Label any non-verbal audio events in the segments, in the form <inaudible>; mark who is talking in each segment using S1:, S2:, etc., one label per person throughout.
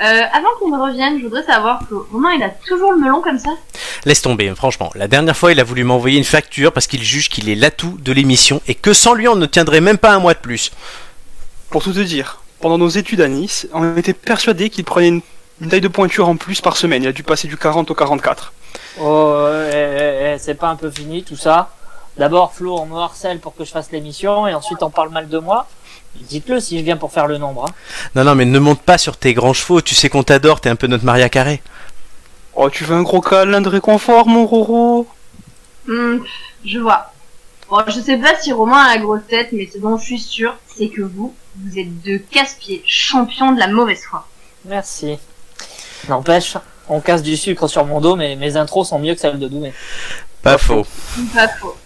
S1: Euh, avant qu'il ne revienne, je voudrais savoir que Romain, il a toujours le melon comme ça
S2: Laisse tomber, franchement. La dernière fois, il a voulu m'envoyer une facture parce qu'il juge qu'il est l'atout de l'émission et que sans lui, on ne tiendrait même pas un mois de plus.
S3: Pour tout te dire, pendant nos études à Nice, on était persuadé qu'il prenait une, une taille de pointure en plus par semaine. Il a dû passer du 40 au 44.
S4: Oh, euh, eh, eh, eh, c'est pas un peu fini tout ça D'abord, Flo, on me harcèle pour que je fasse l'émission et ensuite on parle mal de moi. Dites-le si je viens pour faire le nombre. hein.
S2: Non, non, mais ne monte pas sur tes grands chevaux, tu sais qu'on t'adore, t'es un peu notre Maria Carré.
S3: Oh, tu veux un gros câlin de réconfort, mon Roro
S1: Hmm, pff, Je vois. Bon, je sais pas si Romain a la grosse tête, mais ce dont je suis sûre, c'est que vous, vous êtes deux casse-pieds champions de la mauvaise foi.
S4: Merci. N'empêche, on casse du sucre sur mon dos, mais mes intros sont mieux que celles de Doumé.
S2: Pas faux.
S1: Pas faux.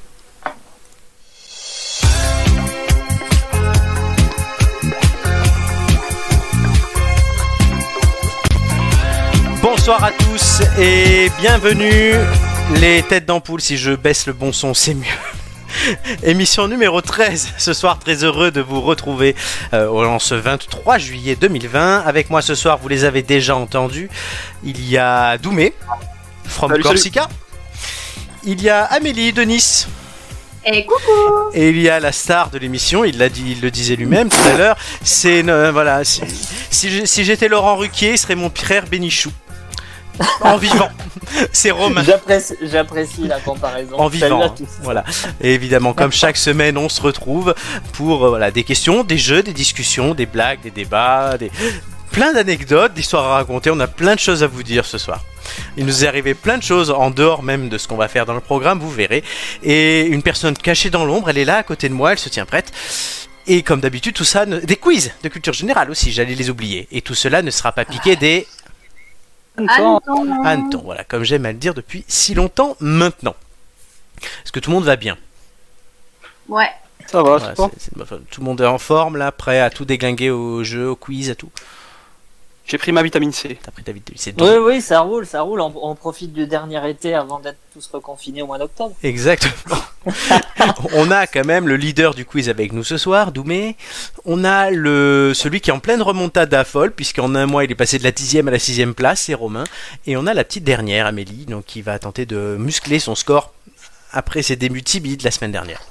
S2: Bonsoir à tous et bienvenue les têtes d'ampoule. Si je baisse le bon son, c'est mieux. <laughs> Émission numéro 13. Ce soir, très heureux de vous retrouver euh, au- en ce 23 juillet 2020. Avec moi ce soir, vous les avez déjà entendus. Il y a Doumé, from
S3: Salut, salut.
S2: Corsica. Il y a Amélie de Nice.
S1: Et coucou
S2: Et il y a la star de l'émission, il, l'a dit, il le disait lui-même tout à l'heure. C'est. euh, voilà. Si, si j'ai- si j'étais Laurent Ruquier, il serait mon frère Bénichou.
S4: <laughs>
S2: En vivant. C'est Romain.
S4: J'apprécie, j'apprécie la comparaison.
S2: En
S4: Salut
S2: vivant,
S4: à
S2: hein.
S4: tous.
S2: Voilà. Et évidemment, comme chaque semaine, on se retrouve pour euh, voilà, des questions, des jeux, des discussions, des blagues, des débats, des... plein d'anecdotes, d'histoires à raconter. On a plein de choses à vous dire ce soir. Il nous est arrivé plein de choses en dehors même de ce qu'on va faire dans le programme, vous verrez. Et une personne cachée dans l'ombre, elle est là à côté de moi, elle se tient prête. Et comme d'habitude, tout ça, ne- des quiz de culture générale aussi, j'allais les oublier. Et tout cela ne sera pas piqué des
S1: Ah
S3: Attends.
S1: Anton.
S2: hannetons, voilà, comme j'aime à le dire depuis si longtemps maintenant. Est-ce que tout le monde va bien
S1: Ouais.
S3: Ça va,
S2: Voilà,
S3: c'est bon.
S2: c'est- c'est- enfin, tout le monde est en forme là, prêt à tout déglinguer au jeu, au quiz, à tout.
S3: J'ai pris ma vitamine C.
S2: T'as pris ta vitesse, c'est
S4: Oui,
S2: tout.
S4: oui, ça roule, ça roule. On, on profite du dernier été avant d'être tous reconfinés au mois d'octobre.
S3: <laughs>
S2: Exactement. on a quand même le leader du quiz avec nous ce soir, Doumé. On a le celui qui est en pleine remontade à folle, puisqu'en un mois il est passé de la dixième à la sixième place, c'est Romain. Et on a la petite dernière, Amélie, donc qui va tenter de muscler son score après ses débuts timides la semaine dernière.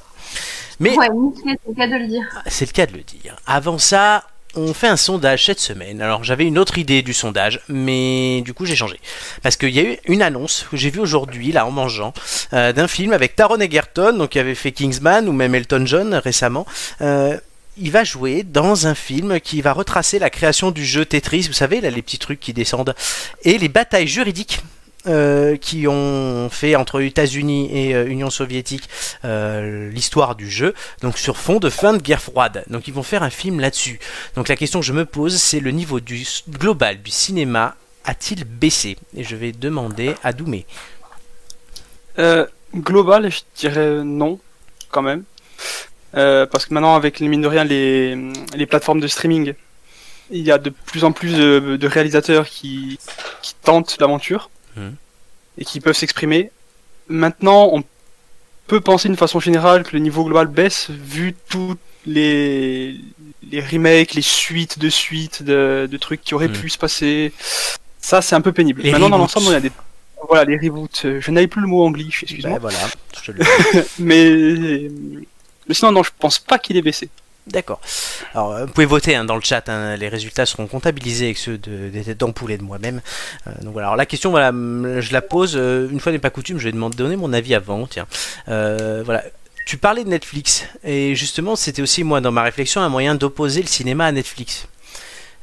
S2: Mais
S1: Ouais, nickel, c'est le cas de le dire.
S2: C'est le cas de le dire. Avant ça, on fait un sondage cette semaine. Alors j'avais une autre idée du sondage, mais du coup j'ai changé. Parce qu'il y a eu une annonce que j'ai vue aujourd'hui, là en mangeant, euh, d'un film avec Taron Egerton, donc qui avait fait Kingsman ou même Elton John récemment. Euh, il va jouer dans un film qui va retracer la création du jeu Tetris, vous savez, là les petits trucs qui descendent, et les batailles juridiques. euh, qui ont fait entre États-Unis et euh, Union soviétique euh, l'histoire du jeu donc sur fond de fin de guerre froide. Donc ils vont faire un film là-dessus. Donc la question que je me pose, c'est le niveau du global du cinéma a-t-il baissé Et je vais demander à Doumé.
S3: Euh, global, je dirais non, quand même. Euh, parce que maintenant, avec les mine de rien, les, les plateformes de streaming, il y a de plus en plus de, de réalisateurs qui, qui tentent l'aventure
S2: Mhm.
S3: et qui peuvent s'exprimer. Maintenant, on peut penser d'une façon générale que le niveau global baisse vu tous les, les remakes, les suites de suites de, de trucs qui auraient
S2: Mhm.
S3: pu se passer. Ça, c'est un peu pénible.
S2: Les
S3: maintenant, dans
S2: reboots.
S3: l'ensemble, on a des voilà, les reboots. euh, Je n'avais plus le mot anglais, excuse-moi.
S2: Ben voilà, je
S3: <laughs>
S2: le-
S3: Mais... mais sinon, non, je pense pas qu'il est baissé.
S2: D'accord. Alors euh, vous pouvez voter hein, dans le chat, hein. les résultats seront comptabilisés avec ceux de, des têtes d'ampoule et de moi-même. Euh, donc voilà, alors la question, voilà, mm, je la pose, euh, une fois n'est pas coutume, je vais demander, donner mon avis avant, tiens. Euh, voilà. Tu parlais de Netflix, et justement c'était aussi moi dans ma réflexion un moyen d'opposer le cinéma à Netflix.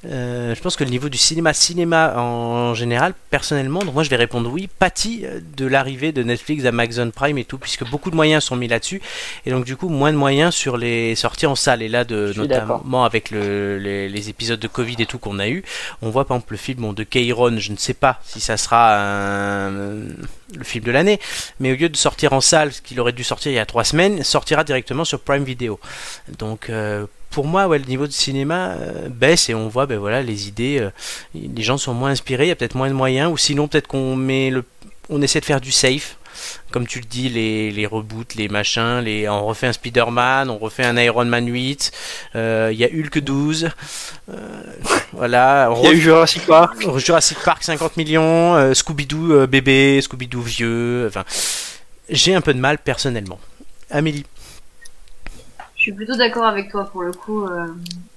S2: Euh, je pense que le niveau du cinéma, cinéma en général, personnellement, donc moi je vais répondre oui, pâtit euh, de l'arrivée de Netflix, d'Amazon Prime et tout, puisque beaucoup de moyens sont mis là-dessus, et donc du coup moins de moyens sur les sorties en salle. Et là, de,
S4: suis d'accord.
S2: notamment avec le- les, les épisodes de Covid et tout qu'on a eu, on voit par exemple le film bon, de Keiron, je ne sais pas si ça sera un- le film de l'année, mais au lieu de sortir en salle, ce qu'il aurait dû sortir il y a trois semaines, sortira directement sur Prime Video. Donc euh, pour moi, ouais, le niveau du cinéma euh, baisse et on voit, ben voilà, les idées, euh, les gens sont moins inspirés, il y a peut-être moins de moyens, ou sinon peut-être qu'on met le, on essaie de faire du safe. comme tu le dis, les, les reboots, les machins, les, on refait un Spider-Man, on refait un Iron Man 8, euh, il y a Hulk 12, euh, <laughs> voilà, on
S3: Il y a eu Jurassic Park.
S2: refait- Jurassic Park 50 millions, euh, Scooby-Doo euh, bébé, Scooby-Doo vieux, enfin, j'ai un peu de mal personnellement. Amélie,
S1: Je suis plutôt d'accord avec toi pour le coup. euh,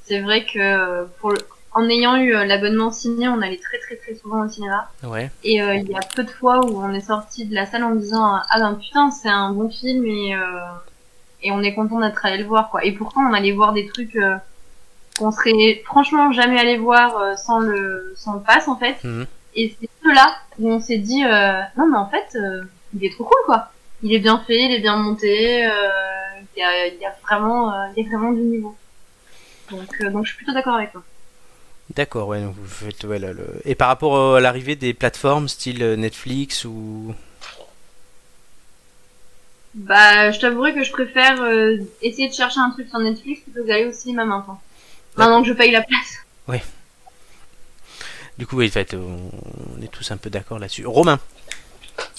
S1: c'est vrai que euh, pour le... en ayant eu euh, l'abonnement ciné, on allait très très très souvent au cinéma.
S2: ouais.
S1: Et euh, il y a peu de fois où on est sorti de la salle en disant ah ben putain c'est un bon film et euh, et on est content d'être allé le voir quoi. Et pourtant on allait voir des trucs euh, qu'on serait franchement jamais allé voir euh, sans le sans le pass en fait.
S5: Hmm.
S2: Mhm.
S1: Et c'est ceux-là où on s'est dit euh, non mais en fait euh, il est trop cool quoi. Il est bien fait, il est bien monté, euh, il y, a, il y a vraiment euh, il y a vraiment du niveau. Donc euh, donc je suis plutôt d'accord avec toi.
S2: D'accord, ouais, donc vous faites, ouais, là, le- Et par rapport euh, à l'arrivée des plateformes style euh, Netflix ou.
S1: Bah, je t'avouerai que je préfère euh, essayer de chercher un truc sur Netflix plutôt que d'aller au cinéma maintenant. Maintenant que je paye la place.
S2: Du coup, ouais, en fait, on on est tous un peu d'accord là-dessus. Romain,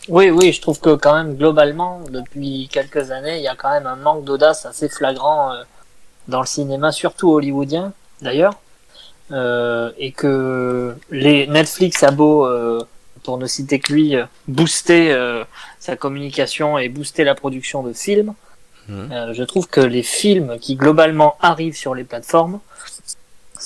S4: Oui, oui, je trouve que quand même globalement, depuis quelques années, il y a quand même un manque d'audace assez flagrant euh, dans le cinéma, surtout hollywoodien d'ailleurs, Euh, et que les Netflix a beau, euh, pour ne citer que lui, euh, booster euh, sa communication et booster la production de films,
S2: Mhm.
S4: euh, je trouve que les films qui globalement arrivent sur les plateformes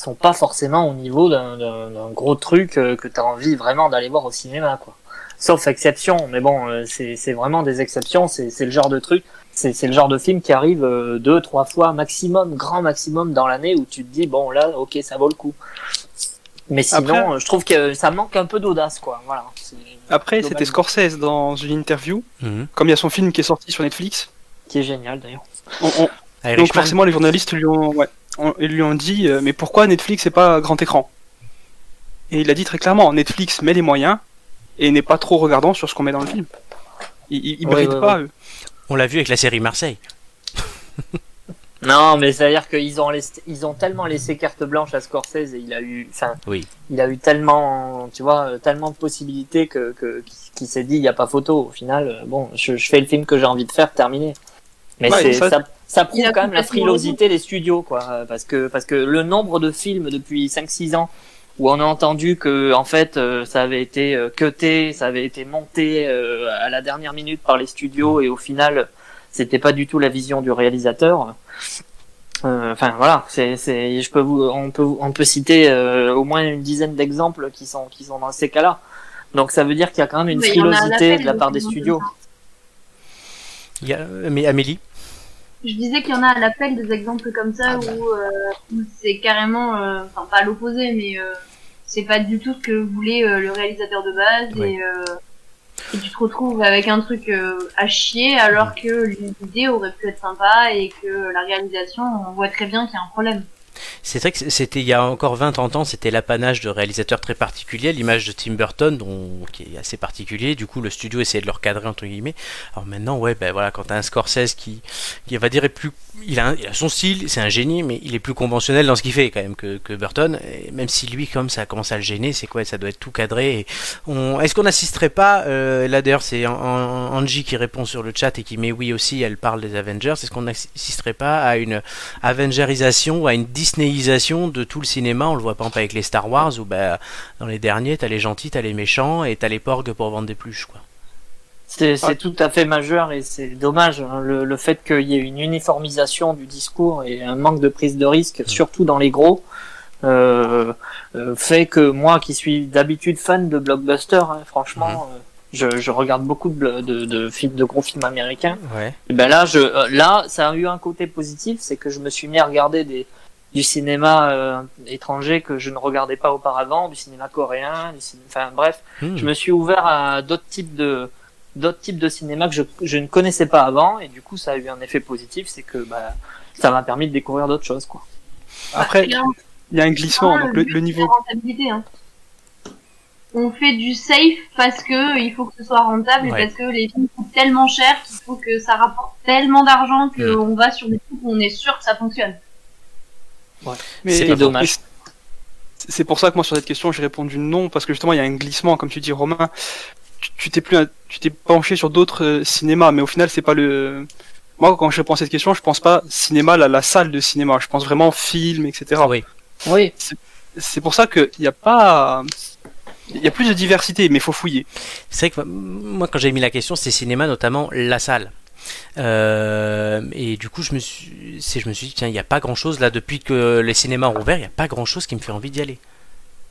S4: sont pas forcément au niveau d'un- d'un d'un gros truc euh, que tu as envie vraiment d'aller voir au cinéma, quoi sauf exception, mais bon, euh, c'est c'est vraiment des exceptions, c'est c'est le genre de truc, c'est c'est le genre de film qui arrive euh, deux, trois fois maximum, grand maximum dans l'année où tu te dis, bon là, ok, ça vaut le coup. Mais sinon,
S3: Après-
S4: euh, je trouve que euh, ça manque un peu d'audace, quoi. Voilà. C'est-
S3: Après, c'était
S4: Globalement.
S3: Scorsese dans une interview. Comme il y a son film qui est sorti sur Netflix,
S4: Qui est génial d'ailleurs.
S3: on- on-
S2: Allez,
S3: donc
S2: Richman.
S3: forcément les journalistes lui ont, ouais, on- ils lui ont dit euh, mais pourquoi Netflix n'est pas grand écran Et il a dit très clairement Netflix met les moyens et n'est pas trop regardant sur ce qu'on met dans le film. Ils, ils, ils
S4: Ouais,
S3: brident
S4: ouais,
S3: pas eux.
S2: on l'a vu avec la série Marseille.
S4: Non, mais c'est-à-dire qu'ils ont laissé, ils ont tellement laissé carte blanche à Scorsese et il a eu, enfin,
S2: Oui.
S4: il a eu tellement, tu vois, euh, tellement de possibilités que, que qu'il s'est dit, il n'y a pas photo. Au final, euh, bon, je, je fais le film que j'ai envie de faire, terminé. Mais
S3: Ouais,
S4: c'est,
S3: ça-
S4: ça, ça,
S1: Il
S4: prouve
S1: a
S4: quand même la
S1: complètement
S4: frilosité des studios, quoi, euh, parce que parce que le nombre de films depuis 5-6 ans où on a entendu que en fait euh, ça avait été euh, cuté, ça avait été monté euh, à la dernière minute par les studios et au final c'était pas du tout la vision du réalisateur. Euh, Enfin voilà, c'est c'est je peux vous on peut on peut citer euh, au moins une dizaine d'exemples qui sont qui sont dans ces cas-là. Donc ça veut dire qu'il y a quand même une
S1: Mais il y en a à la
S4: frilosité
S1: peine,
S4: de la part des
S1: des
S4: studios.
S2: Il y a- Mais Amélie,
S1: Je disais qu'il y en a à l'appel des exemples comme ça
S2: Ah bah.
S1: où, euh, où c'est carrément, euh, enfin pas à l'opposé, mais euh, c'est pas du tout ce que voulait euh, le réalisateur de base
S2: Oui.
S1: et, euh, et tu te retrouves avec un truc euh, à chier alors que l'idée aurait pu être sympa et que la réalisation, on voit très bien qu'il y a un problème.
S2: c'est vrai que c'était il y a encore 20-30 ans, c'était l'apanage de réalisateurs très particuliers, l'image de Tim Burton, dont, qui est assez particulier. Du coup, le studio essayait de le recadrer, entre guillemets. Alors maintenant, ouais, ben voilà, quand t'as un Scorsese qui, qui, on va dire, est plus. Il a, un- il a son style, c'est un génie, mais il est plus conventionnel dans ce qu'il fait, quand même, que, que Burton. Et même si lui, comme ça commence à le gêner, c'est quoi Ça doit être tout cadré. et on- Est-ce qu'on n'assisterait pas euh, Là, d'ailleurs, c'est An- An- Angie qui répond sur le chat et qui met oui aussi, elle parle des Avengers. Est-ce qu'on n'assisterait pas à une Avengerisation ou à une Disneyisation de tout le cinéma On le voit pas avec les Star Wars, où bah, dans les derniers, t'as les gentils, t'as les méchants, et t'as les porgs pour vendre des pluches, quoi.
S4: C'est c'est
S2: Ah.
S3: Ouais.
S4: tout à fait majeur et c'est dommage hein, le, le fait qu'il y ait une uniformisation du discours et un manque de prise de risque, surtout dans les gros, euh, euh, fait que moi qui suis d'habitude fan de blockbuster, hein, franchement, euh, je, je regarde beaucoup de, blo- de, de films de gros films américains.
S2: Ouais.
S4: Et ben là, je, euh, là, ça a eu un côté positif, c'est que je me suis mis à regarder des, du cinéma euh, étranger que je ne regardais pas auparavant, du cinéma coréen, du ciné- enfin bref,
S2: Hmm.
S4: je me suis ouvert à d'autres types de d'autres types de cinéma que je, je ne connaissais pas avant et du coup ça a eu un effet positif, c'est que bah, ça m'a permis de découvrir d'autres choses quoi.
S3: Après,
S1: Clairement,
S3: il y a un glissement, donc le, le
S1: la
S3: niveau.
S1: rentabilité, Ah, hein. On fait du safe parce que euh, il faut que ce soit rentable
S2: Ouais.
S1: et parce que les films coûtent tellement cher qu'il faut que ça rapporte tellement d'argent qu'on va sur des trucs où on est sûr que ça fonctionne.
S3: mais-
S2: C'est
S4: C'est dommage.
S3: mais c'est- C'est pour ça que moi sur cette question j'ai répondu non, parce que justement il y a un glissement, comme tu dis Romain. Tu- tu- tu t'es plus, tu t'es penché sur d'autres euh, cinémas, mais au final, c'est pas le. Moi, quand je pense à cette question, je pense pas cinéma, la, la salle de cinéma. Je pense vraiment film, etc.
S2: oui.
S4: Oui.
S3: C'est pour ça qu'il n'y a pas. Il y a plus de diversité, mais il faut fouiller.
S2: C'est vrai que moi, quand j'ai mis la question, c'est cinéma, notamment la salle. Euh, et du coup, je me suis, c'est- je me suis dit, tiens, il n'y a pas grand chose là depuis que les cinémas ont ouvert, il n'y a pas grand chose qui me fait envie d'y aller.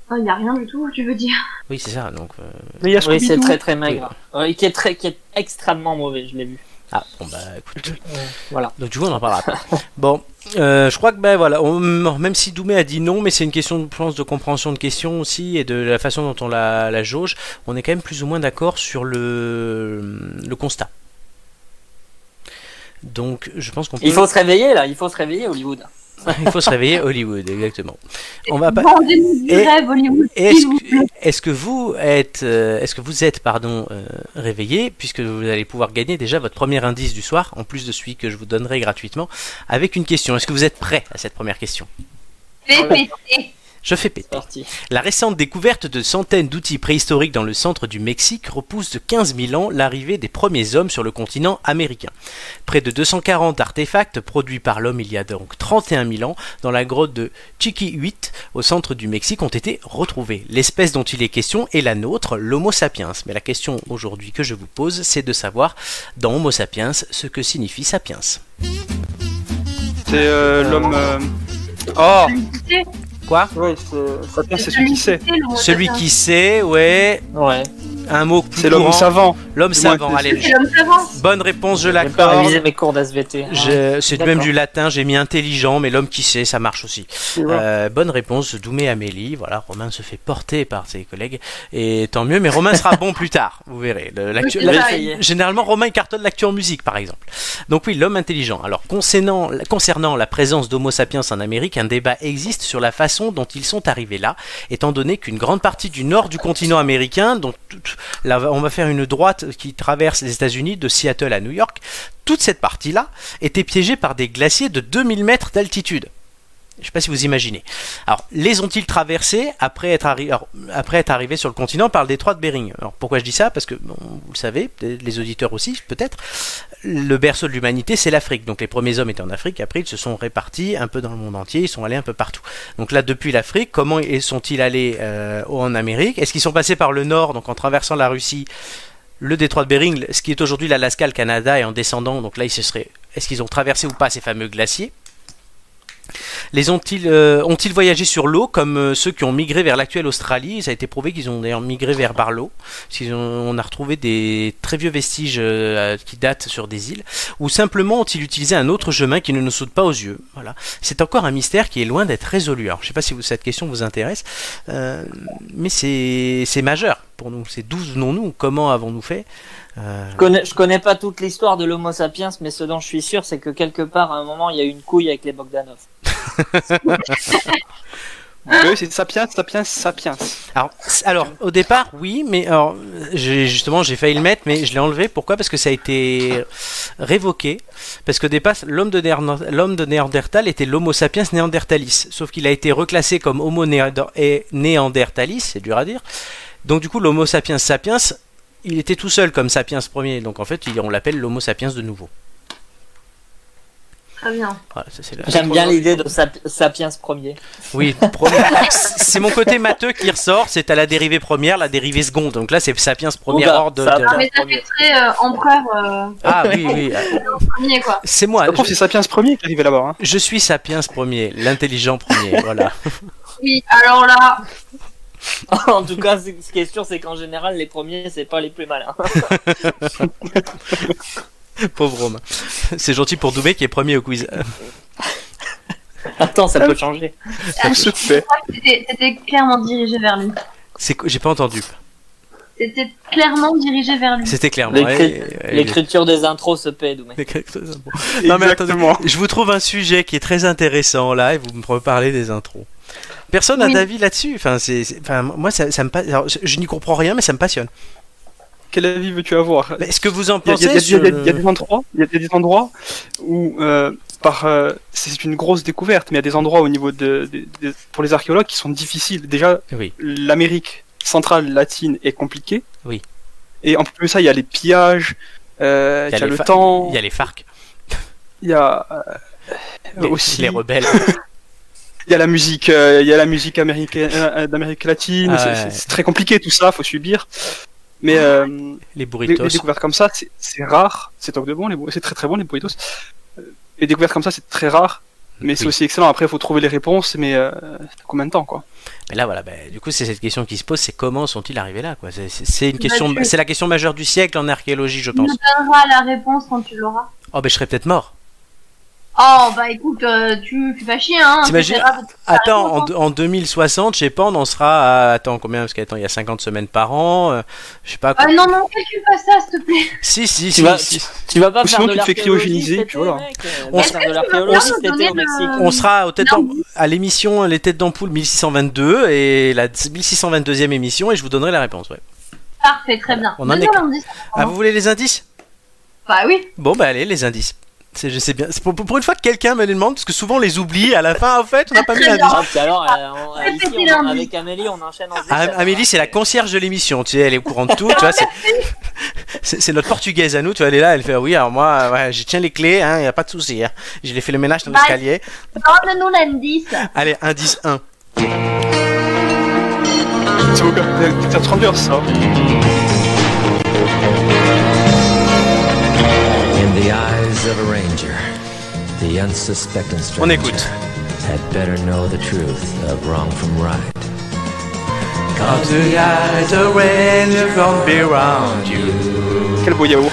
S1: Ah, Il y a rien du tout, tu veux <laughs> dire.
S2: Oui, c'est ça. Donc, euh,
S3: Mais il y a
S4: Oui, c'est
S3: Scooby-Doo.
S4: très très maigre. Oui, qui est très, qui est extrêmement mauvais, je l'ai vu.
S2: ah, bon, bah écoute.
S4: Voilà.
S2: Donc, du coup, on en parlera
S4: <laughs>
S2: après. Bon, euh, je crois que, ben voilà, on- même si Doumé a dit non, mais c'est une question, je pense, de compréhension de question aussi et de la façon dont on la, la jauge, on est quand même plus ou moins d'accord sur le, le constat. Donc, je pense qu'on peut. <laughs>
S4: Il faut se réveiller là, il faut se réveiller Hollywood.
S2: Il faut se réveiller Hollywood,
S4: <laughs>
S2: exactement. On va pas.
S1: Vendez-nous du
S2: Et-
S1: rêve, Hollywood.
S2: Et Est-ce
S1: s'il vous plaît.
S2: que, est-ce que vous êtes, euh, est-ce que vous êtes, pardon, euh, réveillé, puisque vous allez pouvoir gagner déjà votre premier indice du soir, en plus de celui que je vous donnerai gratuitement, avec une question. Est-ce que vous êtes prêt à cette première question
S1: Fais
S4: Ouais.
S1: péter.
S2: Je fais péter.
S4: Sorti.
S2: La récente découverte de centaines d'outils préhistoriques dans le centre du Mexique repousse de 15 000 ans l'arrivée des premiers hommes sur le continent américain. Près de 240 artefacts produits par l'homme il y a donc 31 000 ans dans la grotte de Chiquihuite au centre du Mexique ont été retrouvés. L'espèce dont il est question est la nôtre, l'Homo sapiens. Mais la question aujourd'hui que je vous pose, c'est de savoir dans Homo sapiens ce que signifie sapiens.
S3: C'est euh, l'homme. euh, Oh
S1: Celui qui sait.
S2: Quoi
S3: Ouais, c'est celui qui sait.
S1: le mot
S2: Celui
S1: sapiens.
S2: qui sait, ouais,
S4: Ouais.
S2: un mot plus
S3: C'est l'homme
S2: courant.
S3: savant.
S2: L'homme
S3: Du moins,
S2: savant,
S3: c'est-
S2: allez.
S1: C'est l'homme savant.
S2: Bonne réponse, je
S4: J'ai pas
S2: l'accorde.
S4: révisé mes cours d'SVT.
S2: Je- C'est
S4: D'accord.
S2: même du latin, j'ai mis intelligent, mais l'homme qui sait, ça marche aussi.
S3: Ouais.
S2: Euh, bonne réponse, Doumé Amélie. Voilà, Romain se fait porter par ses collègues. Et tant mieux, mais Romain sera
S3: <laughs>
S2: bon plus tard, vous verrez. Le- euh, l'actu-
S1: Oui,
S4: Je
S1: c'est
S4: vais
S2: la-
S1: ça.
S4: essayer.
S2: Généralement, Romain il cartonne l'actu en musique, par exemple. Donc oui, l'homme intelligent. Alors, concernant, concernant la présence d'Homo sapiens en Amérique, un débat existe sur la façon dont ils sont arrivés là, étant donné qu'une grande partie du nord du continent américain, donc tout- là, on va faire une droite qui traverse les États-Unis de Seattle à New York, toute cette partie-là était piégée par des glaciers de 2000 mètres d'altitude. Je ne sais pas si vous imaginez. Alors, les ont-ils traversés après être, arri- alors, après être arrivés sur le continent par le détroit de Bering Alors, pourquoi je dis ça Parce que, bon, vous le savez, peut-être les auditeurs aussi, peut-être, le berceau de l'humanité, c'est l'Afrique. Donc, les premiers hommes étaient en Afrique, après, ils se sont répartis un peu dans le monde entier, ils sont allés un peu partout. Donc, là, depuis l'Afrique, comment est- sont-ils allés euh, en Amérique Est-ce qu'ils sont passés par le nord, donc en traversant la Russie le détroit de Bering, ce qui est aujourd'hui l'Alaska, le Canada, et en descendant, donc là, ils se seraient. Est-ce qu'ils ont traversé ou pas ces fameux glaciers les ont-ils euh, ont-ils voyagé sur l'eau comme euh, ceux qui ont migré vers l'actuelle Australie Ça a été prouvé qu'ils ont d'ailleurs migré vers Barlow. Parce qu'ils ont- on a retrouvé des très vieux vestiges euh, qui datent sur des îles. Ou simplement ont-ils utilisé un autre chemin qui ne nous saute pas aux yeux Voilà. C'est encore un mystère qui est loin d'être résolu. Alors, je ne sais pas si vous- cette question vous intéresse, euh, mais c'est c'est majeur pour nous. C'est d'où venons-nous Comment avons-nous fait Euh,
S4: Je connais, je connais pas toute l'histoire de l'Homo sapiens, mais ce dont je suis sûr, c'est que quelque part, à un moment, il y a eu une couille avec les Bogdanov.
S2: Ah
S3: Oui, c'est Sapiens, Sapiens, Sapiens.
S2: Alors, c- alors, au départ, oui, mais alors, j'ai- justement, j'ai failli le mettre, mais je l'ai enlevé. Pourquoi Parce que ça a été révoqué. Parce qu'au départ, l'homme de, Néan- l'homme de Néandertal était l'Homo sapiens néandertalis. Sauf qu'il a été reclassé comme Homo néander- et néandertalis, c'est dur à dire. Donc, du coup, l'Homo sapiens sapiens, il était tout seul comme sapiens premier. Donc, en fait, il- on l'appelle l'Homo sapiens de nouveau.
S1: Très bien.
S2: Voilà, ça, c'est la-
S4: <laughs> J'aime bien l'idée de sap- sapiens premier.
S2: Oui, premier- c'est mon côté matheux qui ressort. C'est à la dérivée première, la dérivée seconde. Donc là, c'est sapiens premier
S4: Oula,
S2: ordre.
S4: ça
S2: de-
S1: Ah, mais ça fait très euh, empereur euh,
S2: Ah oui,
S1: <laughs>
S2: oui.
S1: premier, quoi.
S2: C'est moi.
S3: Après,
S2: Je,
S3: c'est Sapiens premier qui arrivait là-bas. hein.
S2: je suis Sapiens premier, l'intelligent premier.
S3: <laughs>
S2: voilà.
S1: Oui, alors là,
S4: <laughs> en tout cas, c'est- ce qui est sûr, c'est qu'en général, les premiers, c'est pas les
S2: <laughs>
S4: plus malins.
S2: Pauvre Romain. C'est gentil pour Doumé qui est premier au quiz.
S4: Attends,
S3: <laughs>
S4: ça peut changer.
S1: ah,
S3: se fait.
S1: c'était c'était clairement dirigé vers lui.
S2: C'est co- j'ai pas entendu.
S1: C'était clairement dirigé vers lui.
S2: C'était clairement.
S4: L'écrit-
S2: ouais, ouais,
S4: L'écriture des intros se paie, Doumé.
S2: les- les- bon. Non, mais attendez.
S3: Exactement.
S2: Je vous trouve un sujet qui est très intéressant là et vous me reparlez des intros. Personne n'a
S1: Oui.
S2: d'avis là-dessus. Enfin, c'est, c'est- enfin, moi, ça, ça me passe. alors, je, je n'y comprends rien, mais ça me passionne.
S3: Quel avis veux-tu avoir
S2: Mais Est-ce que vous en
S3: Il y a- il y
S2: pensez
S3: a- il y a-
S2: sur
S3: il y a- il y a
S2: le-
S3: des endroits, il y a des endroits où euh, par euh, c'est une grosse découverte, mais il y a des endroits au niveau de, de- de- pour les archéologues qui sont difficiles. Déjà,
S2: Oui.
S3: l'Amérique centrale latine est compliquée.
S2: Oui.
S3: Et en plus de ça, il y a les pillages, euh, il y a, le
S2: fa-
S3: temps,
S2: Il y a les FARC,
S3: il y a, euh,
S2: les,
S3: aussi,
S2: les rebelles.
S3: <laughs> il y a la musique, euh, il y a la musique américaine, euh, d'Amérique latine.
S2: Ah
S3: c'est-
S2: ouais.
S3: c'est- C'est très compliqué tout ça, faut subir. Mais euh,
S2: les
S3: Les, les
S2: burritos.
S3: découvertes comme ça, c'est- c'est rare. C'est top de bon, les, bu- c'est très très bon les burritos. Euh, Les découvertes comme ça, c'est très rare, mais c'est
S2: Oui.
S3: aussi excellent. Après, il faut trouver les réponses, mais euh, combien de temps quoi
S2: Mais là, voilà, ben, du coup, c'est cette question qui se pose, c'est comment sont-ils arrivés là quoi C'est- C'est
S1: Bah,
S2: c'est une question,
S1: Mathieu.
S2: c'est la question majeure du siècle en archéologie, je
S1: Tu nous
S2: pense.
S1: donneras la réponse quand tu l'auras.
S2: Oh, ben je serais peut-être mort.
S1: Oh, bah écoute, euh, tu, tu vas chier, hein.
S2: T'imagines-
S1: c'est pas grave.
S2: Attends, en,
S1: raison.
S2: deux- en 2060, je sais pas, on en sera à... Attends, combien Parce qu'attends, il y a 50 semaines par an. euh, je sais pas.
S1: Euh,
S2: quoi-
S1: non, non, calcule pas ça, s'il te plaît.
S2: Si, si,
S4: Tu
S2: si.
S4: vas-
S2: si.
S4: Tu vas
S3: Ou
S4: pas faire
S3: sinon,
S4: de
S3: tu te fais
S4: l'archéologie,
S3: cryogéniser,
S4: c'était,
S3: puis voilà.
S4: mec. Euh,
S2: <laughs> On
S4: va
S2: se-
S4: faire de
S1: Est-ce
S4: l'archéologie,
S1: que tu vas
S4: c'était
S1: bien
S4: au
S1: me donner
S4: Mexique.
S1: le-
S2: On sera aux têtes
S1: Non.
S2: d'am- à l'émission euh, Les Têtes d'Ampoule 1622 et la 1622e émission et je vous donnerai la réponse. Ouais.
S1: Parfait, très bien.
S2: on en est
S1: Donne-moi
S2: clair.
S1: l'indice.
S2: Ah, vous voulez les indices
S1: Bah oui.
S2: Bon, bah allez, les indices. C'est, je sais bien. C'est pour, pour une fois que quelqu'un me les demande, parce que souvent on les oublie à la fin. En fait, on n'a pas mis
S1: Très bien.
S2: l'indice.
S4: Ah, puis alors, euh, on-
S1: Ah,
S4: ici,
S1: c'est
S4: on-
S1: lundi.
S4: avec Amélie, on enchaîne en
S2: Ah,
S4: zigzag.
S2: Amélie, c'est la concierge de l'émission, tu sais, elle est au courant de tout, tu vois, c'est, c'est, c'est notre portugaise à nous, tu vois, elle est là, elle fait, oui, alors moi, euh, ouais, je tiens les clés, hein, y a pas de souci, hein. je les fait le ménage dans
S1: Bye.
S2: l'escalier.
S1: Donne-nous l'indice.
S2: Allez, indice 1.
S3: C'est au Peter Sanders, ça.
S5: In the eyes of a ranger, the unsuspecting
S2: On
S5: stranger
S2: écoute.
S5: had better know the truth of wrong from right. Cause
S3: Quel beau yaourt.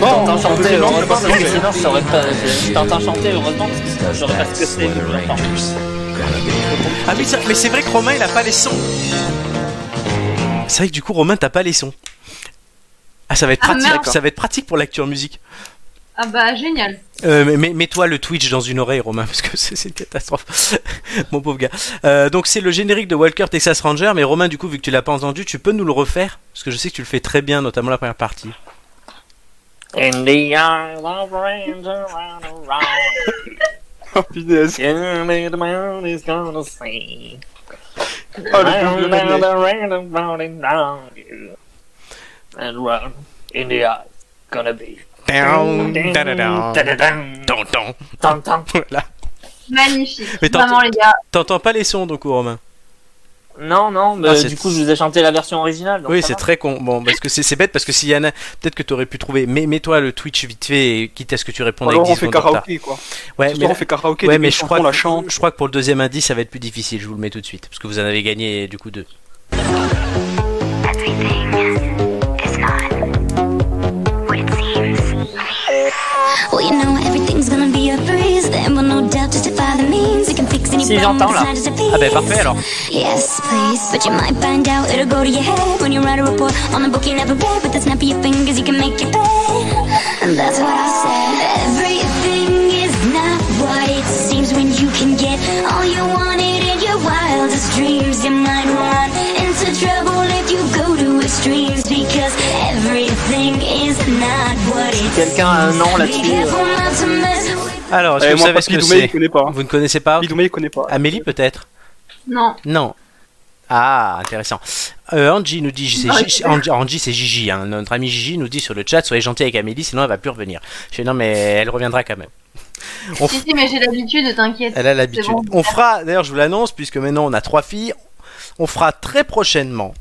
S4: T'entends chanter,
S3: non, c'est pas
S4: heureusement, parce que
S3: vrai.
S4: sinon, je saurais pas. je- T'entends chanter, heureusement, parce que je saurais pas ce que
S5: that's
S4: c'est.
S5: what a
S4: je l'entends.
S5: ranger's gonna be.
S2: Ah oui, ça- mais c'est vrai que Romain, il a pas les sons. C'est vrai que du coup, Romain, t'as pas les sons. Ah, ça va être
S1: Ah,
S2: pratique,
S1: merde.
S2: ça va être pratique pour l'actu en musique.
S1: Ah bah génial.
S2: Euh, mais- mais mets-toi le Twitch dans une oreille, Romain, parce que <laughs> c'est c'est une catastrophe. <laughs> Mon pauvre gars. Euh, donc, c'est le générique de Walker Texas Ranger. Mais Romain, du coup, vu que tu l'as pas entendu, tu peux nous le refaire Parce que je sais que tu le fais très bien, notamment la première partie.
S4: In the eyes of a ranger, round and round,
S3: <laughs> Oh, punaise.
S4: every man is gonna see.
S3: Oh, le double
S4: Round
S3: redneck.
S4: and round and round and round, you. And round in the eyes, gonna be.
S2: Down, da-da-down,
S4: Da-da-dam.
S2: don, don.
S4: Tan, tan.
S2: <laughs> Voilà.
S1: Magnifique.
S2: Mais t'entends-
S1: Vraiment, les gars.
S2: T'entends pas les sons, donc, Romain
S4: Non, non, mais
S2: Ah, c'est-
S4: Bah, du coup, je vous ai chanté la version originale. donc
S2: Oui,
S4: ça
S2: c'est
S4: va.
S2: très con. Bon, parce que c'est c'est bête, parce que s'il y en a, peut-être que t'aurais pu trouver. Mais mets-toi le Twitch vite fait, et quitte à ce que tu répondes
S3: Alors
S2: avec
S3: on
S2: 10
S3: fait
S2: secondes de retard.
S3: karaoké quoi.
S2: Ouais,
S3: Ce
S2: mais,
S3: soir, on fait karaoké.
S2: ouais,
S3: des
S2: mais
S3: vieilles
S2: je,
S3: chansons,
S2: crois
S3: on la
S2: que,
S3: chante.
S2: je crois que pour le deuxième indice, ça va être plus difficile. Je vous le mets tout de suite, parce que vous en avez gagné du coup deux.
S6: Well, you know everything's gonna be a breeze. Then we'll no doubt justify the means. You can fix any
S4: Si,
S6: problem, but
S4: j'entends,
S6: it's
S4: là.
S6: not just a
S2: Ah ben
S6: piece.
S2: parfait alors.
S6: Yes, please. But you might find out it'll go to your head when you write a report on the book you never read. With the snap of your fingers, you can make your bed. And that's what I said. Everything is not what it seems when you can get all you wanted in your wildest dreams. Your mind will run into trouble if you go to extremes because everything is not what it
S4: Quelqu'un a un nom
S6: Be
S4: là-dessus. euh,
S6: careful not to mess with
S2: Alors, est-ce
S3: Eh,
S2: que vous
S3: moi,
S2: savez
S3: pas
S2: ce que
S3: Bidoumé, il
S2: c'est
S3: connaît pas.
S2: Vous ne connaissez pas
S3: Bidoumé, il connaît pas.
S2: Amélie peut-être
S1: Non.
S2: Non. Ah, intéressant. Euh, Angie nous dit, c'est
S1: Ah,
S2: Gigi- Angie, Angie, c'est Gigi, hein. notre ami Gigi nous dit sur le chat, soyez gentil avec Amélie, sinon elle va plus revenir. Je dis non mais elle reviendra quand même.
S1: <laughs>
S2: On
S1: Si, si, mais j'ai l'habitude, t'inquiète.
S2: Elle a l'habitude.
S1: C'est bon.
S2: On fera, d'ailleurs, je vous l'annonce, puisque maintenant on a trois filles, on fera très prochainement.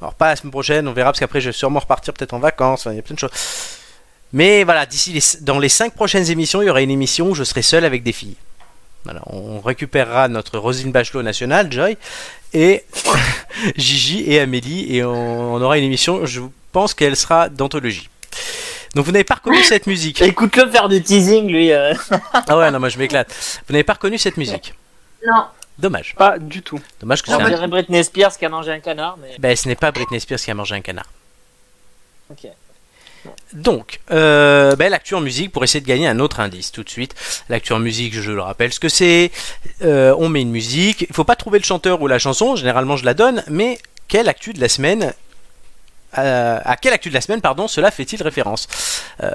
S2: Alors, pas la semaine prochaine, on verra, parce qu'après, je vais sûrement repartir peut-être en vacances. enfin, il y a plein de choses. Mais voilà, d'ici les- dans les cinq prochaines émissions, il y aura une émission où je serai seul avec des filles. Voilà, on récupérera notre Rosine Bachelot nationale, Joy, et <laughs> Gigi et Amélie, et on, on aura une émission, je pense qu'elle sera d'anthologie. Donc vous n'avez pas
S4: <laughs>
S2: reconnu cette musique.
S4: Écoute-le faire du teasing, lui. euh.
S2: Ah ouais, non, moi je m'éclate. Vous n'avez pas reconnu cette musique.
S1: Non.
S2: Dommage.
S3: Pas du tout.
S2: Dommage que
S4: On
S2: c'est un
S4: dirait Britney Spears qui a mangé un canard, mais.
S2: Ben, ce n'est pas Britney Spears qui a mangé un canard.
S4: Ok.
S2: Donc, euh, ben, l'actu en musique pour essayer de gagner un autre indice tout de suite. L'actu en musique, je le rappelle, ce que c'est. Euh, on met une musique. Il faut pas trouver le chanteur ou la chanson. Généralement, je la donne. Mais quelle actu de la semaine euh, À quelle actu de la semaine, pardon, cela fait-il référence Euh,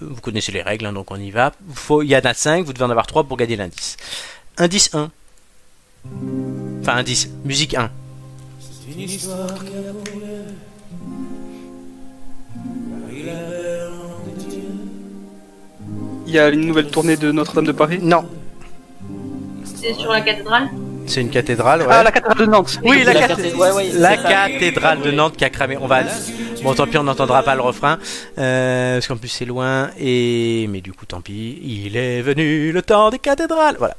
S2: Vous connaissez les règles, hein, donc on y va. Faut- Il y en a 5, vous devez en avoir 3 pour gagner l'indice. Indice 1. Enfin, indice. Musique 1.
S7: Une histoire qui a pour rien pris la mer des dieux.
S3: Il y a une nouvelle tournée de Notre-Dame de Paris.
S2: Non,
S1: C'est sur la cathédrale
S2: c'est une cathédrale, ouais.
S3: Ah, la cathédrale de Nantes.
S2: Oui, la,
S4: La
S2: cathé-
S4: cathé- ouais, ouais,
S2: la
S4: c'est ça. Ah,
S2: cathédrale de Nantes qui a cramé. On va. Bon, tant pis, on n'entendra pas le refrain. euh, parce qu'en plus, c'est loin. Et. Mais du coup, tant pis. Il est venu le temps des cathédrales. Voilà.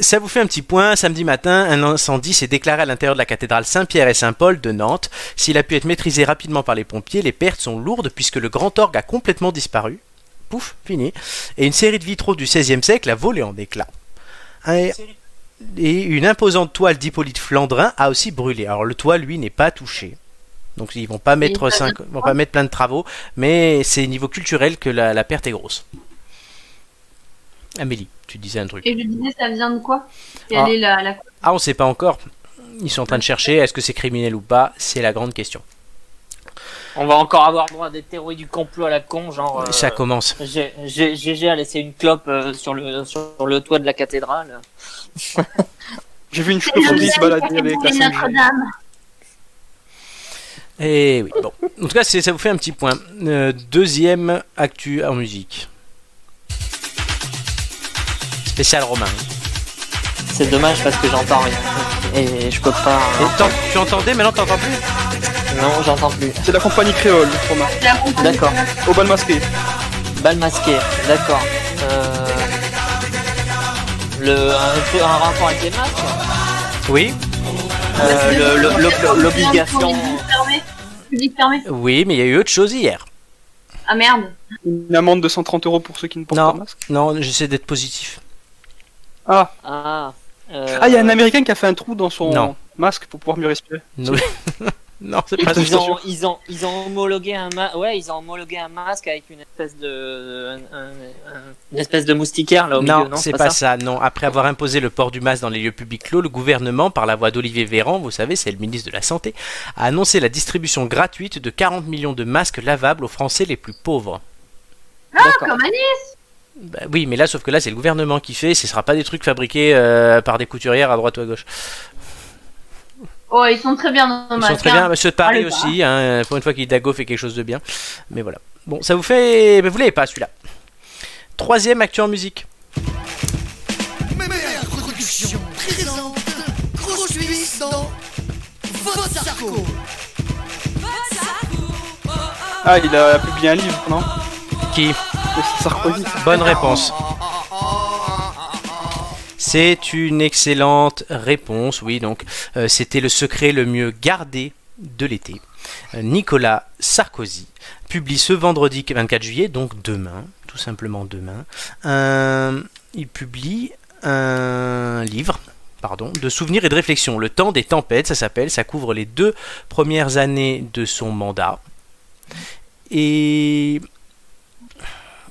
S2: Ça vous fait un petit point. Samedi matin, un incendie s'est déclaré à l'intérieur de la cathédrale Saint-Pierre et Saint-Paul de Nantes. S'il a pu être maîtrisé rapidement par les pompiers, les pertes sont lourdes puisque le grand orgue a complètement disparu. Pouf, fini. Et une série de vitraux du XVIe siècle a volé en éclats. Un- et une imposante toile d'Hippolyte Flandrin a aussi brûlé. Alors le toit, lui, n'est pas touché. Donc ils vont pas mettre
S1: pas de
S2: cinq- vont pas mettre plein de travaux, mais c'est niveau culturel que la, la perte est grosse. Amélie, tu disais un truc.
S1: Et je disais, ça vient de quoi
S2: Ah.
S1: Quelle est la, la...
S2: Ah, on sait pas encore. Ils sont en train de chercher. Est-ce que c'est criminel ou pas C'est la grande question.
S4: On va encore avoir droit à des théories du complot à la con, genre. euh,
S2: Ça commence.
S4: G- G- GG a laissé une clope euh, sur, le, sur le toit de la cathédrale.
S3: J'ai vu une chauve-souris se balader avec la 5G.
S1: Notre-Dame
S2: Et Eh oui, bon. En tout cas, c'est- ça vous fait un petit point. Euh, deuxième actu en musique. Spécial Romain.
S4: C'est dommage parce que j'entends rien. Et je peux pas. hein,
S2: Et t'en- tu entendais, maintenant t'entends plus
S4: Non, j'entends plus.
S3: C'est la compagnie créole, Romain.
S1: C'est la compagnie
S4: D'accord.
S3: Au bal masqué.
S4: Bal masqué, d'accord. Euh... Le, un, un rapport avec les masques
S2: Oui.
S4: euh, le- le- le- L'obligation.
S1: Fermé. Public fermé.
S2: Oui, mais il y a eu autre chose hier.
S1: Ah merde.
S3: Une amende de 130 euros pour ceux qui ne portent
S2: Non.
S3: pas de masque.
S2: Non, j'essaie d'être positif. <laughs>
S3: Ah,
S4: Ah, euh,
S3: ah, il y a un américain qui a fait un trou dans son
S2: Non.
S3: masque pour pouvoir mieux respirer.
S2: Non, non c'est pas
S4: Ils
S2: ça.
S4: ont, ils, ont, ils ont homologué un ma- ouais ils ont homologué un masque avec une espèce de un- un- un- une espèce de moustiquaire là au milieu
S2: Non,
S4: non
S2: c'est pas, ça. Non, après avoir imposé le port du masque dans les lieux publics clos, le gouvernement, par la voix d'Olivier Véran, vous savez, c'est le ministre de la Santé, a annoncé la distribution gratuite de 40 millions de masques lavables aux Français les plus pauvres.
S4: D'accord.
S1: Ah, Comme Annie
S2: Bah oui, mais là, sauf que là, c'est le gouvernement qui fait, ce sera pas des trucs fabriqués euh, par des couturières à droite ou à gauche.
S1: Oh, ils sont très bien dans
S2: Ils
S1: ma
S2: sont très bien, Monsieur de Paris
S1: Allez, bah.
S2: aussi, hein, pour une fois qu'Idago fait quelque chose de bien. Mais voilà. Bon, ça vous fait. mais vous l'avez pas celui-là. Troisième actu en musique.
S8: Mère Production présente Grosse Cuisse dans Votre Sarko.
S3: <laughs> Ah, il a publié un livre, non
S2: Ah, Qui
S3: C'est Sarkozy. ça.
S2: Bonne réponse. C'est une excellente réponse, oui. Donc, euh, c'était le secret le mieux gardé de l'été. Euh, Nicolas Sarkozy publie ce vendredi 24 juillet, donc demain, tout simplement demain, un- il publie un livre. Pardon, de souvenirs et de réflexions. Le temps des tempêtes, ça s'appelle, ça couvre les deux premières années de son mandat. Et.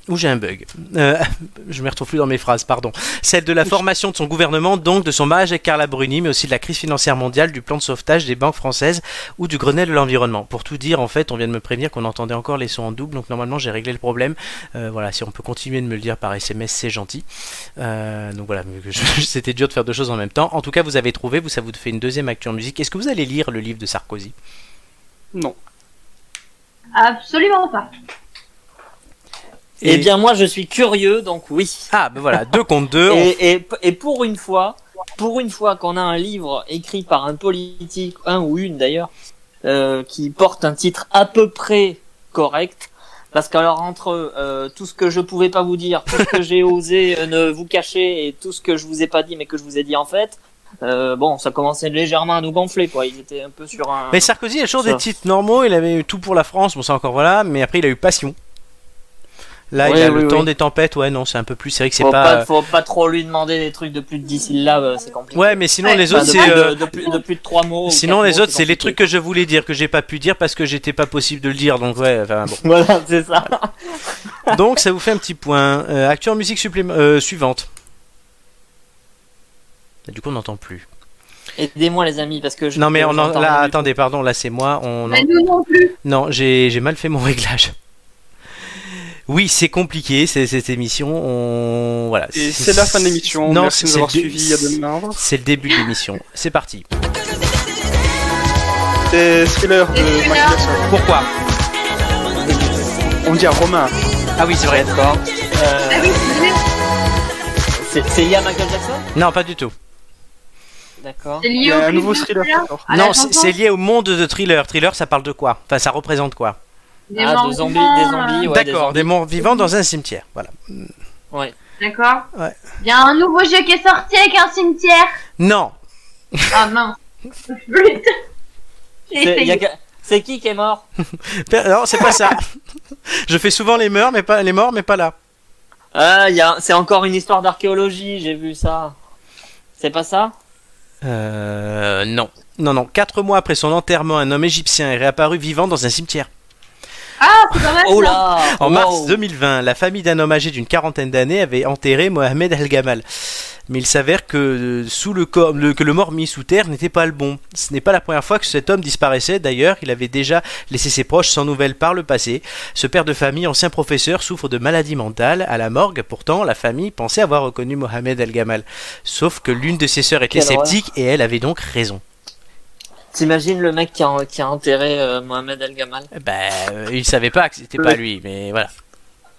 S2: Où j'ai un bug. Euh, <laughs> je me retrouve plus dans mes phrases, pardon. Celle de la formation de son gouvernement, donc de son mariage avec Carla Bruni, mais aussi de la crise financière mondiale, du plan de sauvetage des banques françaises ou du Grenelle de l'environnement. Pour tout dire, en fait, on vient de me prévenir qu'on entendait encore les sons en double, donc normalement j'ai réglé le problème. Euh, voilà, si on peut continuer de me le dire par SMS, c'est gentil. Euh, donc voilà, mais que je- <laughs> c'était dur de faire deux choses en même temps. En tout cas, vous avez trouvé, vous ça vous fait une deuxième actu en musique. Est-ce que vous allez lire le livre de Sarkozy
S3: Non.
S1: Absolument pas.
S4: Eh bien moi je suis curieux donc oui.
S2: Ah, ben voilà, deux contre deux. on-
S4: Et, et, et pour une fois, pour une fois qu'on a un livre écrit par un politique, un ou une d'ailleurs, euh, qui porte un titre à peu près correct, parce qu'alors entre euh, tout ce que je pouvais pas vous dire, tout ce que j'ai osé euh, ne vous cacher et tout ce que je vous ai pas dit mais que je vous ai dit en fait, euh, bon, ça commençait légèrement à nous gonfler quoi. Ils étaient un peu sur un.
S2: Mais Sarkozy a toujours
S4: Ça.
S2: des titres normaux, il avait eu tout pour la France, bon ça encore voilà, mais après il a eu Passion. Là il
S3: Ouais,
S2: a
S3: oui,
S2: le temps
S3: oui.
S2: des tempêtes, ouais non c'est un peu plus, c'est vrai que c'est
S4: faut pas...
S2: pas...
S4: faut pas trop lui demander des trucs de plus de 10 syllabes, euh, c'est compliqué.
S2: Ouais mais sinon
S1: Ouais,
S2: les
S4: Enfin,
S2: autres
S4: de,
S2: c'est...
S4: plus de-
S2: euh,
S4: de plus- de plus de trois mots. ou
S2: Sinon
S4: quatre
S2: les
S4: mots,
S2: autres
S4: c'est
S2: c'est les
S4: compliqué.
S2: trucs que je voulais dire, que j'ai pas pu dire parce que j'étais pas possible de le dire, donc ouais, enfin bon.
S4: <laughs> Voilà, c'est ça.
S2: <laughs> donc ça vous fait un petit point. Euh, actu en musique supplément- euh, suivante. Et Du coup on n'entend plus.
S4: Aidez-moi les amis parce que je
S2: Non mais on en...
S4: j'entends
S2: là
S4: rien du
S2: attendez pardon là c'est moi on
S4: Bah,
S1: Mais nous non plus.
S2: Non, j'ai j'ai mal fait mon <laughs> réglage. Oui, c'est compliqué, c'est cette émission. On... Voilà.
S3: Et c'est la fin de l'émission.
S2: Non,
S3: Merci de nous avoir
S2: c'est le dé-
S3: suivis. À demain. Au revoir.
S2: C'est le début de l'émission. C'est parti.
S6: Thank
S3: c'était Thriller de
S1: Thriller.
S3: Michael Jackson.
S4: Pourquoi
S3: On dit à Romain.
S4: Ah oui, c'est vrai, d'accord. Euh,
S1: Ah oui, c'est vrai,
S4: c'est c'est lié à Michael Jackson
S2: Non, pas du tout.
S4: D'accord.
S1: c'est
S3: Il y
S1: lié au
S3: a un
S1: clip
S3: nouveau
S1: de
S3: thriller. Thriller.
S1: à la
S2: non, c'est
S1: chanson.
S2: c'est lié au monde de Thriller. Thriller, ça parle de quoi Enfin, ça représente quoi
S1: Des
S4: Ah,
S1: gens
S4: de zombies,
S1: vivants,
S4: des zombies, ouais. des
S2: D'accord, des, morts vivants dans un cimetière. Voilà. Mm,
S4: zombies. Ouais.
S1: euh, D'accord.
S2: Ouais.
S1: Il y a un nouveau jeu qui est sorti avec un cimetière.
S2: Non,
S1: Ah non. Putain. J'ai
S4: <laughs> C'est y a
S1: essayé.
S4: que- c'est qui qui est mort
S2: Per- non, c'est pas
S4: <laughs>
S2: ça. Je fais souvent les morts, mais pas les morts, mais pas là.
S4: Ah, y a... c'est encore une histoire d'archéologie, j'ai vu ça. C'est pas ça
S2: Euh, non. Non, non. Quatre mois après son enterrement, un homme égyptien est réapparu vivant dans un cimetière.
S1: Ah, c'est pas mal.
S4: Oh
S1: ça.
S4: là
S2: En
S4: wow.
S2: mars
S1: <laughs>
S2: 2020, la famille d'un homme âgé d'une quarantaine d'années avait enterré Mohamed Al-Gamal. Mais il s'avère que, euh, sous le corps, le- que le mort mis sous terre n'était pas le bon. Ce n'est pas la première fois que cet homme disparaissait. D'ailleurs, il avait déjà laissé ses proches sans nouvelles par le passé. Ce père de famille, ancien professeur, souffre de maladie mentale. À la morgue, pourtant, la famille pensait avoir reconnu Mohamed Al-Gamal. Sauf que l'une de ses sœurs était
S4: Quelle horreur.
S2: sceptique et elle avait donc raison.
S4: T'imagines le mec qui a, qui a enterré euh, Mohamed El Gamal
S2: Ben, euh, il savait pas que c'était pas lui, mais voilà.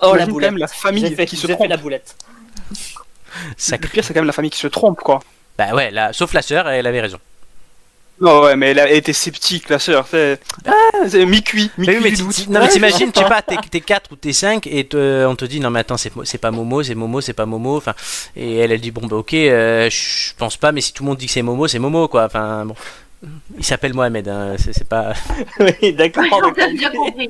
S4: Oh la
S3: Imagine quand
S4: boulette
S3: même la
S4: J'ai
S3: famille
S4: fait,
S3: qui se
S4: j'ai fait
S3: trompe.
S4: la boulette.
S2: Sacré.
S3: Le pire, c'est quand même la famille qui se trompe, quoi.
S2: Bah ouais, là, sauf la sœur, elle avait raison.
S3: Non, ouais, mais elle a été sceptique, la sœur. C'est ah, c'est mi-cuit,
S2: Mais oui,
S3: mi-cuit
S2: mais
S3: du
S2: tu-
S3: doute.
S2: tu- non, mais t'imagines, tu sais pas, t'es- t'es 4 ou t'es 5 et te- on te dit non mais attends c'est, mo- c'est pas Momo, c'est Momo, c'est pas Momo, enfin et elle elle dit bon bah ok, euh, je pense pas mais si tout le monde dit que c'est Momo, c'est Momo quoi, enfin bon. Il s'appelle Mohamed, hein, c'est, c'est pas.
S4: <laughs> oui, d'accord.
S1: On
S4: d'accord.
S1: a bien compris.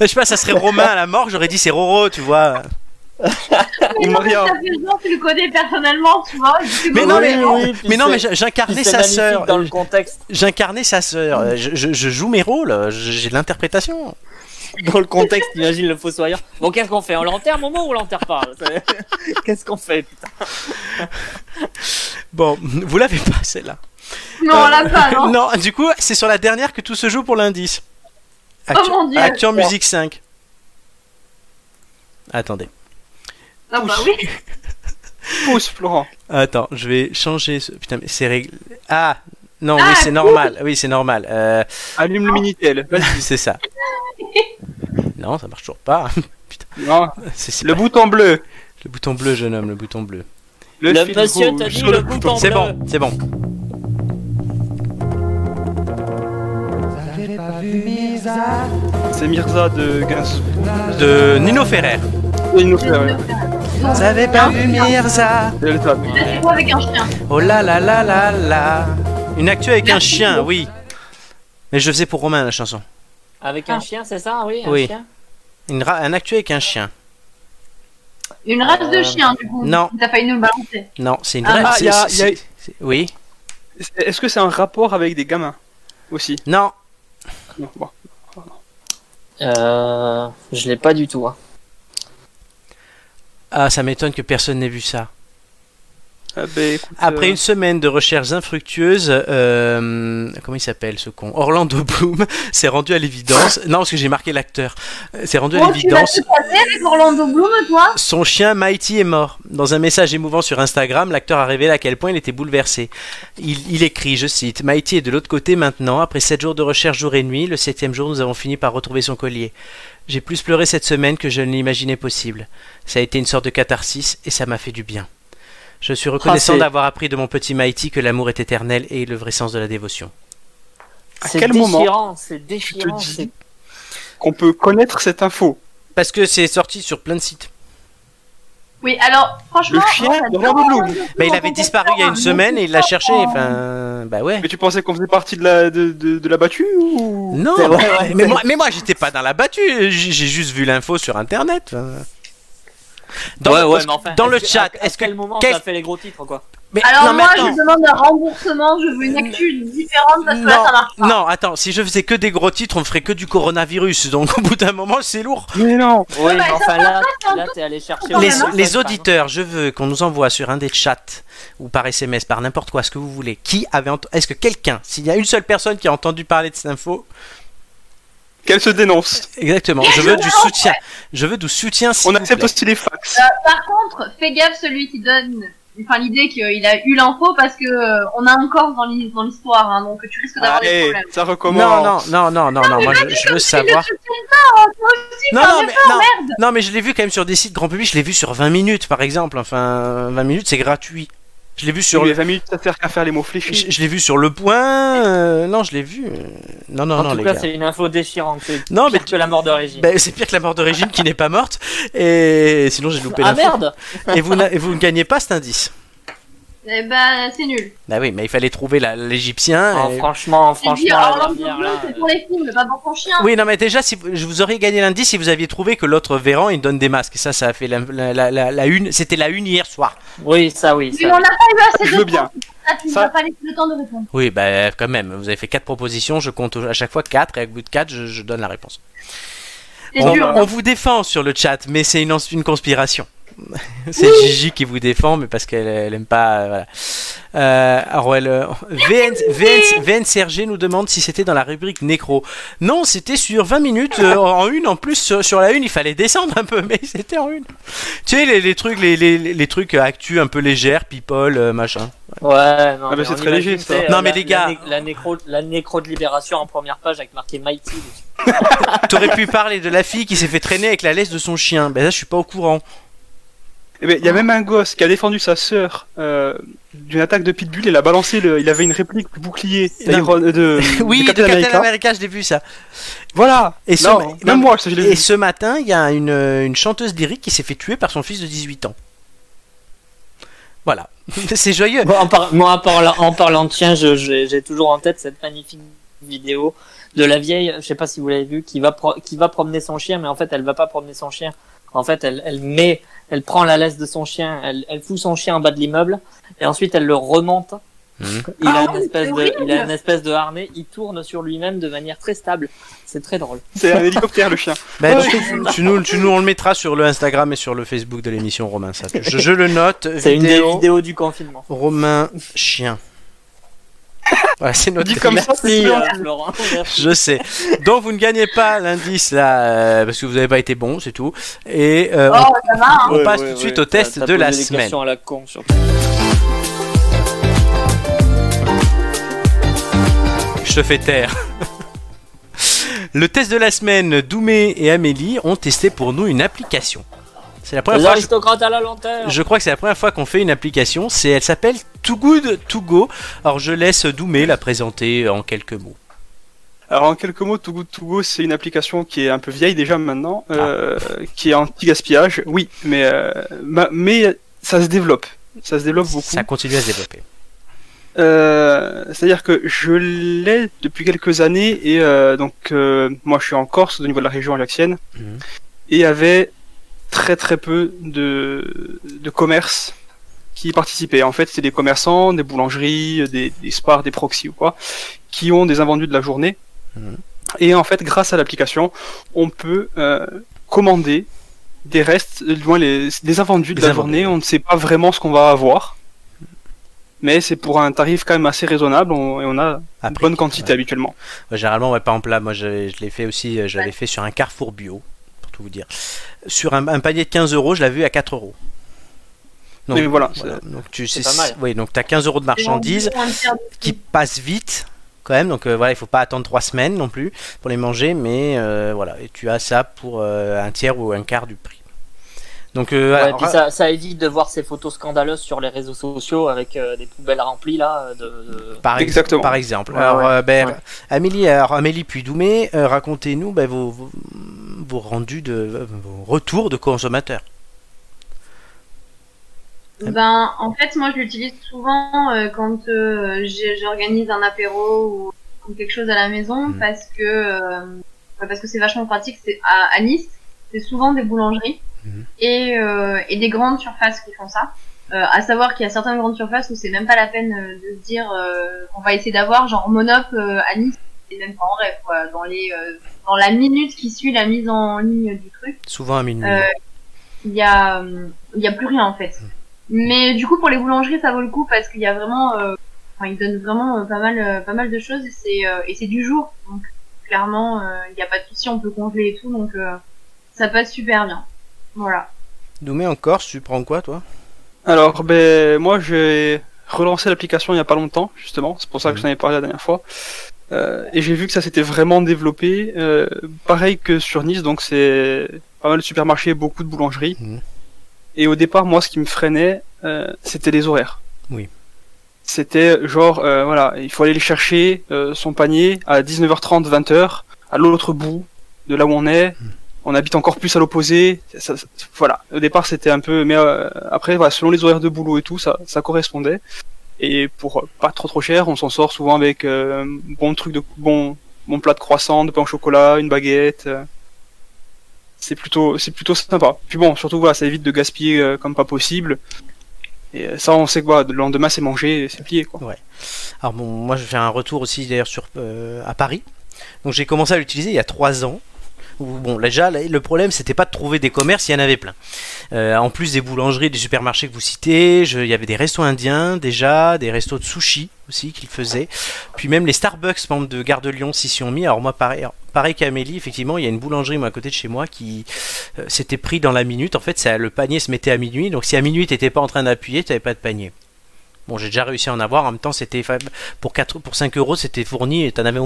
S2: Je sais pas, ça serait Romain à la mort, j'aurais dit c'est Roro, tu
S4: <laughs>
S2: vois.
S3: Ou
S1: Mais non, mais
S3: Maria.
S1: ça fait genre, tu le connais personnellement, tu vois.
S2: Mais non, mais,
S4: oui, puis
S2: mais, non,
S4: c'est-
S2: mais j'a-
S4: Puis
S2: j'incarnais
S4: c'est
S2: sa
S4: magnifique
S2: sœur.
S4: dans le contexte,
S2: J'incarnais sa sœur. euh, Je, je- je joue mes rôles, je- j'ai de l'interprétation.
S4: dans le contexte, imagine le fossoyeur. Bon, qu'est-ce qu'on fait <laughs> On l'enterre, Momo, ou on l'enterre pas C'est- Qu'est-ce qu'on fait
S2: Bon, <laughs> vous l'avez pas celle-là. Euh,
S1: Non, on
S2: <laughs>
S1: l'a pas, non.
S2: Non, du coup, c'est sur la dernière que tout se joue pour l'indice.
S1: Oh mon Dieu.
S2: Acteur musique 5. Attendez.
S3: Ah,
S1: Non, bah oui.
S3: <laughs> Pousse, Florent.
S2: Attends, je vais changer ce. Putain, mais c'est réglé. Ah Non,
S1: Ah,
S2: oui, c'est
S1: cool.
S2: normal. Oui, c'est normal. Euh,
S3: Allume le Minitel. Vas-y.
S2: <laughs> c'est ça.
S4: <laughs>
S2: Non, ça marche toujours pas. <laughs>
S3: Non,
S2: C'est- c'est
S3: Le
S2: pas-
S3: bouton bleu.
S2: le bouton bleu, jeune homme, le bouton bleu.
S3: Le,
S4: Le
S3: fil
S4: monsieur
S3: rouge.
S4: t'a dit le bouton
S2: C'est
S4: bleu.
S2: bon, c'est bon.
S3: C'est Mirza de Gainsbourg.
S2: De Nino Ferrer.
S3: Il nous fait, ouais.
S2: J'avais pas
S1: Ah.
S2: vu Mirza.
S3: C'est le top.
S1: C'est trop avec un chien.
S2: Oh là là là là là. Une actu avec un chien, oui. Mais je le faisais pour Romain la chanson.
S4: Avec un chien, c'est ça Oui, un
S2: Oui.
S4: chien.
S2: Une ra- un actu avec un chien.
S1: Une race de
S4: Euh,
S1: chien, du coup.
S2: non.
S1: T'as failli nous le balancer.
S2: Non, c'est une
S1: Ah,
S2: vraie.
S3: ah,
S2: c'est-
S3: y a-
S2: c'est-
S3: y a-
S2: c'est- Oui.
S3: Est-ce- Est-ce que c'est un rapport avec des gamins aussi
S2: Non.
S3: Non, bon.
S4: Euh, je l'ai pas du tout. Hein.
S2: Ah, ça m'étonne que personne n'ait vu ça.
S3: Ah, ben, écoute,
S2: Après
S3: euh,
S2: une semaine de recherches infructueuses, euh, comment il s'appelle ce con Orlando Bloom <laughs> s'est rendu à l'évidence. non, parce que j'ai marqué l'acteur. Euh, S'est rendu à
S1: Oh, tu vas
S2: l'évidence.
S1: te taper avec Orlando Bloom, toi
S2: Son chien Mighty est mort. Dans un message émouvant sur Instagram, l'acteur a révélé à quel point il était bouleversé. Il, il écrit, je cite, Mighty est de l'autre côté maintenant. Après sept jours de recherche jour et nuit, le septième jour, nous avons fini par retrouver son collier. J'ai plus pleuré cette semaine que je ne l'imaginais possible. Ça a été une sorte de catharsis et ça m'a fait du bien. Je suis reconnaissant
S4: c'est-
S2: d'avoir appris de mon petit Mighty que l'amour est éternel et le vrai sens de la dévotion.
S3: À
S4: C'est
S3: quel
S4: déchirant,
S3: moment
S4: C'est déchirant.
S3: dis-
S4: c'est-
S3: qu'on peut connaître cette info
S2: Parce que c'est sorti sur plein de sites.
S1: Oui, alors, franchement.
S3: Le chien
S1: moi, j'adore
S3: d'Orlando Bloom.
S1: Orlando
S2: Mais il
S1: en
S2: avait
S1: tant
S2: disparu il y a une
S1: qu'acteur,
S2: semaine et il l'a cherché.
S1: Oh.
S2: Enfin, bah ouais.
S3: Mais tu pensais qu'on faisait partie de la, de, de, de la battue ou...
S2: Non,
S4: C'est vrai,
S2: bah,
S4: ouais,
S2: mais,
S4: c'est-
S2: moi, mais moi j'étais pas dans la battue, j'ai j'ai juste vu l'info sur internet. enfin. euh. Dans,
S4: Ouais, ouais, mais enfin,
S2: dans le
S4: est-ce que-
S2: chat,
S4: à- à
S2: est-ce que-
S4: quel moment
S2: qu'est-ce-
S4: ça fait les gros titres quoi
S2: mais-
S1: Alors,
S2: non, mais
S1: moi,
S2: attends.
S1: je demande un remboursement, je veux une actu différente parce que là, ça marche
S2: Non,
S1: pas.
S2: non, attends, si je faisais que des gros titres, on ferait que du coronavirus, donc au bout d'un moment c'est lourd.
S3: Mais non
S4: Oui, mais
S1: ça
S4: enfin là,
S1: un
S4: là t'es allé chercher
S1: Non,
S2: les,
S1: mais non.
S2: les auditeurs, je veux qu'on nous envoie sur un des chats ou par SMS, par n'importe quoi, ce que vous voulez. Qui avait ent- Est-ce que quelqu'un, s'il y a une seule personne qui a entendu parler de cette info,
S3: Qu'elle se dénonce.
S2: exactement, je veux du soutien. Je veux du soutien. s'il
S3: On
S2: vous
S3: accepte
S2: plaît.
S1: Euh,
S3: aussi les fax.
S1: Par contre, fais gaffe, celui qui donne enfin l'idée qu'il a eu l'info parce que euh, on a un corps dans l'hi- dans l'histoire, hein, donc tu risques d'avoir des
S3: Allez,
S1: problèmes.
S3: ça
S2: Non,
S3: recommence.
S2: non, non, non, non, non, moi je, je veux
S1: <laughs>
S2: savoir.
S1: Oh,
S2: Non, non, mais, non, non, mais je l'ai vu quand même sur des sites grand public, je l'ai vu sur 20 minutes par exemple. Enfin, 20 minutes c'est gratuit. Je l'ai vu sur
S3: Sur les
S2: le.
S3: 20 minutes, ça sert qu'à faire les mots fléchis.
S2: Je, je l'ai vu sur le point. euh, non, je l'ai vu. euh, Non, non,
S4: en
S2: non,
S4: tout
S2: les
S4: cas,
S2: gars. Ah,
S4: c'est une info déchirante. C'est
S2: Non,
S4: pire
S2: mais-
S4: que la mort de Régine.
S2: Ben, c'est pire que la mort de Régine qui n'est pas morte. Et sinon, j'ai loupé
S4: ah
S2: l'info.
S4: merde
S2: Et vous, n'a- et vous ne gagnez pas cet indice.
S1: <laughs> Eh ben, c'est nul.
S2: Bah oui, mais il fallait trouver la- l'Égyptien.
S4: Oh,
S2: et-
S4: Franchement,
S1: J'ai dit,
S4: franchement, la
S1: Orlando
S4: dernière,
S1: Bloom,
S4: là,
S1: c'est pour les films, pas pour ton chien.
S4: Ah.
S2: Oui, non, mais déjà, si vous, je vous aurais gagné l'indice si vous aviez trouvé que l'autre Véran il donne des masques. Et ça, ça a fait la, la- la- la- la une. C'était la une hier soir.
S4: Oui, ça, oui.
S1: Mais
S4: Ça,
S1: on n'a pas eu assez
S3: Je
S1: de
S3: veux
S1: temps.
S3: bien.
S1: Là, tu ne
S3: Ça-
S1: vas pas laisser le temps de répondre.
S2: Oui, bah quand même. Vous avez fait quatre propositions. Je compte à chaque fois quatre. Et au bout de quatre, je, je donne la réponse.
S1: C'est
S2: on,
S1: dur. hein.
S2: on vous défend sur le chat, mais c'est une, une conspiration. <laughs> c'est Gigi qui vous défend, mais parce qu'elle elle aime pas. euh, voilà. Euh, Arwell, euh, VN, VN, VNCRG nous demande si c'était dans la rubrique Nécro. Non, c'était sur 20 minutes
S1: <laughs>
S2: euh, en une. En plus, sur, sur la une, il fallait descendre un peu, <laughs> mais c'était en une. Tu sais, les, les trucs, les, les, les trucs euh, actu un peu légères, people, euh, machin.
S4: Ouais, non,
S2: bah,
S3: Ah, mais
S4: mais
S3: c'est
S4: on
S3: très
S4: imagine,
S3: léger, ça.
S4: c'est, euh,
S2: Non,
S4: la-
S2: mais les gars-
S4: La, né- la nécro, la nécro de Libération en première page avec marqué Mighty. dessus.
S2: T'aurais pu parler de la fille qui s'est fait traîner avec la laisse de son chien. Ben là, je suis pas
S3: <laughs>
S2: au courant.
S3: Eh ben, il y a même un gosse qui a défendu sa sœur euh, d'une attaque de pitbull. Il a balancé le. Il avait une réplique du bouclier d'Iron-
S2: <laughs>
S3: euh, de.
S2: Oui, de
S3: de Captain
S2: Captain
S3: America.
S2: America, je l'ai vu ça.
S3: Voilà.
S2: Et ce,
S3: Non,
S2: non,
S3: même moi, ça, je l'ai
S2: et
S3: vu.
S2: ce matin, il y a une, une chanteuse lyrique qui s'est fait tuer par son fils de 18 ans. Voilà. <laughs> c'est joyeux.
S4: Bon, en par- moi, en, parlant- en parlant de chien, je- j'ai j'ai toujours en tête cette magnifique vidéo de la vieille, je sais pas si vous l'avez vue, qui va, pro- qui va promener son chien, mais en fait, elle va pas promener son chien. En fait, elle, elle met, elle prend la laisse de son chien, elle, elle fout son chien en bas de l'immeuble, et ensuite elle le remonte.
S5: Mmh.
S2: Mhm.
S4: Il,
S1: Ah
S4: a une
S1: oui,
S4: espèce
S1: c'est
S4: de, il a
S1: horrible.
S4: une espèce de harnais, il tourne sur lui-même de manière très stable. C'est très drôle.
S3: C'est un
S4: <laughs>
S3: hélicoptère, le chien.
S2: <laughs> Ben,
S3: Ouais.
S2: tu, tu nous, tu nous, on le mettra sur le Instagram et sur le Facebook de l'émission Romain. Ça, je, je le note.
S4: <laughs> C'est une des
S2: vidéo
S4: vidéos du confinement.
S2: Romain chien. <laughs> Voilà, c'est notre
S3: Dit comme ça, c'est
S4: Merci,
S3: sûr.
S4: euh, Florent. Merci.
S2: Je sais. Donc vous ne gagnez pas l'indice là euh, parce que vous n'avez pas été bon, c'est tout. Et euh, on-
S1: Oh, ça va. hein.
S2: on,
S3: Ouais,
S2: passe
S3: ouais,
S2: tout de suite
S3: ouais.
S2: au test
S4: T'as
S2: de la
S4: posé des
S2: semaine.
S4: questions à la con, surtout.
S2: Je te fais taire. <laughs> Le test de la semaine, Doumé et Amélie ont testé pour nous une application. C'est la première
S4: Les
S2: fois. que je-
S4: aristocrates à la lanterne.
S2: Je crois que c'est la première fois qu'on fait une application. C'est, elle s'appelle Too Good To Go. Alors je laisse Doumé la présenter en quelques mots.
S3: Alors en quelques mots, Too Good To Go, c'est une application qui est un peu vieille déjà maintenant, euh,
S2: Ah.
S3: qui est anti-gaspillage, oui, mais, euh, ma- mais ça se développe. Ça se développe beaucoup.
S2: Ça continue à se développer.
S3: Euh, C'est-à-dire que je l'ai depuis quelques années et euh, donc euh, moi je suis en Corse, au niveau de la région ajaxienne,
S4: Mmh.
S2: Mhm.
S3: et il y avait très très peu de, de commerces qui y participaient. En fait, c'est des commerçants, des boulangeries, des, des spars, des proxys ou quoi, qui ont des invendus de la journée.
S5: Mmh.
S2: Mhm.
S3: Et en fait, grâce à l'application, on peut euh, commander des restes, euh, du moins les, des invendus de
S2: Des
S3: la
S2: invendus.
S3: journée. On ne sait pas vraiment ce qu'on va avoir. Mais c'est pour un tarif quand même assez raisonnable on- et on a une
S2: Après,
S3: bonne quantité habituellement.
S2: Ouais, généralement, ouais, par exemple, là, moi, je, je l'ai fait aussi, euh, je l'avais fait sur un carrefour bio, pour tout vous dire. Sur un, un panier de 15 euros, je l'avais vu à 4 euros. Donc,
S3: Mais voilà,
S2: Donc, tu
S4: c'est
S2: sais-
S4: pas mal.
S2: Oui, donc tu as 15 euros de marchandises
S1: On va me faire des
S2: qui passent vite, quand même. Donc, euh, voilà, il faut pas attendre 3 semaines non plus pour les manger, mais euh, voilà, et tu as ça pour euh, un tiers ou un quart du prix. Donc, euh,
S4: Ouais,
S2: alors,
S4: puis ça, ça évite de voir ces photos scandaleuses sur les réseaux sociaux avec euh, des poubelles remplies là. euh, De, de-
S2: par, ex-
S3: Exactement.
S2: par exemple.
S4: Ouais,
S2: alors,
S4: ouais,
S2: euh, ben,
S4: ouais.
S2: Amélie, alors, Amélie puis Doumé, euh, racontez-nous ben, vos, vos, vos rendus de euh, vos retours de consommateurs.
S1: Ben, en fait, moi, je l'utilise souvent euh, quand euh, j'ai- j'organise un apéro ou, ou quelque chose à la maison
S2: Mm.
S1: parce que euh, bah, parce que c'est vachement pratique. C'est à, à Nice, c'est souvent des boulangeries
S2: Mm.
S1: et euh, et des grandes surfaces qui font ça. Euh, à savoir qu'il y a certaines grandes surfaces où c'est même pas la peine euh, de se dire euh, qu'on va essayer d'avoir genre Monop euh, à Nice et même pas en rêve quoi. Dans les euh, dans la minute qui suit la mise en ligne du truc
S2: Souvent à minuit.
S1: Euh, il y a euh, il y a plus rien en fait. Mais du coup pour les boulangeries ça vaut le coup parce qu'il y a vraiment euh, enfin, ils donnent vraiment euh, pas mal euh, pas mal de choses et c'est euh, et c'est du jour donc clairement euh, il n'y a pas de souci on peut congeler et tout donc euh, ça passe super bien. Voilà.
S2: Doumé en Corse, tu prends quoi toi
S3: Alors, ben, moi, j'ai relancé l'application il n'y a pas longtemps, justement. C'est pour ça que
S2: Mhm.
S3: j'en avais parlé la dernière fois. Euh, et j'ai vu que ça s'était vraiment développé. euh, pareil que sur Nice, donc c'est pas mal de supermarchés, beaucoup de boulangeries.
S2: Mhm.
S3: Et au départ, moi, ce qui me freinait, euh, c'était les horaires.
S2: Oui.
S3: C'était genre, euh, voilà, il faut aller les chercher, euh, son panier, à 19h30, 20h, à l'autre bout de là où on est. On habite encore plus à l'opposé. Ça- ça- voilà. Au départ, c'était un peu, mais euh, après, voilà, selon les horaires de boulot et tout, ça, ça correspondait et pour euh, pas trop trop cher, on s'en sort souvent avec euh, un bon truc de bon bon plat de croissant, de pain au chocolat, une baguette. euh. C'est plutôt c'est plutôt sympa. Puis bon, surtout voilà, ça évite de gaspiller euh, comme pas possible. Et euh, ça, on sait quoi, le lendemain c'est manger, et c'est plié quoi.
S2: Alors bon, moi je fais un retour aussi d'ailleurs sur euh, à Paris. Donc j'ai commencé à l'utiliser il y a trois ans. Où, bon, là, déjà, là, le problème c'était pas de trouver des commerces, il y en avait plein. Euh, en plus des boulangeries, des supermarchés que vous citez, je- il y avait des restos indiens déjà, des restos de sushi aussi qu'ils faisaient. Puis même les Starbucks, par exemple, de Gare de Lyon s'y sont mis. Alors moi, pareil, alors, pareil qu'Amélie, effectivement, il y a une boulangerie moi, à côté de chez moi qui euh, s'était pris dans la minute. En fait, ça, le panier se mettait à minuit. Donc si à minuit, t'étais pas en train d'appuyer, t'avais pas de panier. Bon, j'ai déjà réussi à en avoir. En même temps, c'était fa- pour, 4, pour 5 euros, c'était fourni. Et t'en avais,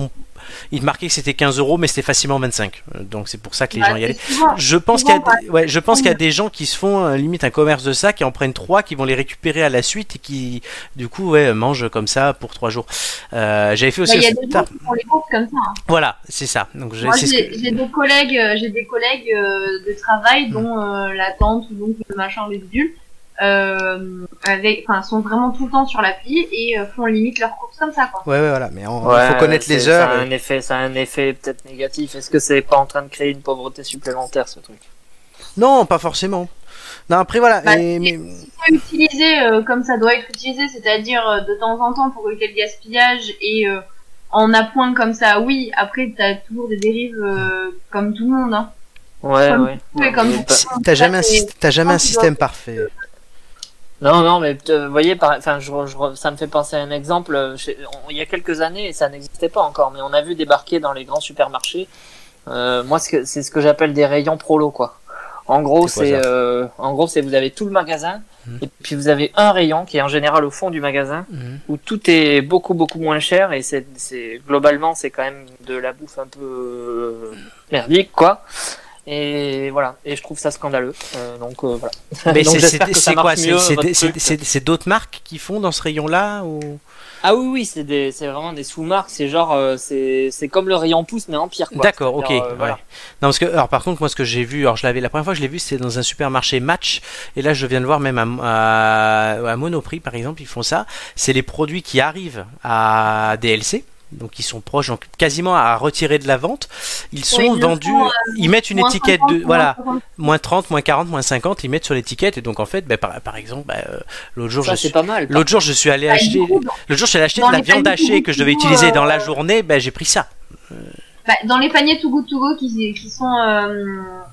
S2: il te marquait que c'était 15 euros, mais c'était facilement 25. Euh, Donc c'est pour ça que les
S1: Bah,
S2: gens y
S1: c'est
S2: allaient.
S1: souvent-
S2: Je pense qu'il y, a
S1: Souvent,
S2: des- ouais, je pense qu'il y a des gens qui se font euh, limite un commerce de ça, qui en prennent trois, qui vont les récupérer à la suite et qui, du coup, ouais, mangent comme ça pour trois jours. Euh, J'avais fait
S1: bah,
S2: aussi.
S1: Il y a
S2: au-
S1: des gens qui font les courses comme ça. hein.
S2: Voilà, c'est ça. Donc, j'ai-
S1: Moi,
S2: c'est ce
S1: j'ai
S2: que- Hmm.
S1: j'ai des collègues, euh, j'ai des collègues euh, de travail dont euh, la tante ou donc le machin, les bidules, euh, avec, enfin, sont vraiment tout le temps sur l'appli et euh, font limite leurs courses comme ça, quoi.
S2: Ouais, ouais, voilà. Mais en-
S4: Ouais,
S9: il faut connaître
S4: c'est-
S9: les
S4: ça a
S9: heures.
S4: un effet, ça a un effet peut-être négatif. Est-ce que c'est pas en train de créer une pauvreté supplémentaire ce truc
S2: non, pas forcément. Non, après voilà.
S1: Bah,
S2: et-
S1: c'est-
S2: mais-
S1: Utiliser euh, comme ça doit être utilisé, c'est-à-dire euh, de temps en temps pour éviter le gaspillage et euh, en appoint comme ça, oui. Après, t'as toujours des dérives euh, comme tout le monde. Hein.
S4: Ouais,
S1: Comme
S4: ouais.
S1: tout et comme
S4: Mais
S1: tout.
S4: pas-
S2: si- T'as jamais un,
S1: c'est-
S2: syst- t'as jamais
S1: Ah,
S2: un
S1: tu
S2: système parfait.
S4: Non, non, mais euh, vous voyez, par... enfin, je, re- je re- ça me fait penser à un exemple. euh, chez- on- Il y a quelques années, et ça n'existait pas encore, mais on a vu débarquer dans les grands supermarchés. Euh, moi, ce que- c'est ce que j'appelle des rayons prolo, quoi. En gros,
S2: C'est quoi
S4: c'est, euh, en gros, c'est vous avez tout le magasin,
S2: Mhm.
S5: Mmh.
S4: et puis vous avez un rayon qui est en général au fond du magasin,
S2: Mhm.
S4: où tout est beaucoup beaucoup moins cher, et c'est, c'est globalement, c'est quand même de la bouffe un peu euh, merdique, quoi. Et voilà, et je trouve ça scandaleux. Euh, donc euh, voilà.
S2: Mais
S4: <laughs> Donc
S2: c'est-
S4: j'espère
S2: c'est
S4: que ça
S2: c'est
S4: marche
S2: quoi C'est-
S4: mieux,
S2: c'est
S4: votre
S2: des- c'est-
S4: truc.
S2: c'est- C'est d'autres marques qui font dans ce rayon-là ou...
S4: Ah oui, oui, c'est des, c'est vraiment des sous-marques. C'est genre, euh, c'est, c'est comme le rayon pouce, mais en pire. quoi.
S2: D'accord, ok.
S4: C'est-à-dire, euh,
S2: ouais.
S4: voilà.
S2: Non parce que alors par contre moi ce que j'ai vu, alors je l'avais la première fois que je l'ai vu c'était dans un supermarché Match et là je viens de voir même à, à, à Monoprix par exemple ils font ça, c'est les produits qui arrivent à DLC. Donc ils sont proches, donc quasiment à retirer de la vente. Ils sont
S1: ils le
S2: vendus,
S1: font, euh,
S2: ils mettent une
S1: Moins
S2: étiquette
S1: 50,
S2: de,
S1: moins
S2: voilà,
S1: 60.
S2: moins 30, moins 40, moins 50, ils mettent sur l'étiquette et donc en fait, ben, par, par exemple, ben, euh, l'autre jour,
S4: Ça,
S2: je
S4: c'est
S2: suis,
S4: pas mal.
S2: l'autre jour je suis allé
S1: Bah, du
S2: acheter,
S1: coup,
S2: l'autre jour je suis allé acheter
S1: dans
S2: de la
S1: les paniers
S2: viande hachée que je devais utiliser
S1: euh,
S2: dans la journée, ben j'ai pris ça. Euh,
S1: Bah, dans les paniers to go to go qui, qui sont euh,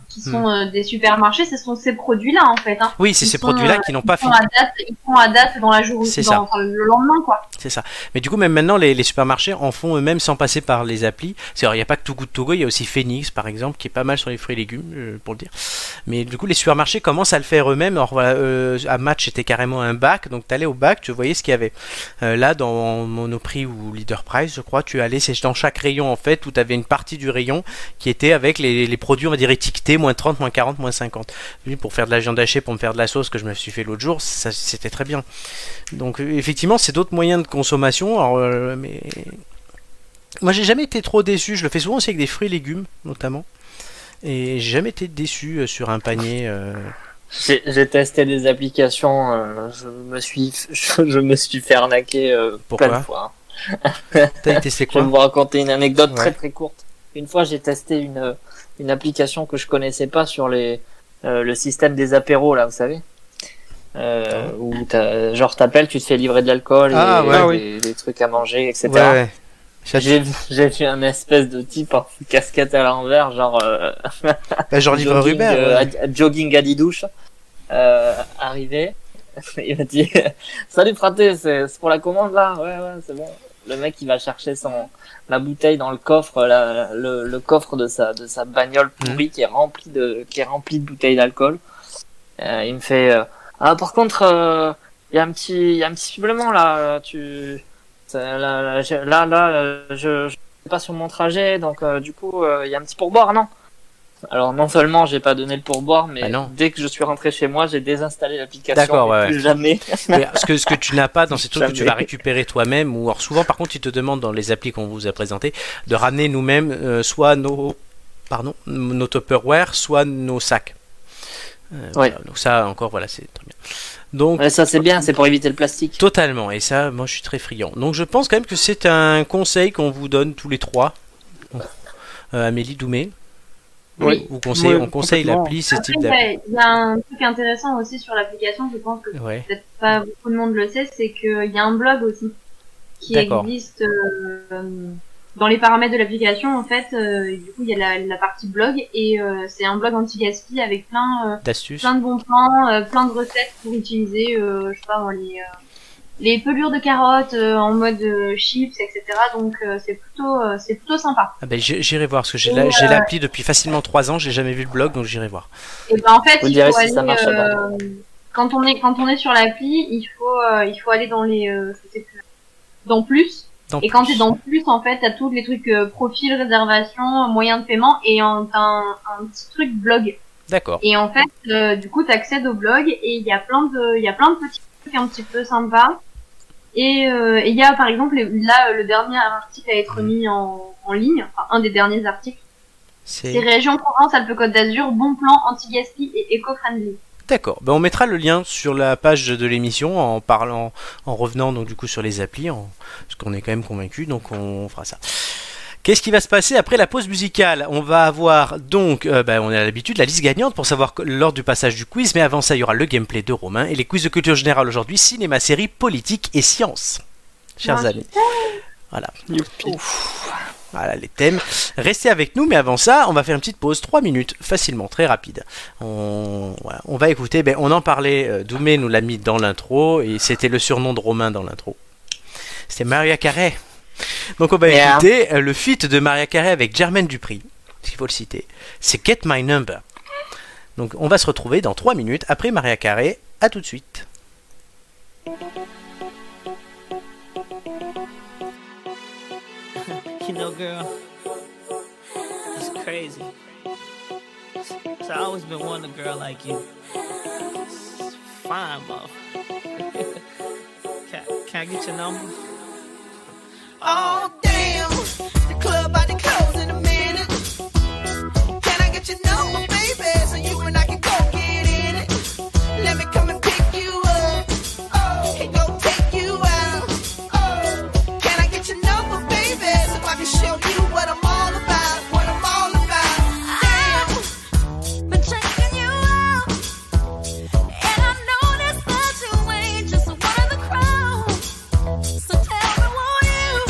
S1: qui sont euh, des supermarchés, ce sont ces produits-là en fait. Hein.
S2: Hmm. Oui, c'est
S1: Ils
S2: ces
S1: sont,
S2: produits-là
S1: euh,
S2: qui n'ont pas
S1: Ils sont
S2: fini.
S1: à date, ils sont à date dans la journée,
S2: C'est
S1: dans-
S2: ça.
S1: enfin, le lendemain quoi.
S2: C'est ça. Mais du coup, même maintenant, les, les supermarchés en font eux-mêmes sans passer par les applis. C'est alors, il n'y a pas que Too Good To Go, il y a aussi Phoenix, par exemple, qui est pas mal sur les fruits et légumes, euh, pour le dire. Mais du coup, les supermarchés commencent à le faire eux-mêmes. Alors, voilà, euh, à Match, c'était carrément un bac. Donc, tu allais au bac, tu voyais ce qu'il y avait. Euh, là, dans Monoprix ou Leader Price, je crois, tu allais c'est dans chaque rayon, en fait, où tu avais une partie du rayon qui était avec les, les produits, on va dire, étiquetés, moins 30, moins 40, moins 50. Lui, pour faire de la viande hachée, pour me faire de la sauce que je me suis fait l'autre jour, ça, c'était très bien. Donc euh, effectivement, c'est d'autres moyens de consommation. Alors, euh, mais moi, j'ai jamais été trop déçu. Je le fais souvent aussi avec des fruits et légumes, notamment. Et j'ai jamais été déçu euh, sur un panier. euh.
S4: J'ai, j'ai testé des applications. euh, je me suis, <laughs> je, je me suis fait arnaquer euh,
S2: Pourquoi
S4: plein de fois.
S2: T'as testé
S4: <laughs> Je vais
S2: quoi
S4: vous raconter une anecdote
S2: Ouais.
S4: très très courte. Une fois, j'ai testé une euh, une application que je connaissais pas sur les euh, le système des apéros là, vous savez. Euh, où t'as, genre t'appelles, tu te fais livrer de l'alcool,
S2: Ah,
S4: et,
S2: ouais,
S4: des,
S3: oui.
S4: des trucs à manger, etc.
S2: ouais.
S4: J'ai vu- j'ai vu un espèce de type en <laughs> casquette à l'envers, genre euh,
S2: Bah, genre livreur
S4: jogging,
S2: Uber.
S4: euh,
S2: ouais.
S4: à- à- jogging à 10 douches, euh, arrivé. <laughs> Il m'a dit <laughs> Salut Fraté, c'est c'est pour la commande là Ouais, ouais, c'est bon. Le mec, il va chercher son la bouteille dans le coffre, la- le, le coffre de sa de sa bagnole pourrie qui est rempli de qui est rempli de bouteilles d'alcool. Euh, il me fait euh, Ah, par contre, euh, il y a un petit, il y a un petit supplément là. Tu, ça, là, là, je- là, là, euh, je, je suis pas sur mon trajet, donc euh, du coup, euh, il y a un petit pourboire, non Alors non seulement j'ai pas donné le pourboire, mais
S2: Ah non.
S4: dès que je suis rentré chez moi, j'ai désinstallé l'application.
S2: D'accord, ouais,
S4: et plus Jamais.
S2: <laughs> Mais euh, ce que, ce que tu n'as pas dans ces trucs que tu
S4: Jamais.
S2: vas récupérer toi-même, ou alors souvent par contre, ils te demandent dans les applis qu'on vous a présenté de ramener nous-mêmes euh, soit nos, pardon, nos Tupperware, soit nos sacs. Euh, voilà. donc ça encore, voilà, c'est très bien. Donc
S4: Ouais, ça c'est bien, c'est pour éviter le plastique.
S2: totalement, et ça, moi je suis très friand. Donc je pense quand même que c'est un conseil qu'on vous donne tous les trois. Bon. Euh, Amélie Doumé,
S3: Oui.
S2: vous conseillez,
S3: Ouais,
S2: on conseille
S3: complètement.
S2: l'appli, c'est
S1: Après,
S2: type
S1: il y
S2: d'appli.
S1: a- il y a un truc intéressant aussi sur l'application, je pense que
S2: Ouais.
S1: peut-être pas beaucoup de monde le sait, c'est qu'il y a un blog aussi qui
S2: D'accord.
S1: existe euh, dans les paramètres de l'application. En fait, euh, du coup, il y a la, la partie blog et euh, c'est un blog anti-gaspi avec plein, euh,
S2: D'astuces.
S1: plein de bons plans, euh, plein de recettes pour utiliser, euh, je sais pas, dans les, euh, les pelures de carottes euh, en mode euh, chips, etc. Donc euh, c'est plutôt, euh, c'est plutôt sympa.
S2: Ah ben, j'ai- j'irai voir parce que j'ai la-
S1: Et,
S2: j'ai
S1: euh,
S2: l'appli depuis facilement 3 ans, j'ai jamais vu le blog, donc j'irai voir.
S1: Et ben en fait,
S4: Vous
S1: il
S4: direz
S1: faut
S4: si
S1: aller,
S4: ça marche à
S1: euh, quand on est quand on est sur l'appli, il faut euh, il faut aller dans les euh, je sais plus, dans plus.
S2: Dans
S1: et quand
S2: plus.
S1: t'es dans plus, en fait, t'as tous les trucs euh, profil, réservation, moyen de paiement et en t'as un, un petit truc blog.
S2: D'accord.
S1: Et en fait, euh, du coup, t'accèdes au blog et il y a plein de il y a plein de petits trucs un petit peu sympas. Et euh, et il y a par exemple les- là euh, le dernier article à être
S2: Mm.
S1: mis en, en ligne, enfin, un des derniers articles, c'est
S2: C'est
S1: Région Provence Alpes-Côte d'Azur, bon plan anti-gaspi et éco-friendly.
S2: d'accord. Ben, on mettra le lien sur la page de l'émission en parlant, en revenant donc du coup sur les applis, en- parce qu'on est quand même convaincu, donc on fera ça. Qu'est-ce qui va se passer après la pause musicale On va avoir donc, euh, ben, on a l'habitude, la liste gagnante pour savoir que- lors du passage du quiz, mais avant ça, il y aura le gameplay de Romain et les quiz de culture générale aujourd'hui, cinéma, série, politique et sciences. Chers
S1: Non,
S2: amis.
S3: Youpi.
S2: Voilà les thèmes. Restez avec nous, mais avant ça, on va faire une petite pause, 3 minutes, facilement, très rapide. On, voilà, on va écouter, ben, on en parlait, euh, Doumé nous l'a mis dans l'intro, et c'était le surnom de Romain dans l'intro. C'était Maria Carré. Donc on va
S4: Yeah.
S2: écouter euh, le feat de Maria Carré avec Germaine Dupri, s'il faut le citer. C'est Get My Number. Donc on va se retrouver dans 3 minutes après Maria Carré. À tout de suite.
S9: You know, girl, it's crazy. So I always been wanting a girl like you. It's fine, mo. <laughs> can, can I get your number?
S8: Oh damn, the club about to close in a minute. Can I get your number, baby, so you and I can go get in it? Let me come and pick you up. Oh, can go take you out. Oh, can I get your number, baby, so I can show you what I'm all about, what I'm all about. Damn,
S6: Been checking you out, and I noticed that you ain't just one of the crowd. So tell me, won't you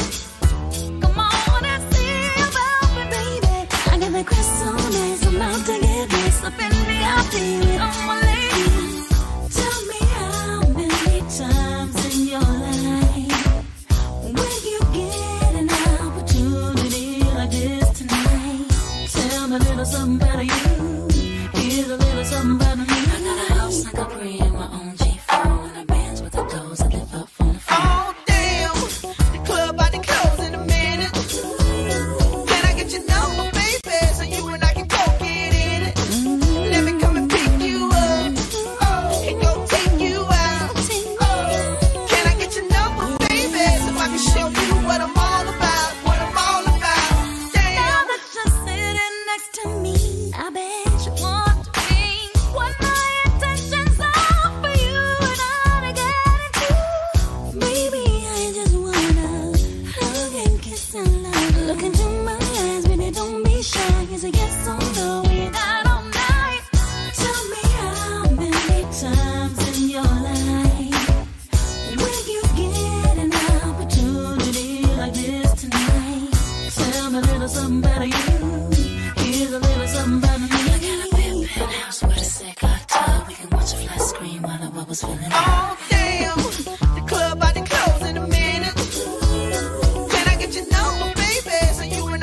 S8: Oh, Oh,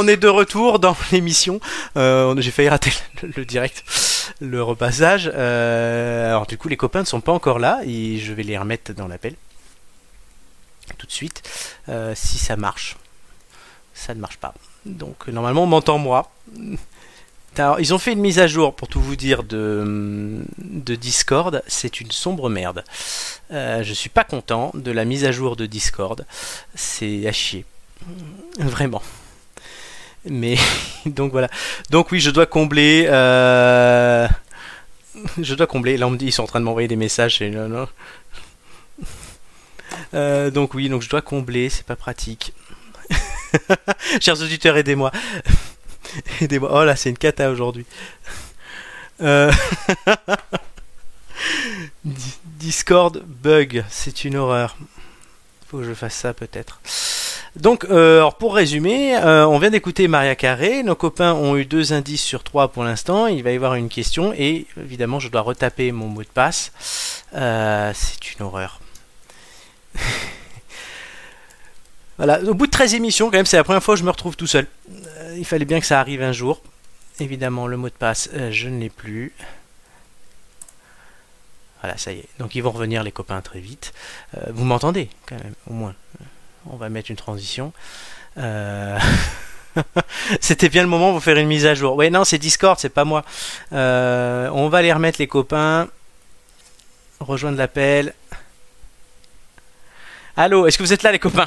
S2: On est de retour dans <laughs> l'émission. Euh, J'ai failli rater le, le direct, le repassage. Euh, alors du coup, les copains ne sont pas encore là et je vais les remettre dans l'appel tout de suite euh, si ça marche. Ça ne marche pas. Donc normalement, on m'entend moi. <laughs> Alors, ils ont fait une mise à jour, pour tout vous dire, de, de Discord. C'est une sombre merde. Euh, je suis pas content de la mise à jour de Discord. C'est à chier. <laughs> Vraiment. Mais <laughs> donc voilà. Donc oui, je dois combler. euh, <laughs> Je dois combler. Là, on me dit, ils sont en train de m'envoyer des messages. Et non, non. Euh, donc oui, donc je dois combler. C'est pas pratique. <laughs> Chers auditeurs, aidez-moi. <laughs> Aidez-moi. Oh là, c'est une cata aujourd'hui. Euh, <laughs> Di- Discord bug, c'est une horreur. Faut que je fasse ça peut-être. Donc, euh, alors pour résumer, euh, on vient d'écouter Maria Carré. Nos copains ont eu deux indices sur trois pour l'instant. Il va y avoir une question et évidemment, je dois retaper mon mot de passe. Euh, c'est une horreur. <laughs> voilà. Au bout de 13 émissions, quand même, c'est la première fois que je me retrouve tout seul. Euh, il fallait bien que ça arrive un jour. Évidemment, le mot de passe, euh, je ne l'ai plus. Voilà, ça y est. Donc ils vont revenir les copains très vite. Euh, vous m'entendez quand même, au moins. On va mettre une transition. Euh, <laughs> C'était bien le moment pour faire une mise à jour. Ouais, non, c'est Discord, c'est pas moi. Euh, on va les remettre les copains. Rejoindre l'appel. Allô, est-ce que vous êtes là les copains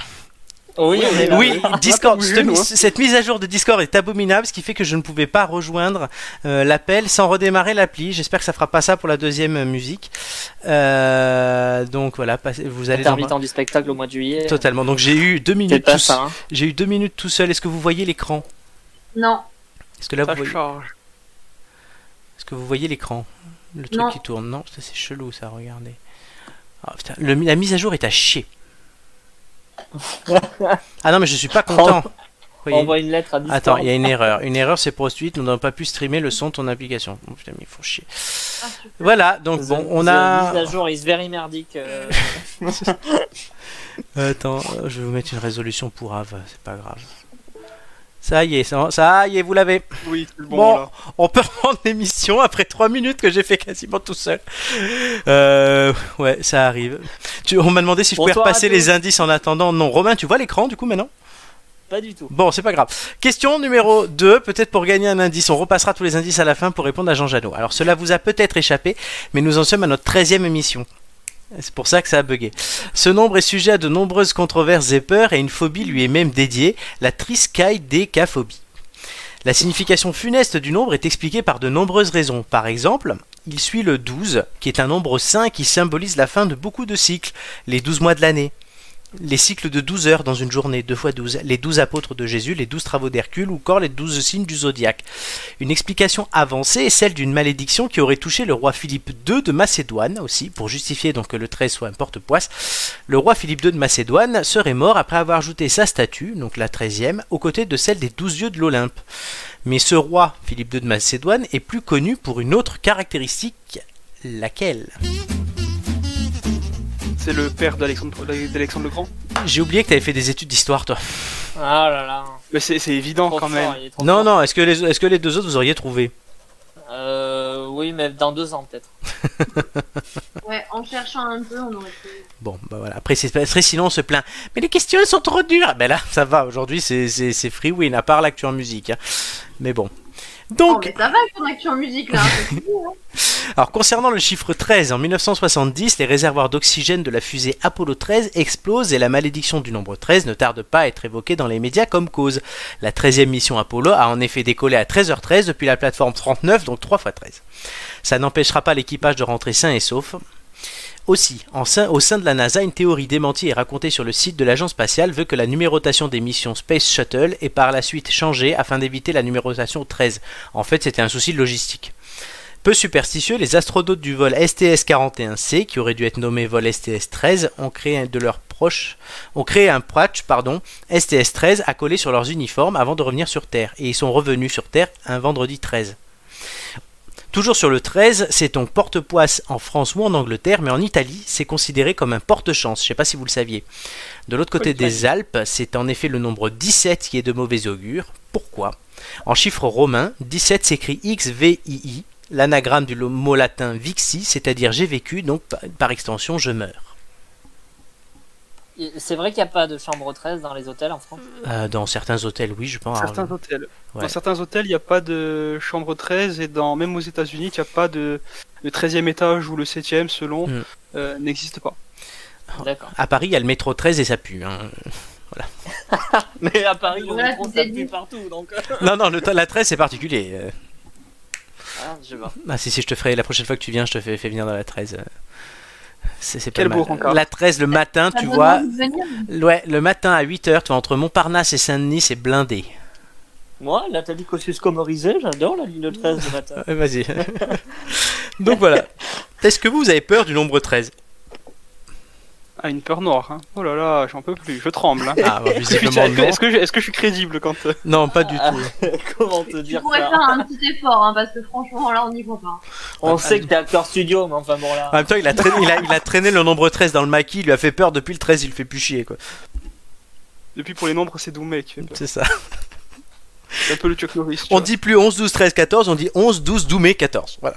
S4: Oui, on est là. Ah,
S2: oui, Discord.
S3: pas bougé,
S2: Cette,
S3: nous,
S2: mi-
S3: hein.
S2: cette mise à jour de Discord est abominable, ce qui fait que je ne pouvais pas rejoindre euh, l'appel sans redémarrer l'appli. J'espère que ça fera pas ça pour la deuxième euh, musique. Euh, donc voilà, passez- vous allez dans-
S4: Intermittent du spectacle au mois de juillet.
S2: totalement. Donc j'ai eu deux
S4: C'est
S2: minutes.
S4: pas
S2: tout-
S4: ça. hein.
S2: J'ai eu deux minutes tout seul. Est-ce que vous voyez l'écran
S1: Non,
S2: Est-ce que là vous
S3: Ça
S2: voyez
S3: charge.
S2: Est-ce que vous voyez l'écran Le truc
S1: Non.
S2: qui tourne. Non, ça, c'est chelou ça. Regardez. Ah, putain, le- la mise à jour est à chier. ah non, mais je suis pas content. Voyez.
S4: On voit une lettre à Discord.
S2: Attends, il y a une erreur. Une erreur, c'est poursuite. Nous n'avons pas pu streamer le son de ton application. Oh, putain, mais ils font chier.
S1: Ah, super.
S2: Voilà, donc bon, on a.
S4: Mise à jour is very merdique. euh, <laughs>
S2: Attends, euh, je vais vous mettre une résolution pour Ave, c'est pas grave. Ça y est, ça, ça y est, vous l'avez.
S3: Oui, c'est le bon,
S2: Bon,
S3: là.
S2: on peut reprendre l'émission après 3 minutes que j'ai fait quasiment tout seul. Euh, ouais, ça arrive. Tu- on m'a demandé si je pouvais
S4: Bonsoir à
S2: repasser
S4: tous.
S2: les indices en attendant. Non, Romain, tu vois l'écran du coup maintenant
S4: Pas du tout.
S2: Bon, c'est pas grave. Question numéro 2, peut-être pour gagner un indice. On repassera tous les indices à la fin pour répondre à Jean Janot. Alors cela vous a peut-être échappé, mais nous en sommes à notre 13e émission. C'est pour ça que ça a bugué. Ce nombre est sujet à de nombreuses controverses et peurs, et une phobie lui est même dédiée, la triskaïdécaphobie. La signification funeste du nombre est expliquée par de nombreuses raisons. Par exemple, il suit le 12, qui est un nombre sain qui symbolise la fin de beaucoup de cycles, les 12 mois de l'année les cycles de 12 heures dans une journée, 2 fois 12, les 12 apôtres de Jésus, les 12 travaux d'Hercule ou encore les 12 signes du zodiaque. Une explication avancée est celle d'une malédiction qui aurait touché le roi Philippe II de Macédoine aussi, pour justifier donc que le trait soit un porte-poisse. Le roi Philippe II de Macédoine serait mort après avoir ajouté sa statue, donc la 13e, aux côtés de celle des 12 dieux de l'Olympe. Mais ce roi, Philippe II de Macédoine, est plus connu pour une autre caractéristique, laquelle
S3: C'est le père d'Alexandre d'Alexandre le Grand.
S2: J'ai oublié que tu avais fait des études d'histoire, toi.
S4: Ah là là.
S3: Mais c'est c'est évident
S4: Trop
S3: quand
S4: fort,
S3: même.
S4: il est trop
S2: Non,
S4: fort.
S2: non, est-ce que, les- est-ce que les deux autres vous auriez trouvé
S4: Euh, oui, mais dans deux ans peut-être.
S1: ouais, en cherchant un peu, on aurait pu.
S2: Bon, bah voilà. Après, c'est pas- très sinon, on se plaint. Mais les questions, elles sont trop dures. Ben là, ça va. Aujourd'hui, c'est- c'est c'est free win, à part l'actu en musique. hein. Mais bon.
S1: Oh,
S2: Donc,
S1: mais ça va ton action
S2: <laughs>
S1: musique là.
S2: alors concernant le chiffre 13, en 1970, les réservoirs d'oxygène de la fusée Apollo 13 explosent et la malédiction du nombre 13 ne tarde pas à être évoquée dans les médias comme cause. La 13e mission Apollo a en effet décollé à 13h13 depuis la plateforme 39, donc 3 fois 13. Ça n'empêchera pas l'équipage de rentrer sain et sauf. Aussi, en sein- au sein de la NASA, une théorie démentie et racontée sur le site de l'agence spatiale veut que la numérotation des missions Space Shuttle est par la suite changée afin d'éviter la numérotation 13. En fait, c'était un souci de logistique. Peu superstitieux, les astronautes du vol STS-41C, qui aurait dû être nommé vol STS-13, ont créé un de leurs proches, ont créé un patch, pardon, STS-13 accolé sur leurs uniformes avant de revenir sur Terre, et ils sont revenus sur Terre un vendredi 13. Toujours sur le 13, c'est ton porte-poisse en France ou en Angleterre, mais en Italie, c'est considéré comme un porte-chance. Je sais pas si vous le saviez. De l'autre côté
S3: Oui,
S2: des Alpes, c'est en effet le nombre 17 qui est de mauvais augure. Pourquoi En chiffre romain, 17 s'écrit XVII, l'anagramme du lo- mot latin vixi, c'est-à-dire j'ai vécu, donc pa- par extension je meurs.
S4: Et C'est vrai qu'il n'y a pas de chambre 13 dans les hôtels en France.
S2: Euh, dans certains hôtels, Ah, oui, je pense.
S3: certains hôtels.
S2: Ouais.
S3: Dans certains hôtels, il n'y a pas de chambre 13 et dans même aux États-Unis, il n'y a pas de le 13e étage ou le 7e selon
S2: Mm.
S3: euh, n'existe pas.
S4: D'accord.
S2: À Paris, il y a le métro 13 et ça pue. hein.
S4: <laughs> Mais à Paris, Euh, le
S1: Voilà,
S4: métro,
S1: tout
S4: ça
S1: est dit.
S4: pue partout. Donc...
S2: Non,
S4: <laughs>
S2: non, le, la 13 c'est particulier. euh.
S4: Ah, je vois.
S2: Ah si si je te ferai la prochaine fois que tu viens je te fais, fais venir dans la 13 euh. c'est c'est pas
S3: Quel
S2: mal.
S3: beau rencard.
S2: La 13 le matin
S1: Eh, Ça
S2: Hein, tu
S1: donne
S2: vois
S1: envie de venir.
S2: ouais le matin à 8h tu vois entre Montparnasse et Saint-Denis c'est blindé
S4: Moi, Nathalie Kosciusko-Morizet, j'adore la ligne 13 du matin.
S2: Ouais, vas-y <laughs> donc voilà est-ce que vous, vous avez peur du nombre 13
S3: Ah, une peur noire. Hein. Oh là là, j'en peux plus, je tremble. hein.
S2: ah, bah,
S3: Est-ce que je-
S2: visiblement,
S3: Est-ce que,
S2: non.
S3: est-ce que je- est-ce que je suis crédible quand euh,
S2: non pas du
S4: Ah.
S2: tout
S4: <laughs> Comment te
S1: Tu
S4: dire
S1: pourrais
S4: ça
S1: faire un petit effort, hein, parce que franchement, là, on n'y voit pas.
S4: On sait que t'es acteur studio, mais enfin bon
S2: en
S4: là.
S2: même temps il a, traîné, il, a, il a traîné le nombre 13 dans le maquis il lui a fait peur depuis le 13 il le fait plus chier quoi
S3: depuis pour les nombres, c'est Doumé qui fait peur.
S2: c'est ça
S3: C'est un peu le Chuck Norris. tu
S2: on
S3: vois.
S2: dit plus 11 12 13 14 on dit 11 12 Doumé 14 voilà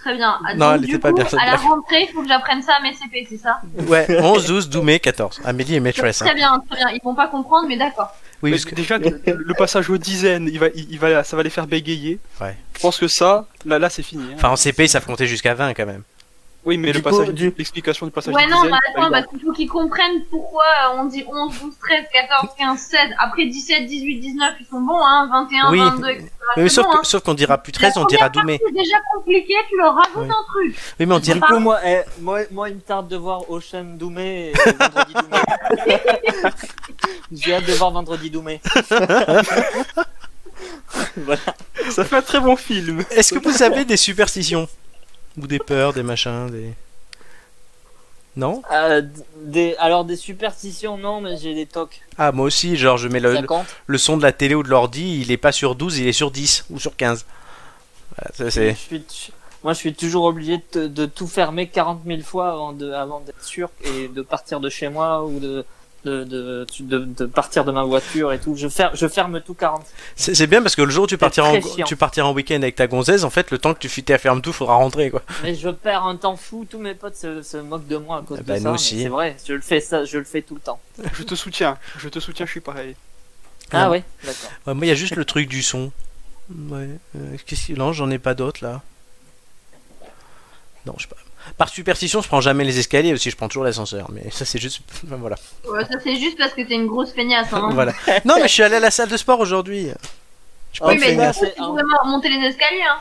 S1: Très bien. Ah,
S2: Non,
S1: donc,
S2: elle
S1: du
S2: était pas
S1: coup,
S2: bien, cette
S1: À la
S2: blague.
S1: rentrée, il faut que j'apprenne ça à mes CP, c'est ça
S4: <laughs>
S2: ouais 11 12 Doumé 14 Amélie et maîtresse
S1: Très
S2: hein.
S1: bien, très bien. Ils vont pas comprendre, mais d'accord.
S2: oui
S3: Mais
S2: parce que-
S3: Déjà, le le passage aux dizaines, il va, il, il va, ça va les faire bégayer.
S2: Ouais.
S3: Je pense que ça, là, là c'est fini. hein.
S2: Enfin, en CP, ils savent compter jusqu'à 20 quand même.
S3: oui, mais
S4: du
S3: le passage,
S4: coup, du-
S3: l'explication du passage
S1: Ouais,
S3: aux
S1: non,
S3: dizaines.
S1: mais
S3: c'est pas
S1: attends,
S3: évident.
S1: parce qu'il faut qu'ils comprennent pourquoi euh, on dit 11, 12, 13, 14, 15, 16. Après 17, 18, 19, ils sont bons, hein, 21,
S2: Oui.
S1: 22, etc.
S2: Mais
S1: C'est
S2: sauf
S1: bon,
S2: que-
S1: hein.
S2: sauf qu'on dira plus 13,
S1: La
S2: on dira
S1: première
S2: Doumé.
S1: partie est déjà compliqué, tu leur rajoutes
S2: Oui.
S1: un truc.
S2: Oui, mais on
S4: Du
S2: dira.
S4: coup, moi, eh, moi, moi, il me tarde de voir Ocean Doumé et Vendredi Doumé.
S1: <laughs>
S4: J'ai hâte de voir Vendredi Doumé.
S2: <laughs>
S1: bah,
S4: voilà.
S3: Ça fait un très bon film.
S2: Est-ce que vous avez des superstitions Ou des peurs, des machins, des. Non
S4: Euh, des, alors, des superstitions, non, mais j'ai des tocs.
S2: Ah, moi aussi, genre, je mets
S4: Ça
S2: le,
S4: compte
S2: le son de la télé ou de l'ordi, il est pas sur 12, il est sur 10 ou sur 15. Voilà, ça,
S4: Je
S2: c'est.
S4: suis tu- Moi, je suis toujours obligé de, te- de tout fermer 40 000 fois avant de, avant d'être sûr et de partir de chez moi ou de, de, de, de, de partir de ma voiture et tout. Je ferme, je ferme tout 40.
S2: C'est c'est bien parce que le jour où tu partiras en,
S4: très chiant.
S2: tu partiras en week-end avec ta gonzesse, en fait, le temps que tu fitais à ferme tout, faudra rentrer quoi.
S4: Mais je perds un temps fou. Tous mes potes se, se moquent de moi à cause
S2: Ah bah,
S4: de
S2: nous
S4: ça. mais
S2: aussi.
S4: C'est vrai. Je le fais ça, je le fais tout le temps.
S3: Je te soutiens. Je te soutiens, <laughs> je suis pareil.
S4: Ah
S2: Ouais.
S4: ouais, d'accord.
S2: Ouais, moi, il y a juste le truc du son. Ouais. euh, Qu'est-ce qu'il en J'en ai pas d'autres là. Non, je sais pas. Par superstition, je prends jamais les escaliers aussi, je prends toujours l'ascenseur. Mais ça, c'est juste. <laughs> enfin, voilà.
S1: Ouais, ça, c'est juste parce que t'es une grosse feignasse, hein.
S2: <laughs> voilà. Non, mais je suis allé à la salle de sport aujourd'hui. Je
S4: Oui,
S2: prends
S1: Oui,
S2: une
S1: mais
S4: là,
S2: feignasse.
S1: du coup,
S4: c'est
S1: tu
S4: un-
S1: pourrais mo- monter les escaliers, hein.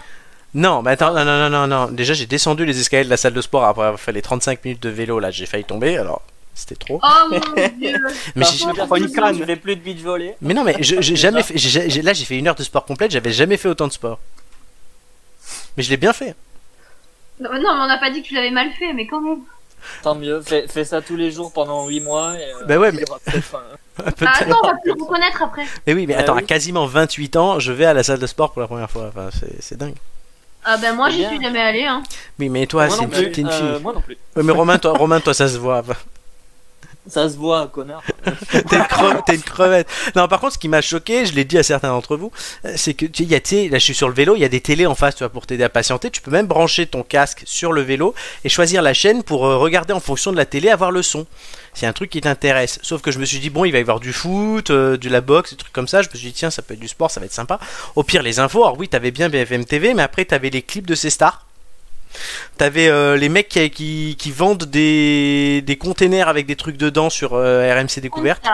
S2: Non, mais attends, non, non, non, non, non. Déjà, j'ai descendu les escaliers de la salle de sport après avoir fait les 35 minutes de vélo là. J'ai failli tomber, alors c'était trop.
S1: Oh mon dieu.
S2: Mais
S4: Par
S2: j'ai-
S4: contre,
S3: prends une canne.
S4: Je fais plus de beach volley.
S2: <laughs> Mais non, mais je- j'ai
S4: Déjà.
S2: jamais fait. j'ai- j'ai- là, j'ai fait une heure de sport complète. J'avais jamais fait autant de sport. Mais je l'ai bien fait.
S1: Non, mais on n'a pas dit que tu l'avais mal fait, mais quand même.
S4: Tant mieux. Fais, fais ça tous les jours pendant 8 mois. Et, euh,
S2: Bah ouais,
S4: tu
S2: mais-
S4: auras
S2: <laughs>
S4: peut-être un-
S1: Ah, attends, Ah on va plus le reconnaître après.
S2: Mais oui, mais
S4: Bah
S2: attends, à
S4: oui.
S2: quasiment 28 ans, je vais à la salle de sport pour la première fois. Enfin, c'est, c'est dingue.
S1: Ah ben moi,
S4: C'est Eh
S1: j'y
S4: bien.
S1: suis jamais allée, hein.
S2: Oui, mais toi,
S4: moi,
S2: c'est
S4: non plus.
S2: t'es une fille.
S4: Euh, moi non plus.
S2: Ouais, mais Romain toi, Romain, toi, ça se voit.
S4: Ça se voit, connard.
S2: <laughs> t'es, une cre- t'es une crevette. Non, par contre, ce qui m'a choqué, je l'ai dit à certains d'entre vous, euh, c'est que tu il y a, tu sais, là, je suis sur le vélo, il y a des télés en face, tu vois, pour t'aider à patienter. Tu peux même brancher ton casque sur le vélo et choisir la chaîne pour euh, regarder en fonction de la télé, avoir le son. C'est un truc qui t'intéresse. Sauf que je me suis dit, bon, il va y avoir du foot, euh, de la boxe, des trucs comme ça. Je me suis dit, tiens, ça peut être du sport, ça va être sympa. Au pire, les infos. Alors, oui, t'avais bien BFM TV, mais après, t'avais les clips de ces stars. T'avais euh, les mecs qui, qui, qui vendent des, des containers avec des trucs dedans sur euh, RMC Découverte.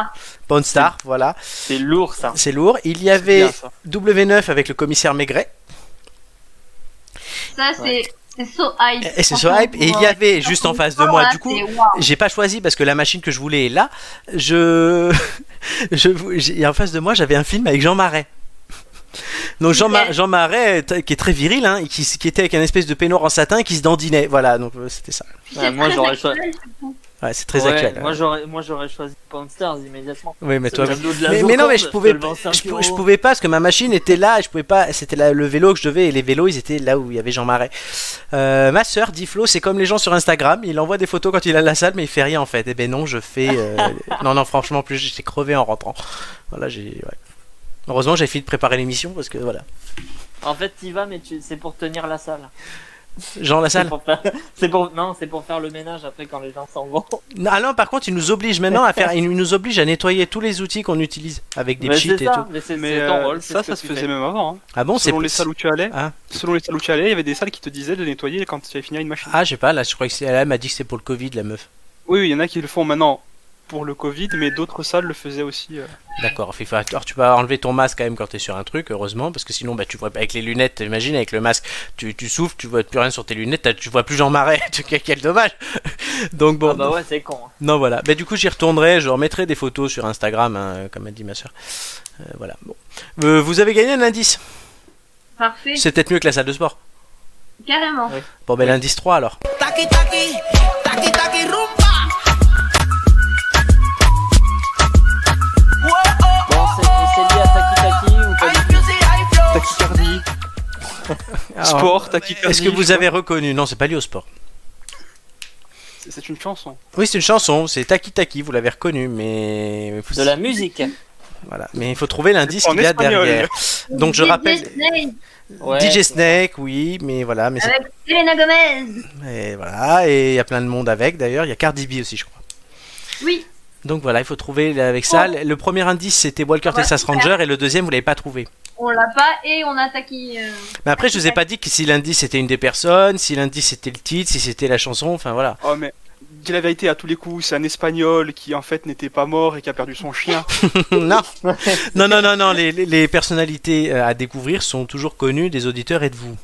S2: Pawn Star, voilà.
S4: C'est lourd, ça.
S2: C'est lourd. Il y
S3: C'est bien,
S2: avait
S3: ça.
S2: W9 avec le commissaire Maigret.
S1: Ça, c'est c'est so hype. Ah,
S2: Et Eh, c'est so hype. Et il y avait juste en face de moi. Du coup, j'ai pas choisi parce que la machine que je voulais est là. Je. <laughs> je... vou- j'ai- et En face de moi, j'avais un film avec Jean Marais. Donc Jean, Ma-
S1: Ouais.
S2: Jean Marais, t- qui est très viril, hein, et qui, s- qui était avec un espèce de peignoir en satin qui se dandinait. Voilà, donc euh, c'était ça.
S4: Ouais, moi, j'aurais cho-
S2: Ouais, c'est très
S4: Ouais,
S2: actuel.
S4: Moi j'aurais, moi j'aurais choisi Pawn Stars immédiatement.
S2: Oui, mais
S4: Ce
S2: toi.
S4: tableau de la
S2: Mais, mais
S4: Joconde,
S2: non, mais je pouvais,
S4: te le vends cinq
S2: je, pou-
S4: euros.
S2: je pouvais pas parce que ma machine était là, et je pouvais pas. C'était là le vélo que je devais et les vélos ils étaient là où il y avait Jean Marais. Euh, ma sœur dit Flo, c'est comme les gens sur Instagram, il envoie des photos quand il est à la salle, mais il fait rien en fait. Eh ben non, je fais. euh, non, non, franchement, plus j'étais crevé en rentrant. Voilà, j'ai. ouais. Heureusement, j'ai fini de préparer l'émission parce que voilà.
S4: En fait, t'y vas, mais tu... c'est pour tenir la salle.
S2: Jean la
S4: C'est
S2: salle.
S4: pour faire... <laughs> c'est pour... Non, c'est pour faire le ménage après quand les gens s'en vont.
S2: Non, ah non, par contre, il nous oblige maintenant à faire. Il nous oblige à nettoyer tous les outils qu'on utilise avec des
S4: mais
S2: cheats
S4: c'est
S2: et
S4: ça,
S2: tout.
S4: mais c'est
S3: Mais
S4: c'est ton
S3: euh,
S4: rôle. c'est
S3: ça,
S4: ce que
S3: ça se
S4: tu
S3: faisait
S4: fais.
S3: même avant. hein.
S2: Ah bon, c'est
S3: selon les salles où tu allais,
S2: Ah.
S3: selon les salles où tu allais, il y avait des salles qui te disaient de nettoyer quand tu avais fini une machine.
S2: Ah, je sais pas. Là, je crois que c'est. Elle m'a dit que c'est pour le Covid, la meuf.
S3: Oui, oui, il y en a qui le font maintenant pour le Covid, mais d'autres salles le faisaient aussi. euh.
S2: D'accord, FIFA. Alors tu vas enlever ton masque quand même quand t'es sur un truc, heureusement, parce que sinon bah tu vois pas avec les lunettes, t'imagines avec le masque, tu, tu souffles, tu vois plus rien sur tes lunettes, t'as- tu vois plus Jean Marais, <laughs> tu- quel, quel dommage. Donc bon,
S4: Ah bah ouais, c'est con. hein.
S2: non voilà. Mais du coup j'y retournerai, je remettrai des photos sur Instagram, hein, comme a dit ma soeur. voilà. Bon. Euh, vous avez gagné un indice.
S1: Parfait,
S2: C'est peut-être mieux que la salle de sport.
S1: carrément.
S2: Bon ben l'indice 3
S4: <laughs>
S2: alors.
S8: Taki taki, taki taki rumba. Whoa, oh,
S4: Bon, c'est c'est lié à Taki Taki ou pas
S8: are
S4: du
S8: you busy? Are you flow?
S3: Tachycardie,
S2: Alors,
S3: sport, tachycardie.
S2: Ah, Est-ce que vous avez reconnu Non, c'est pas lié au sport.
S3: C'est- C'est une chanson.
S2: Oui, c'est une chanson, c'est Taki Taki, vous l'avez reconnu, mais
S4: tout De la musique.
S2: voilà, mais il faut trouver l'indice
S3: En
S2: qu'il y a
S3: espagnol.
S2: derrière. Donc je
S1: DJ
S2: rappelle
S1: Snake
S4: Ouais.
S2: DJ Snake, oui, mais voilà, mais c'est-
S1: avec Selena Gomez.
S2: et voilà, et il y a plein de monde avec d'ailleurs, il y a Cardi B aussi, je crois.
S1: Oui,
S2: Donc voilà, il faut trouver là, avec ça. Le premier indice c'était Walker
S1: Oh. Ouais,
S2: Texas
S1: super.
S2: Ranger et le deuxième vous l'avez pas trouvé.
S1: on l'a pas et on a attaqué. euh,
S2: Mais après je vous ai pas dit que si l'indice c'était une des personnes, si l'indice c'était le titre, si c'était la chanson, enfin voilà.
S3: Oh, mais dis la vérité à tous les coups, c'est un espagnol qui en fait n'était pas mort et qui a perdu son
S2: <laughs>
S3: chien.
S2: non, non, non, non, non, les, les- les personnalités euh, à découvrir sont toujours connues des auditeurs et de vous.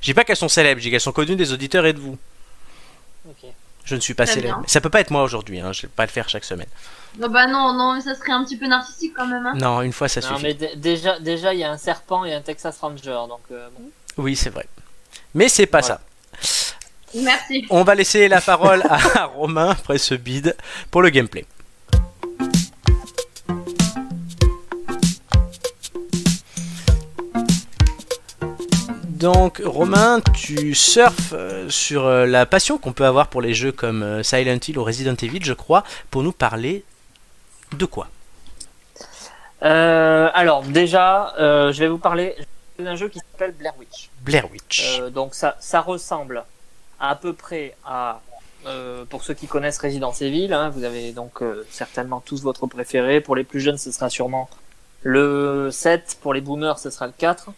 S2: Je dis pas qu'elles sont célèbres, je dis qu'elles sont connues des auditeurs et de vous.
S4: Ok.
S2: Je ne suis pas
S1: Très
S2: célèbre.
S1: bien.
S2: Ça peut pas être moi aujourd'hui, hein, je vais pas le faire chaque semaine.
S1: Non, bah non, non, mais ça serait un petit peu narcissique quand même. Hein.
S2: Non, une fois ça
S4: Non,
S2: suffit.
S4: mais dé- déjà, déjà, il y a un serpent et un Texas Ranger, donc euh, bon.
S2: Oui, c'est vrai. Mais c'est pas
S4: Voilà.
S2: ça.
S1: Merci.
S2: On va laisser la parole à <laughs> Romain après ce bid pour le gameplay. Donc Romain, tu surfes euh, sur euh, la passion qu'on peut avoir pour les jeux comme euh, Silent Hill ou Resident Evil, je crois, pour nous parler de quoi
S4: Euh, alors déjà, euh, je vais vous parler d'un jeu qui s'appelle Blair Witch.
S2: Blair Witch.
S4: Euh, donc ça, ça ressemble à peu près à, euh, pour ceux qui connaissent Resident Evil, hein, vous avez donc euh, certainement tous votre préféré. Pour les plus jeunes, ce sera sûrement le 7. Pour les boomers, ce sera le 4.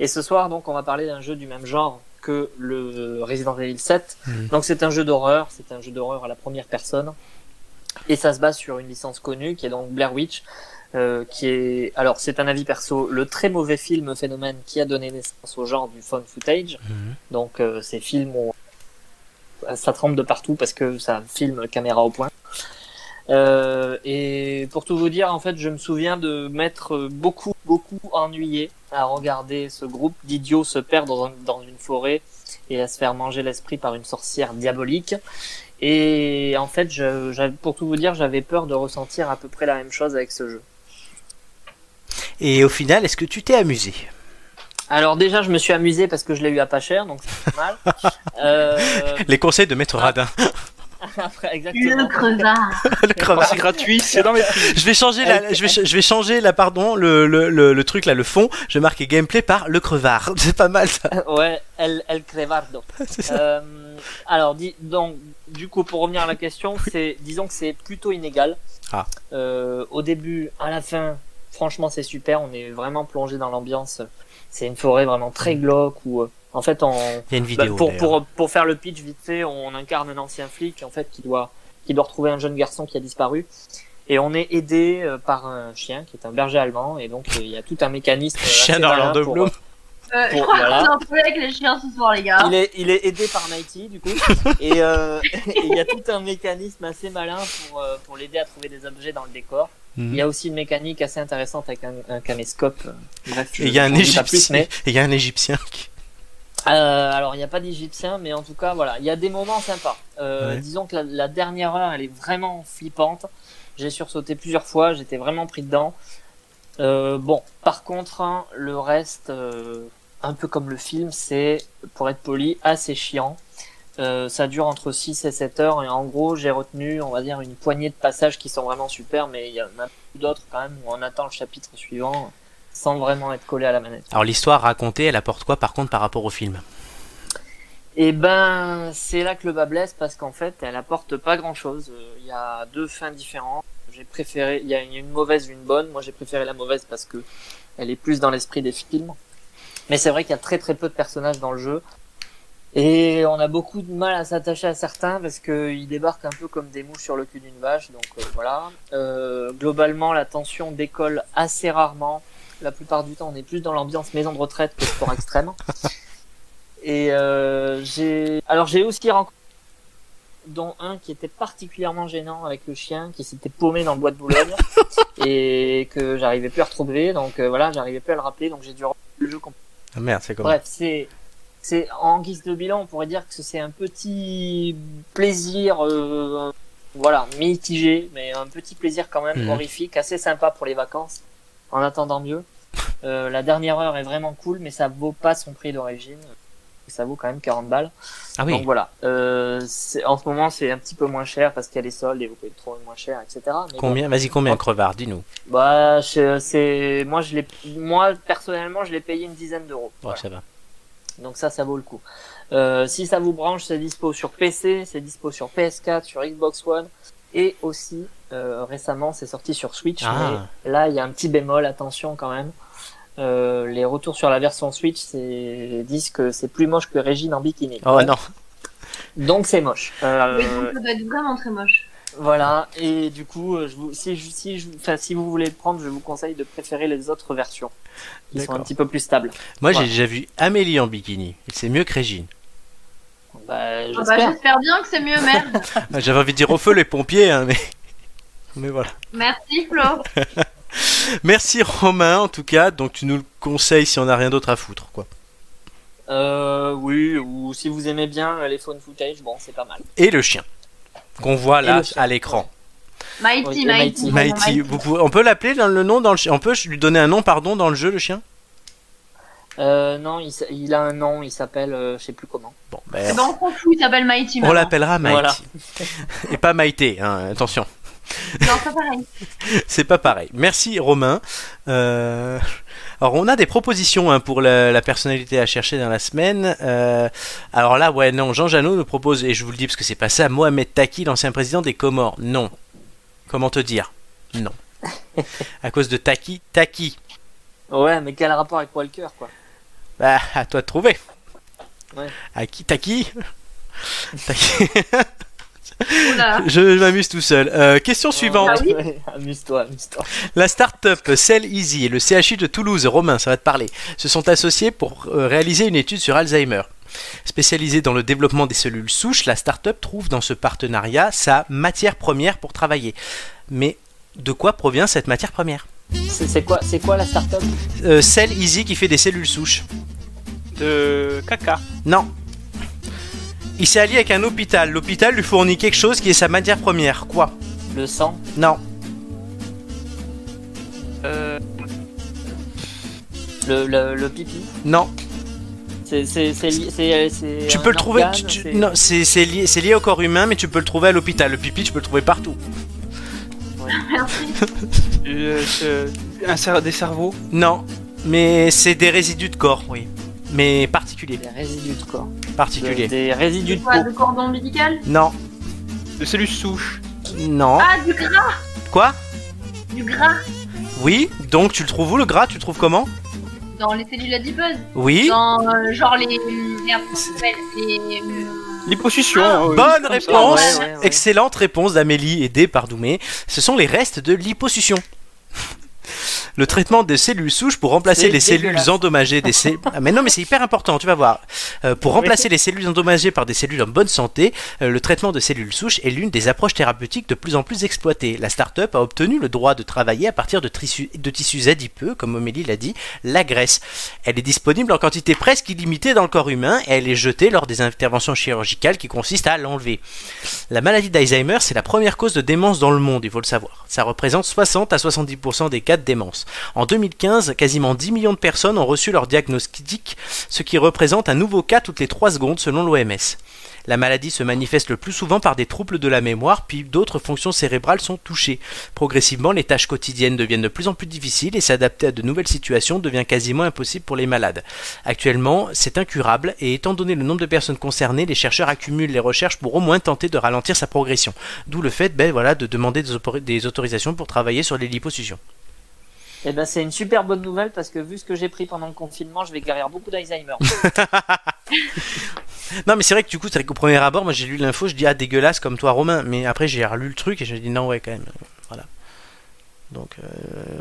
S4: Et ce soir, donc, on va parler d'un jeu du même genre que le Resident Evil 7.
S2: Mhm.
S4: Donc c'est un jeu d'horreur, c'est un jeu d'horreur à la première personne. Et ça se base sur une licence connue qui est donc Blair Witch. Euh, qui est alors c'est un avis perso le très mauvais film phénomène qui a donné naissance au genre du phone footage
S2: Mhm.
S4: donc euh, ces films où ça trempe de partout parce que ça filme caméra au point Euh, et pour tout vous dire en fait je me souviens de m'être beaucoup beaucoup ennuyé à regarder ce groupe d'idiots se perdre dans, dans une forêt et à se faire manger l'esprit par une sorcière diabolique et en fait je, j'avais- pour tout vous dire j'avais peur de ressentir à peu près la même chose avec ce jeu
S2: Et au final, est-ce que tu t'es amusé
S4: Alors déjà, je me suis amusé parce que je l'ai eu à pas cher, donc c'est pas mal. Euh,
S2: Les conseils de Maître Radin,
S4: après, exactement.
S1: Le
S2: <laughs>
S1: crevard.
S2: le crevard.
S3: c'est gratuit,
S2: <laughs>
S3: c'est dans mes.
S2: Je vais changer la, je vais, ch- je vais changer la, pardon, le, le, le, le truc là, le fond. Je vais marquer gameplay par le crevard. <laughs> C'est pas mal ça.
S4: <laughs> Ouais, El, el Crevardo.
S2: <laughs> C'est ça.
S4: Euh, alors, dis, donc, du coup, pour revenir à la question, c'est, disons que c'est plutôt inégal.
S2: Ah.
S4: Euh, au début, à la fin, franchement, c'est super. On est vraiment plongé dans l'ambiance. C'est une forêt vraiment très glauque où, euh, en fait, on,
S2: Mm. Il y a une
S4: Bah,
S2: vidéo.
S4: pour,
S2: d'ailleurs.
S4: pour, pour faire le pitch vite fait, on incarne un ancien flic en fait qui doit qui doit retrouver un jeune garçon qui a disparu et on est aidé euh, par un chien qui est un berger allemand et donc euh, il y a tout un mécanisme
S2: <laughs>
S4: euh,
S2: Chien
S4: assez
S2: d'Orlando
S4: malin pour,
S2: Bloom.
S1: Euh, je
S4: Bon,
S1: crois
S4: voilà.
S1: qu'on a un problème avec les chiens ce soir, les gars.
S4: il est, il est aidé par Mighty, du coup. et euh, <laughs> et il y a tout un mécanisme assez malin pour, euh, pour l'aider à trouver des objets dans le décor.
S2: Mhm.
S4: Il y a aussi une mécanique assez intéressante avec un, un caméscope. euh, Bref, je-
S2: Et il y a un
S4: j'en dis pas plus,
S2: égyptien.
S4: mais-
S2: Et il y a un égyptien. qui-
S4: Euh, alors, il n'y a pas d'Égyptien, mais en tout cas, voilà, il y a des moments sympas. Euh,
S2: Ouais.
S4: Disons que la, la dernière heure, elle est vraiment flippante. J'ai sursauté plusieurs fois, j'étais vraiment pris dedans. Euh, bon, par contre, hein, le reste, euh, un peu comme le film, c'est, pour être poli, assez chiant. Euh, ça dure entre 6 et 7 heures, et en gros, j'ai retenu, on va dire, une poignée de passages qui sont vraiment super, mais il y en a d'autres quand même où on attend le chapitre suivant sans vraiment être collé à la manette.
S2: <laughs> Alors l'histoire racontée, elle apporte quoi par contre par rapport au film
S4: Et ben, c'est là que le bas blesse parce qu'en fait, elle apporte pas grand chose. Il y a deux fins différentes. J'ai préféré, il y a une une mauvaise, une bonne. Moi, j'ai préféré la mauvaise parce que elle est plus dans l'esprit des films. Mais c'est vrai qu'il y a très très peu de personnages dans le jeu. Et on a beaucoup de mal à s'attacher à certains parce qu'ils débarquent un peu comme des mouches sur le cul d'une vache. Donc euh, voilà. Euh, globalement, la tension décolle assez rarement. La plupart du temps, on est plus dans l'ambiance maison de retraite que sport extrême. Et euh, j'ai alors j'ai aussi rencontré dont un qui était particulièrement gênant avec le chien qui s'était paumé dans le bois de Boulogne et que j'arrivais plus à retrouver donc euh, voilà j'arrivais plus à le rappeler donc j'ai dû reprendre le jeu complètement.
S2: Ah, Merde, c'est comme
S4: bref c'est c'est en guise de bilan on pourrait dire que c'est un petit plaisir euh, voilà mitigé mais un petit plaisir quand même
S2: Mhm.
S4: horrifique assez sympa pour les vacances en attendant mieux euh, la dernière heure est vraiment cool mais ça vaut pas son prix d'origine ça vaut quand même 40 balles
S2: Ah oui,
S4: donc voilà, euh, c'est- en ce moment c'est un petit peu moins cher parce qu'il y a les soldes et vous pouvez le trouver moins cher, etc. Mais
S2: combien Vas-y, combien, crevard Dis-nous.
S4: bon, Bah, je- c'est moi je l'ai, moi personnellement je l'ai payé une dizaine d'euros.
S2: Ouais,
S4: Voilà.
S2: Oh, ça va.
S4: Donc ça, ça vaut le coup. Euh, si ça vous branche, c'est dispo sur PC, c'est dispo sur PS4, sur Xbox One et aussi euh, récemment c'est sorti sur Switch.
S2: Ah.
S4: Mais là, il y a un petit bémol, attention quand même. Euh, les retours sur la version Switch c'est... disent que c'est plus moche que Régine en bikini.
S2: Oh non,
S4: Donc c'est moche. Euh,
S1: Oui, donc ça doit être vraiment très moche.
S4: Voilà, et du coup, euh, je vous, si, je- si, je- enfin, si vous voulez le prendre, je vous conseille de préférer les autres versions, qui sont un
S2: D'accord.
S4: petit peu plus stables.
S2: moi j'ai
S4: Voilà.
S2: déjà vu Amélie en bikini. C'est mieux que Régine.
S4: Bah,
S1: Ah bah,
S4: j'espère.
S1: J'espère bien que c'est mieux, merde.
S2: Ah, J'avais envie de dire au feu les pompiers, hein, mais. <laughs> Mais voilà. <laughs>
S1: Merci Flo.
S2: Merci Romain en tout cas, donc tu nous le conseilles si on n'a rien d'autre à foutre quoi.
S4: euh, oui, ou si vous aimez bien euh, les phone footage, bon, c'est pas mal.
S2: Et le chien qu'on voit
S4: Et
S2: là
S4: le chien,
S2: à l'écran.
S1: Mighty,
S4: Oui, et Mighty.
S1: Mighty. vraiment,
S2: Mighty, vous pouvez- on peut l'appeler dans le nom dans le chien. On peut lui donner un nom pardon dans le jeu le chien
S4: Euh, non, il, s- il a un nom, il s'appelle, euh, je sais plus comment.
S2: Bon,
S1: Eh
S2: ben,
S1: ben, on s'en fout, il s'appelle Mighty.
S2: on
S1: maintenant.
S2: l'appellera Mighty.
S4: Voilà.
S2: Et pas Maïté, hein, attention, <laughs>
S1: Non, c'est pareil.
S2: c'est pas pareil. Merci Romain. Euh, Alors on a des propositions hein, pour la, la personnalité à chercher dans la semaine. Euh, Alors là, ouais, non, Jean Janot nous propose, et je vous le dis parce que c'est pas ça, Mohamed Taki, l'ancien président des Comores. Non. Comment te dire Non. à cause de Taki, Taki.
S4: Ouais, mais quel rapport avec Walker, quoi.
S2: Bah, à toi de trouver.
S4: Ouais.
S2: À qui Taki Taki.
S1: Oh là.
S2: <laughs> je m'amuse tout seul. Euh, question suivante.
S1: Ah
S4: <laughs>
S1: oui
S4: amuse-toi, amuse-toi.
S2: La start-up Cell Easy et le CHU de Toulouse, Romain, ça va te parler, se sont associés pour euh, réaliser une étude sur Alzheimer. Spécialisée dans le développement des cellules souches, la start-up trouve dans ce partenariat sa matière première pour travailler. Mais de quoi provient cette matière première
S4: C'est c'est quoi, c'est quoi la start-up
S2: Euh, Cell Easy qui fait des cellules souches.
S3: De caca.
S2: Non. Il s'est allié avec un hôpital. L'hôpital lui fournit quelque chose qui est sa matière première. Quoi
S4: Le sang
S2: Non.
S3: Euh,
S4: Le, le, le pipi
S2: Non.
S4: C'est, c'est, c'est, li- c'est, c'est
S2: Tu
S4: un
S2: peux le trouver.
S4: organe,
S2: tu- tu-
S4: c'est-
S2: non, c'est c'est lié, c'est lié au corps humain, mais tu peux le trouver à l'hôpital. Le pipi, tu peux le trouver partout.
S3: euh, c'est- un cer- des cerveaux.
S2: Non, mais c'est des résidus de corps, oui. Mais particuliers.
S4: Des résidus de corps.
S2: Particuliers.
S4: Des résidus de
S1: Quoi,
S4: peau.
S1: de cordon ombilical
S2: Non,
S3: De cellules souches.
S2: non.
S1: Ah, du gras
S2: Quoi
S1: Du gras
S2: Oui, donc tu le trouves où le gras Tu le trouves comment
S1: Dans les cellules adipeuses
S2: Oui.
S1: Dans, euh, genre, les... Merde, comment ça s'appelle Les...
S3: Liposuction.
S1: Ah,
S3: euh,
S2: Bonne
S3: comme ça.
S2: réponse
S4: ouais, ouais, ouais.
S2: Excellente réponse d'Amélie, aidée par Doumé. Ce sont les restes de liposuction. <laughs> le traitement des cellules souches pour remplacer
S4: C'est
S2: les cellules
S4: dégueulasse.
S2: endommagées des
S4: <laughs>
S2: cellules. mais non, mais c'est hyper important, tu vas voir. Euh, pour remplacer les cellules endommagées par des cellules en bonne santé, euh, le traitement de cellules souches est l'une des approches thérapeutiques de plus en plus exploitées. La start-up a obtenu le droit de travailler à partir de, tissus- de tissus adipeux, comme Omélie l'a dit, la graisse. Elle est disponible en quantité presque illimitée dans le corps humain et elle est jetée lors des interventions chirurgicales qui consistent à l'enlever. La maladie d'Alzheimer, c'est la première cause de démence dans le monde, il faut le savoir. Ça représente 60 à 70% des cas de démence. En 2015, quasiment 10 millions de personnes ont reçu leur diagnostic, ce qui représente un nouveau cas toutes les 3 secondes selon l'OMS. La maladie se manifeste le plus souvent par des troubles de la mémoire, puis d'autres fonctions cérébrales sont touchées. Progressivement, les tâches quotidiennes deviennent de plus en plus difficiles et s'adapter à de nouvelles situations devient quasiment impossible pour les malades. Actuellement, c'est incurable et étant donné le nombre de personnes concernées, les chercheurs accumulent les recherches pour au moins tenter de ralentir sa progression. D'où le fait ben, voilà, de demander des, opor- des autorisations pour travailler sur les liposuctions.
S4: Eh ben, c'est une super bonne nouvelle parce que vu ce que j'ai pris pendant le confinement, je vais guérir
S2: <laughs>
S4: beaucoup d'Alzheimer.
S2: Non, mais c'est vrai que du coup, c'est vrai qu'au premier abord, moi j'ai lu l'info, je dis ah dégueulasse comme toi Romain, mais après j'ai relu le truc et j'ai dit non, ouais, quand même. euh, Voilà. Donc, euh,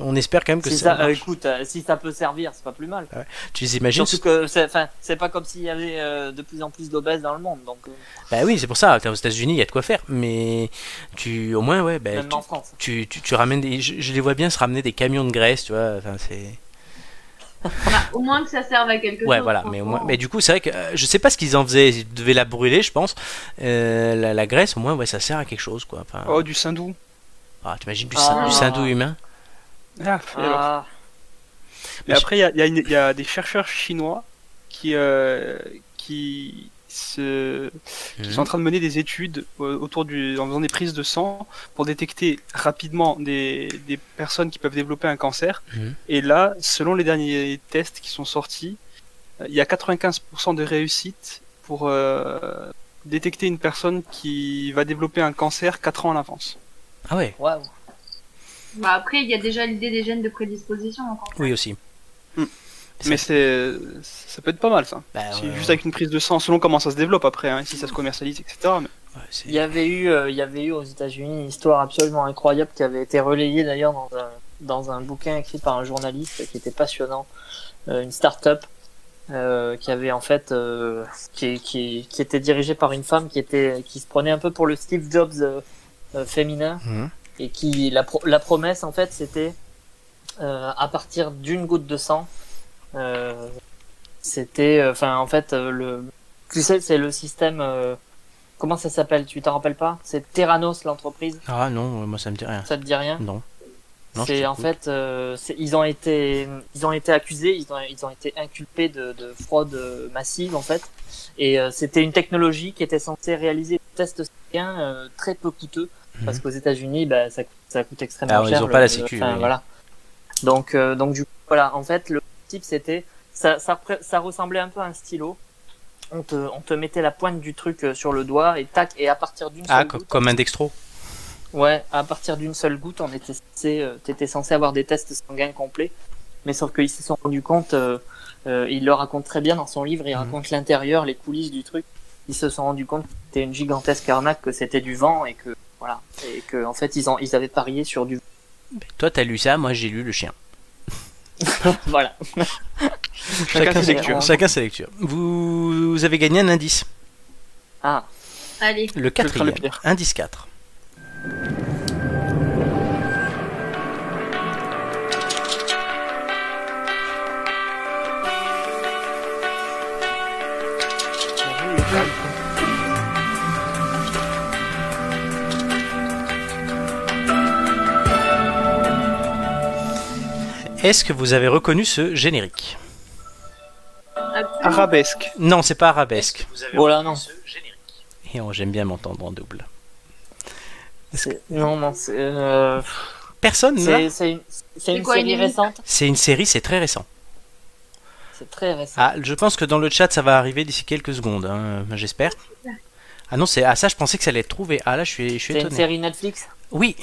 S2: on espère quand même que
S4: Si
S2: ça.
S4: ça, euh,
S2: marche.
S4: écoute, euh, si ça peut servir, c'est pas plus mal.
S2: tu les imagines
S4: Surtout que, c'est- enfin, c'est pas comme s'il y avait euh, de plus en plus d'obèses dans le monde, donc euh,
S2: Bah oui, c'est pour ça. T'es aux États-Unis, il y a de quoi faire. Mais tu, au moins, ouais, bah,
S4: même
S2: tu,
S4: en France.
S2: tu, tu- tu ramènes des. Je, je les vois bien se ramener des camions de graisse, tu vois. Enfin, c'est.
S1: Bah, au moins que ça serve à quelque chose.
S2: Ouais, voilà. Mais au moins, mais du coup, c'est vrai que euh, je sais pas ce qu'ils en faisaient. Ils devaient la brûler, je pense. Euh, la, la graisse, au moins, ouais, ça sert à quelque chose, quoi. Enfin,
S3: Oh, du Sindou.
S2: ah, t'imagines du,
S4: Ah.
S2: du saindoux humain
S3: Ah, et alors
S4: Ah,
S3: Mais après, il y a, il y a une- il y a des chercheurs chinois qui, euh, qui, se, qui sont en train de mener des études euh, autour du, en faisant des prises de sang pour détecter rapidement des, des personnes qui peuvent développer un cancer.
S2: Mhm.
S3: Et là, selon les derniers tests qui sont sortis, euh, il y a 95% de réussite pour euh, détecter une personne qui va développer un cancer 4 ans à l'avance.
S2: Ah ouais.
S4: waouh.
S1: Bah, après, il y a déjà l'idée des gènes de prédisposition encore.
S2: Oui aussi. C'est-
S3: Hmm. Mais c'est, ça peut être pas mal ça.
S2: Bah,
S3: C'est
S2: ouais,
S3: juste avec une prise de sang, selon comment ça se développe après, hein, si ça se commercialise, etc. Mais
S2: ouais, Bah, c'est-
S4: Il y avait eu, euh, il y avait eu aux États-Unis une histoire absolument incroyable qui avait été relayée d'ailleurs dans un, dans un bouquin écrit par un journaliste qui était passionnant, euh, une start-up euh, qui avait en fait, euh, qui, qui, qui était dirigée par une femme qui était, qui se prenait un peu pour le Steve Jobs euh, euh, féminin
S2: Mhm.
S4: et qui la, pro- la promesse en fait c'était euh, à partir d'une goutte de sang, euh, c'était, euh, enfin en fait euh, le, tu sais c'est le système euh, Comment ça s'appelle Tu t'en rappelles pas C'est Terranos l'entreprise.
S2: Ah non, moi ça me dit rien.
S4: Ça te dit rien
S2: Non. Non, je
S4: C'est en
S2: t'écoute.
S4: fait, euh, c'est- ils ont été, ils ont été accusés, ils ont, ils ont été inculpés de, de fraude euh, massive en fait. Et euh, c'était une technologie qui était censée réaliser des tests sanguins euh, très peu coûteux parce qu'aux États-Unis, bah, ça, coûte- ça coûte extrêmement
S2: Mhm. Ah ouais, ils
S4: cher.
S2: ont
S4: le-
S2: pas la
S4: le-
S2: sécu,
S4: enfin,
S2: oui.
S4: Voilà. Donc, euh, donc du coup, voilà. En fait, le type c'était, ça, ça, repré- ça ressemblait un peu à un stylo. On te, on te mettait la pointe du truc euh, sur le doigt et tac, et à partir d'une
S2: Ah,
S4: seule
S2: co-
S4: goutte,
S2: comme un dextro.
S4: Ouais, à partir d'une seule goutte, on était censé, euh, t'étais censé avoir des tests sanguins complets, mais sauf qu'ils se sont rendus compte, euh, euh, il le raconte très bien dans son livre,
S2: Mhm.
S4: il raconte l'intérieur, les coulisses du truc. Ils se sont rendus compte que c'était une gigantesque arnaque, que c'était du vent et que voilà, et que en fait ils ont, ils avaient parié sur du
S2: Toi t'as lu ça, moi j'ai lu le chien.
S4: <laughs> voilà.
S3: chacun ses
S4: ses-
S3: lectures.
S2: Chacun ses lectures. Vous, vous avez gagné un indice.
S4: Ah,
S1: Allez,
S2: Le
S3: crains le
S2: quatrième.
S3: pire.
S2: indice 4. Est-ce que vous avez reconnu ce générique
S1: absolument.
S3: Arabesque.
S2: Non, c'est pas arabesque.
S4: voilà non,
S2: Et oh, j'aime bien m'entendre en double.
S4: c'est- non non, c'est euh,
S2: Personne là
S4: c'est c'est une, c'est
S1: C'est
S4: une
S1: quoi, une
S4: série
S1: limite
S4: récente,
S2: C'est une série, c'est très récent.
S4: c'est très récent.
S2: Ah, je pense que dans le chat, ça va arriver d'ici quelques secondes, hein, j'espère. Ah non, c'est ah ça, je pensais que ça allait être trouvé. Ah là, je suis, je suis
S4: c'est une
S2: étonné.
S4: série Netflix.
S2: Oui.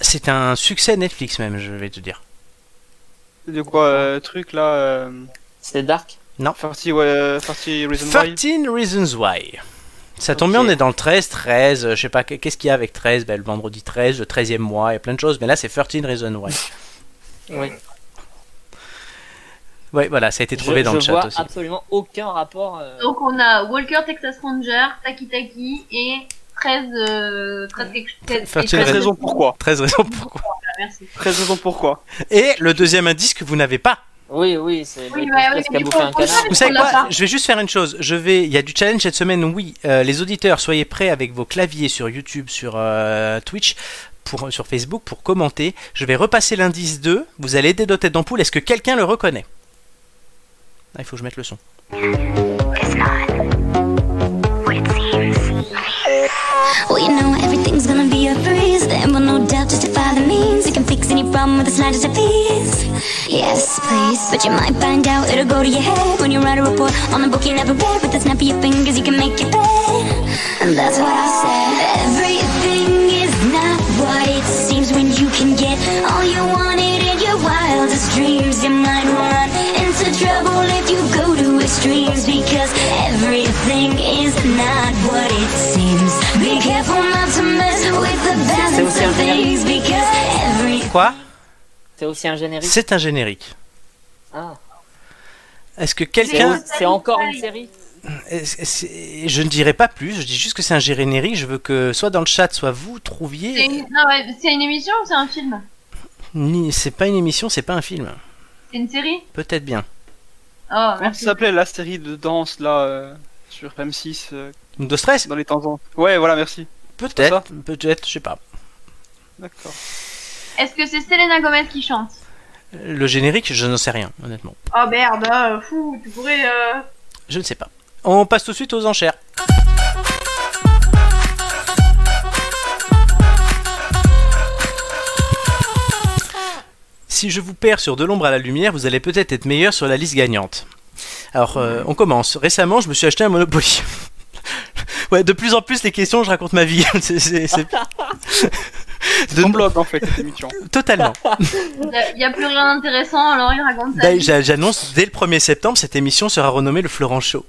S2: C'est un succès Netflix même, je vais te dire.
S3: De quoi, euh, truc là euh,
S4: C'est Dark.
S3: Farty, ouais, Farty Reason Why
S2: 13 Reasons Why. Ça tombe bien,
S4: Ok.
S2: on est dans le 13, 13, euh, je sais pas, qu- qu'est-ce qu'il y a avec 13 ben, Le vendredi 13, le 13e mois, il y a plein de choses, mais là c'est 13 Reason
S4: <laughs>
S2: Why.
S4: Oui.
S2: Ouais, voilà, ça a été
S4: Je-
S2: trouvé dans
S4: je
S2: le chat
S4: vois
S2: aussi.
S4: absolument aucun rapport. euh,
S1: Donc on a Walker, Texas Ranger, Taki Taki et 13... Euh, 13 quelque chose.
S2: Fertile
S1: 13
S3: 13 raisons pourquoi.
S2: 13 raisons pourquoi.
S1: Merci.
S3: 13 raisons pourquoi.
S2: Et le deuxième indice que vous n'avez pas.
S4: Oui, oui, c'est
S1: Oui,
S4: le
S1: bah
S4: podcast
S1: oui,
S4: qui a
S1: mais
S4: bouffé
S1: faut-
S4: un
S1: faut
S4: canard.
S1: pas-
S2: Vous savez
S1: On l'a
S2: quoi
S1: pas.
S2: Je vais juste faire une chose. Je vais. Il y a du challenge cette semaine. Oui, Euh, les auditeurs, soyez prêts avec vos claviers sur YouTube, sur euh, Twitch, pour sur Facebook pour commenter. Je vais repasser l'indice 2. Vous allez aider têtes d'ampoule. Est-ce que quelqu'un le reconnaît Ah, Il faut que je mette le son.
S6: Well, you know everything's gonna be a breeze. Then we'll no doubt justify the means. You can fix any problem with the slightest of ease. Yes, please. But you might find out it'll go to your head when you write a report on a book you never read. With the snap of your fingers, you can make it bad. And that's what I said. Everything is not what it seems when you can get all you wanted in your wildest dreams. You might run into trouble if you go to extremes because everything is not what it seems. Be careful not to mess with the balance
S4: aussi un
S6: of things because everything.
S2: Quoi
S4: C'est aussi un générique.
S2: C'est un générique.
S4: Ah.
S2: Est-ce que
S4: C'est
S2: quelqu'un
S1: C'est-
S4: c'est encore une série.
S2: Est-ce- est-ce- Je ne dirai pas plus. Je dis juste que c'est un générique. Je veux que soit dans le chat, soit vous
S1: C'est
S2: trouviez.
S1: une... non, ouais, c'est une émission ou c'est un film
S2: Ni- C'est pas une émission, c'est pas un film.
S1: C'est une série
S2: Peut-être bien.
S4: Ah,
S1: Oh,
S3: Comment ça
S1: merci.
S3: s'appelait la série de danse là euh, sur M6 euh,
S2: De stress
S3: dans les temps en- Ouais, voilà, merci.
S2: Peut-être. Peut-être. Je sais pas.
S3: D'accord.
S1: Est-ce que c'est Selena Gomez qui chante
S2: Le générique, je n'en sais rien, honnêtement.
S1: Oh merde, euh, fou, tu pourrais... euh, <laughs>
S2: Je ne sais pas. On passe tout de suite aux enchères. Si je vous perds sur De l'ombre à la lumière, vous allez peut-être être meilleur sur la liste gagnante. Alors, euh, on commence. Récemment, je me suis acheté un Monopoly. <laughs> ouais, de plus en plus, les questions, je raconte ma vie. <laughs> c'est, c'est- c'est-
S3: Ton
S2: De-
S3: blog en fait, cette émission.
S2: Totalement.
S1: Il n'y a plus rien d'intéressant, alors il raconte ça.
S2: D'ailleurs, j'a- J'annonce, dès le 1er septembre, cette émission sera renommée le Florent <laughs> Show.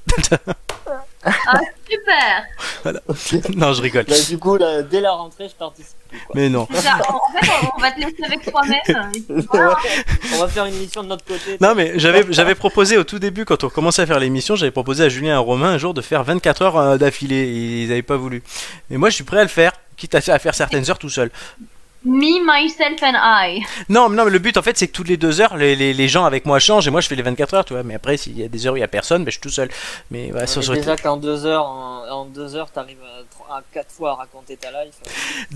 S1: Ah, Super
S2: <laughs> non, je rigole.
S4: Bah, du coup, là, dès la rentrée, je participe.
S2: Mais non.
S1: Déjà, En en fait, on- on va te laisser avec toi-même. Et puis, voilà.
S4: On va faire une émission de notre
S2: <laughs>
S4: côté.
S2: Non mais j'avais j'avais proposé au tout début quand on commençait à faire l'émission, j'avais proposé à Julien et à Romain un jour de faire 24 heures euh, d'affilée, ils n'avaient pas voulu. Mais moi je suis prêt à le faire, quitte à faire, à faire certaines heures tout seul.
S1: Me, myself and I.
S2: Non mais non mais le but en fait c'est que toutes les deux heures les, les, les gens avec moi changent et moi je fais les 24 heures tu vois. Mais après s'il y a des heures où il y a personne, ben, je suis tout seul. Mais voilà, ça
S4: Mais
S2: serait-
S4: déjà qu'en deux heures, en, en deux heures, t'arrives à, tro- à quatre fois à raconter ta life.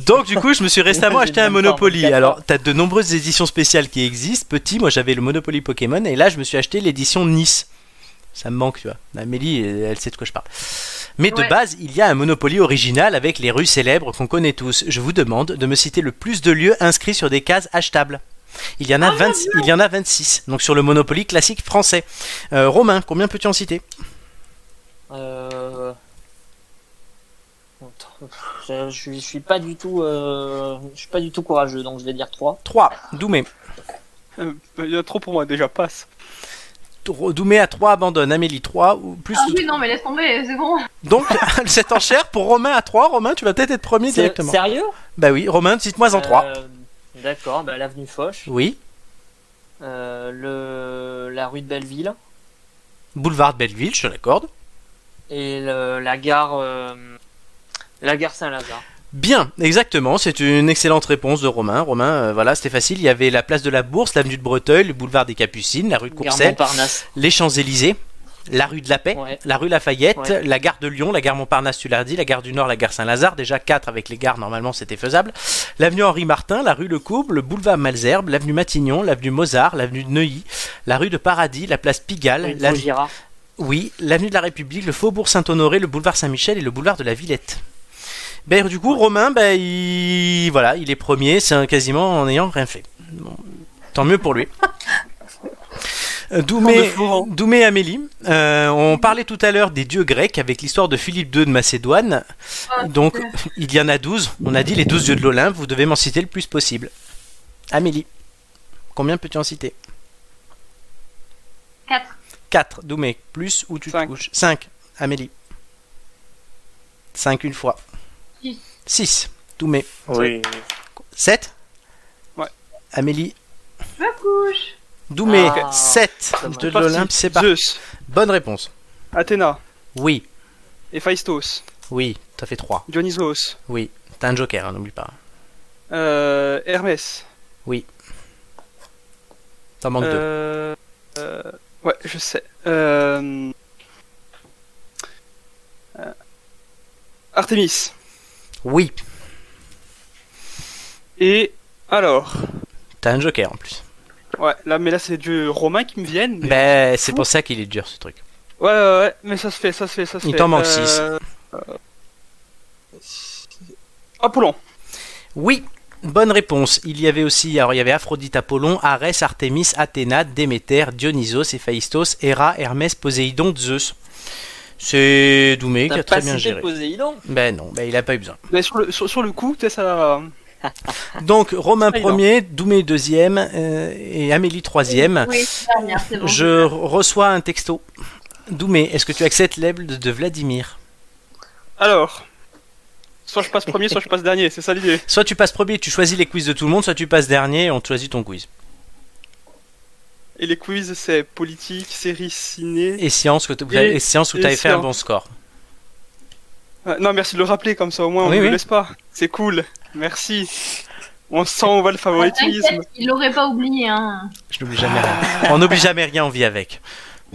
S2: Donc du coup, je
S4: <laughs>
S2: me suis récemment
S4: J'ai
S2: acheté un
S4: même pas
S2: Monopoly.
S4: envie de
S2: Alors, t'as de nombreuses éditions spéciales qui existent. Petit, moi j'avais le Monopoly Pokémon et là je me suis acheté l'édition Nice. Ça me manque, tu vois. Amélie, elle elle sait de quoi je parle. Mais de
S1: Ouais.
S2: base, il y a un Monopoly original avec les rues célèbres qu'on connaît tous. Je vous demande de me citer le plus de lieux inscrits sur des cases achetables. Il y en a, 20 il y en a 26, donc sur le Monopoly classique français. Euh, Romain, combien peux-tu en citer
S4: Euh... attends, Je, je, suis- je suis pas du tout, euh, je suis pas du tout courageux, donc je vais dire trois.
S2: 3. Doumé.
S3: Euh, Il y en a trop pour moi déjà, passe.
S2: Tro- Doumé à 3 abandonne. Amélie 3 ou plus.
S1: Ah oui, non, mais laisse tomber, c'est bon.
S2: Donc, <laughs> cette enchère pour Romain à 3. Romain, tu vas peut-être être premier
S4: C'est-
S2: directement.
S4: Sérieux
S2: Bah oui, Romain, cite-moi en 3.
S4: Euh, D'accord, bah, l'avenue Foch,
S2: Oui,
S4: euh, le, la rue de Belleville
S2: boulevard de Belleville, je te l'accorde.
S4: et le- la gare, euh, la gare Saint-Lazare.
S2: Bien, exactement, c'est une excellente réponse de Romain. Romain, euh, voilà, c'était facile. Il y avait la place de la Bourse, l'avenue de Breteuil, le boulevard des Capucines, la rue de
S4: Gare
S2: Courcelles,
S4: Montparnasse.
S2: les Champs-Élysées, la rue de la Paix,
S4: Ouais.
S2: la rue Lafayette,
S4: Ouais.
S2: la gare de Lyon, la gare Montparnasse, tu l'as dit, la gare du Nord, la gare Saint-Lazare, déjà 4 avec les gares, normalement c'était faisable. L'avenue Henri Martin, la rue Le Couble, le boulevard Malzerbe, l'avenue Matignon, l'avenue Mozart, l'avenue de Neuilly, la rue de Paradis, la place Pigalle,
S4: Rue de
S2: la
S4: Vaugirard.
S2: Oui, l'avenue de la République, le faubourg Saint-Honoré, le boulevard Saint-Michel et le boulevard de la Villette. Ben, du coup, Romain, ben, il... Voilà, il est premier, c'est un quasiment en n'ayant rien fait. Bon, tant mieux pour lui. Euh, Doumé, Doumé et Amélie, euh, on parlait tout à l'heure des dieux grecs avec l'histoire de Philippe II de Macédoine. Donc, il y en a 12. On a dit les 12 dieux de l'Olympe, vous devez m'en citer le plus possible. Amélie, combien peux-tu en citer
S1: 4.
S2: 4, Doumé, plus ou tu te
S3: Cinq.
S2: couches 5, Amélie. 5 une fois.
S1: Six.
S2: 6. Doumé.
S10: Oui.
S2: 7.
S3: Ouais.
S2: Amélie.
S1: Je me couche.
S2: Doumé.
S4: Ah,
S2: 7
S4: dommage.
S2: de
S3: Parti.
S2: l'Olympe. C'est parti.
S3: Zeus,
S2: Bonne réponse.
S3: Athéna,
S2: Oui.
S3: Héphaïstos,
S2: Oui. T'as fait 3.
S3: Dionysos,
S2: Oui. T'as un joker, hein, n'oublie pas.
S3: euh, Hermès.
S2: T'en manques 2.
S3: Euh, euh, ouais, je sais. Euh, euh, Artemis.
S2: Oui.
S3: Et alors
S2: T'as un joker en plus.
S3: Ouais, là, mais là, c'est du romain qui me viennent. mais-
S2: Ben, c'est pour ça qu'il est dur ce truc.
S3: Ouais, ouais, ouais, mais ça se fait, ça se fait, ça se
S2: Il
S3: fait.
S2: t'en manque
S3: Euh, euh, Apollon.
S2: Oui. Bonne réponse. Il y avait aussi, alors il y avait Aphrodite, Apollon, Arès, Artémis, Athéna, Déméter, Dionysos, Héphaïstos, Héra, Hermès, Poséidon, Zeus. C'est Doumé qui
S4: T'as
S2: a
S4: pas
S2: très bien
S4: cité
S2: géré.
S4: Poséidon
S2: Ben non, ben il a pas eu besoin.
S3: Mais sur le, sur, sur le coup, peut-être ça.
S2: Donc Romain
S3: Ah, il est
S2: premier, Doumé deuxième euh, et Amélie <laughs> troisième.
S1: Oui, c'est la dernière, c'est bon.
S2: Je reçois un texto. Doumé, est-ce que tu acceptes l'aigle de Vladimir
S3: Alors. Soit je passe
S2: <laughs>
S3: premier, soit je passe dernier, c'est ça l'idée.
S2: Soit tu passes premier, tu choisis les quiz de tout le monde, soit tu passes dernier et on te choisit ton quiz.
S3: Et les quiz, c'est politique, série, ciné.
S2: Et science, que t- vous
S3: Et-
S2: avez- et science où
S3: et
S2: tu avais fait un
S3: science.
S2: bon score.
S3: Ouais, Euh, non, merci de le rappeler, comme ça au moins on
S2: Oui,
S3: ne
S2: oui.
S3: le laisse pas. C'est cool, merci. On sent, on va le
S1: Ah,
S3: favoritisme.
S1: T'inquiète, il l'aurait pas oublié. Hein.
S2: Je n'oublie jamais rien. On n'oublie jamais rien, on vit avec.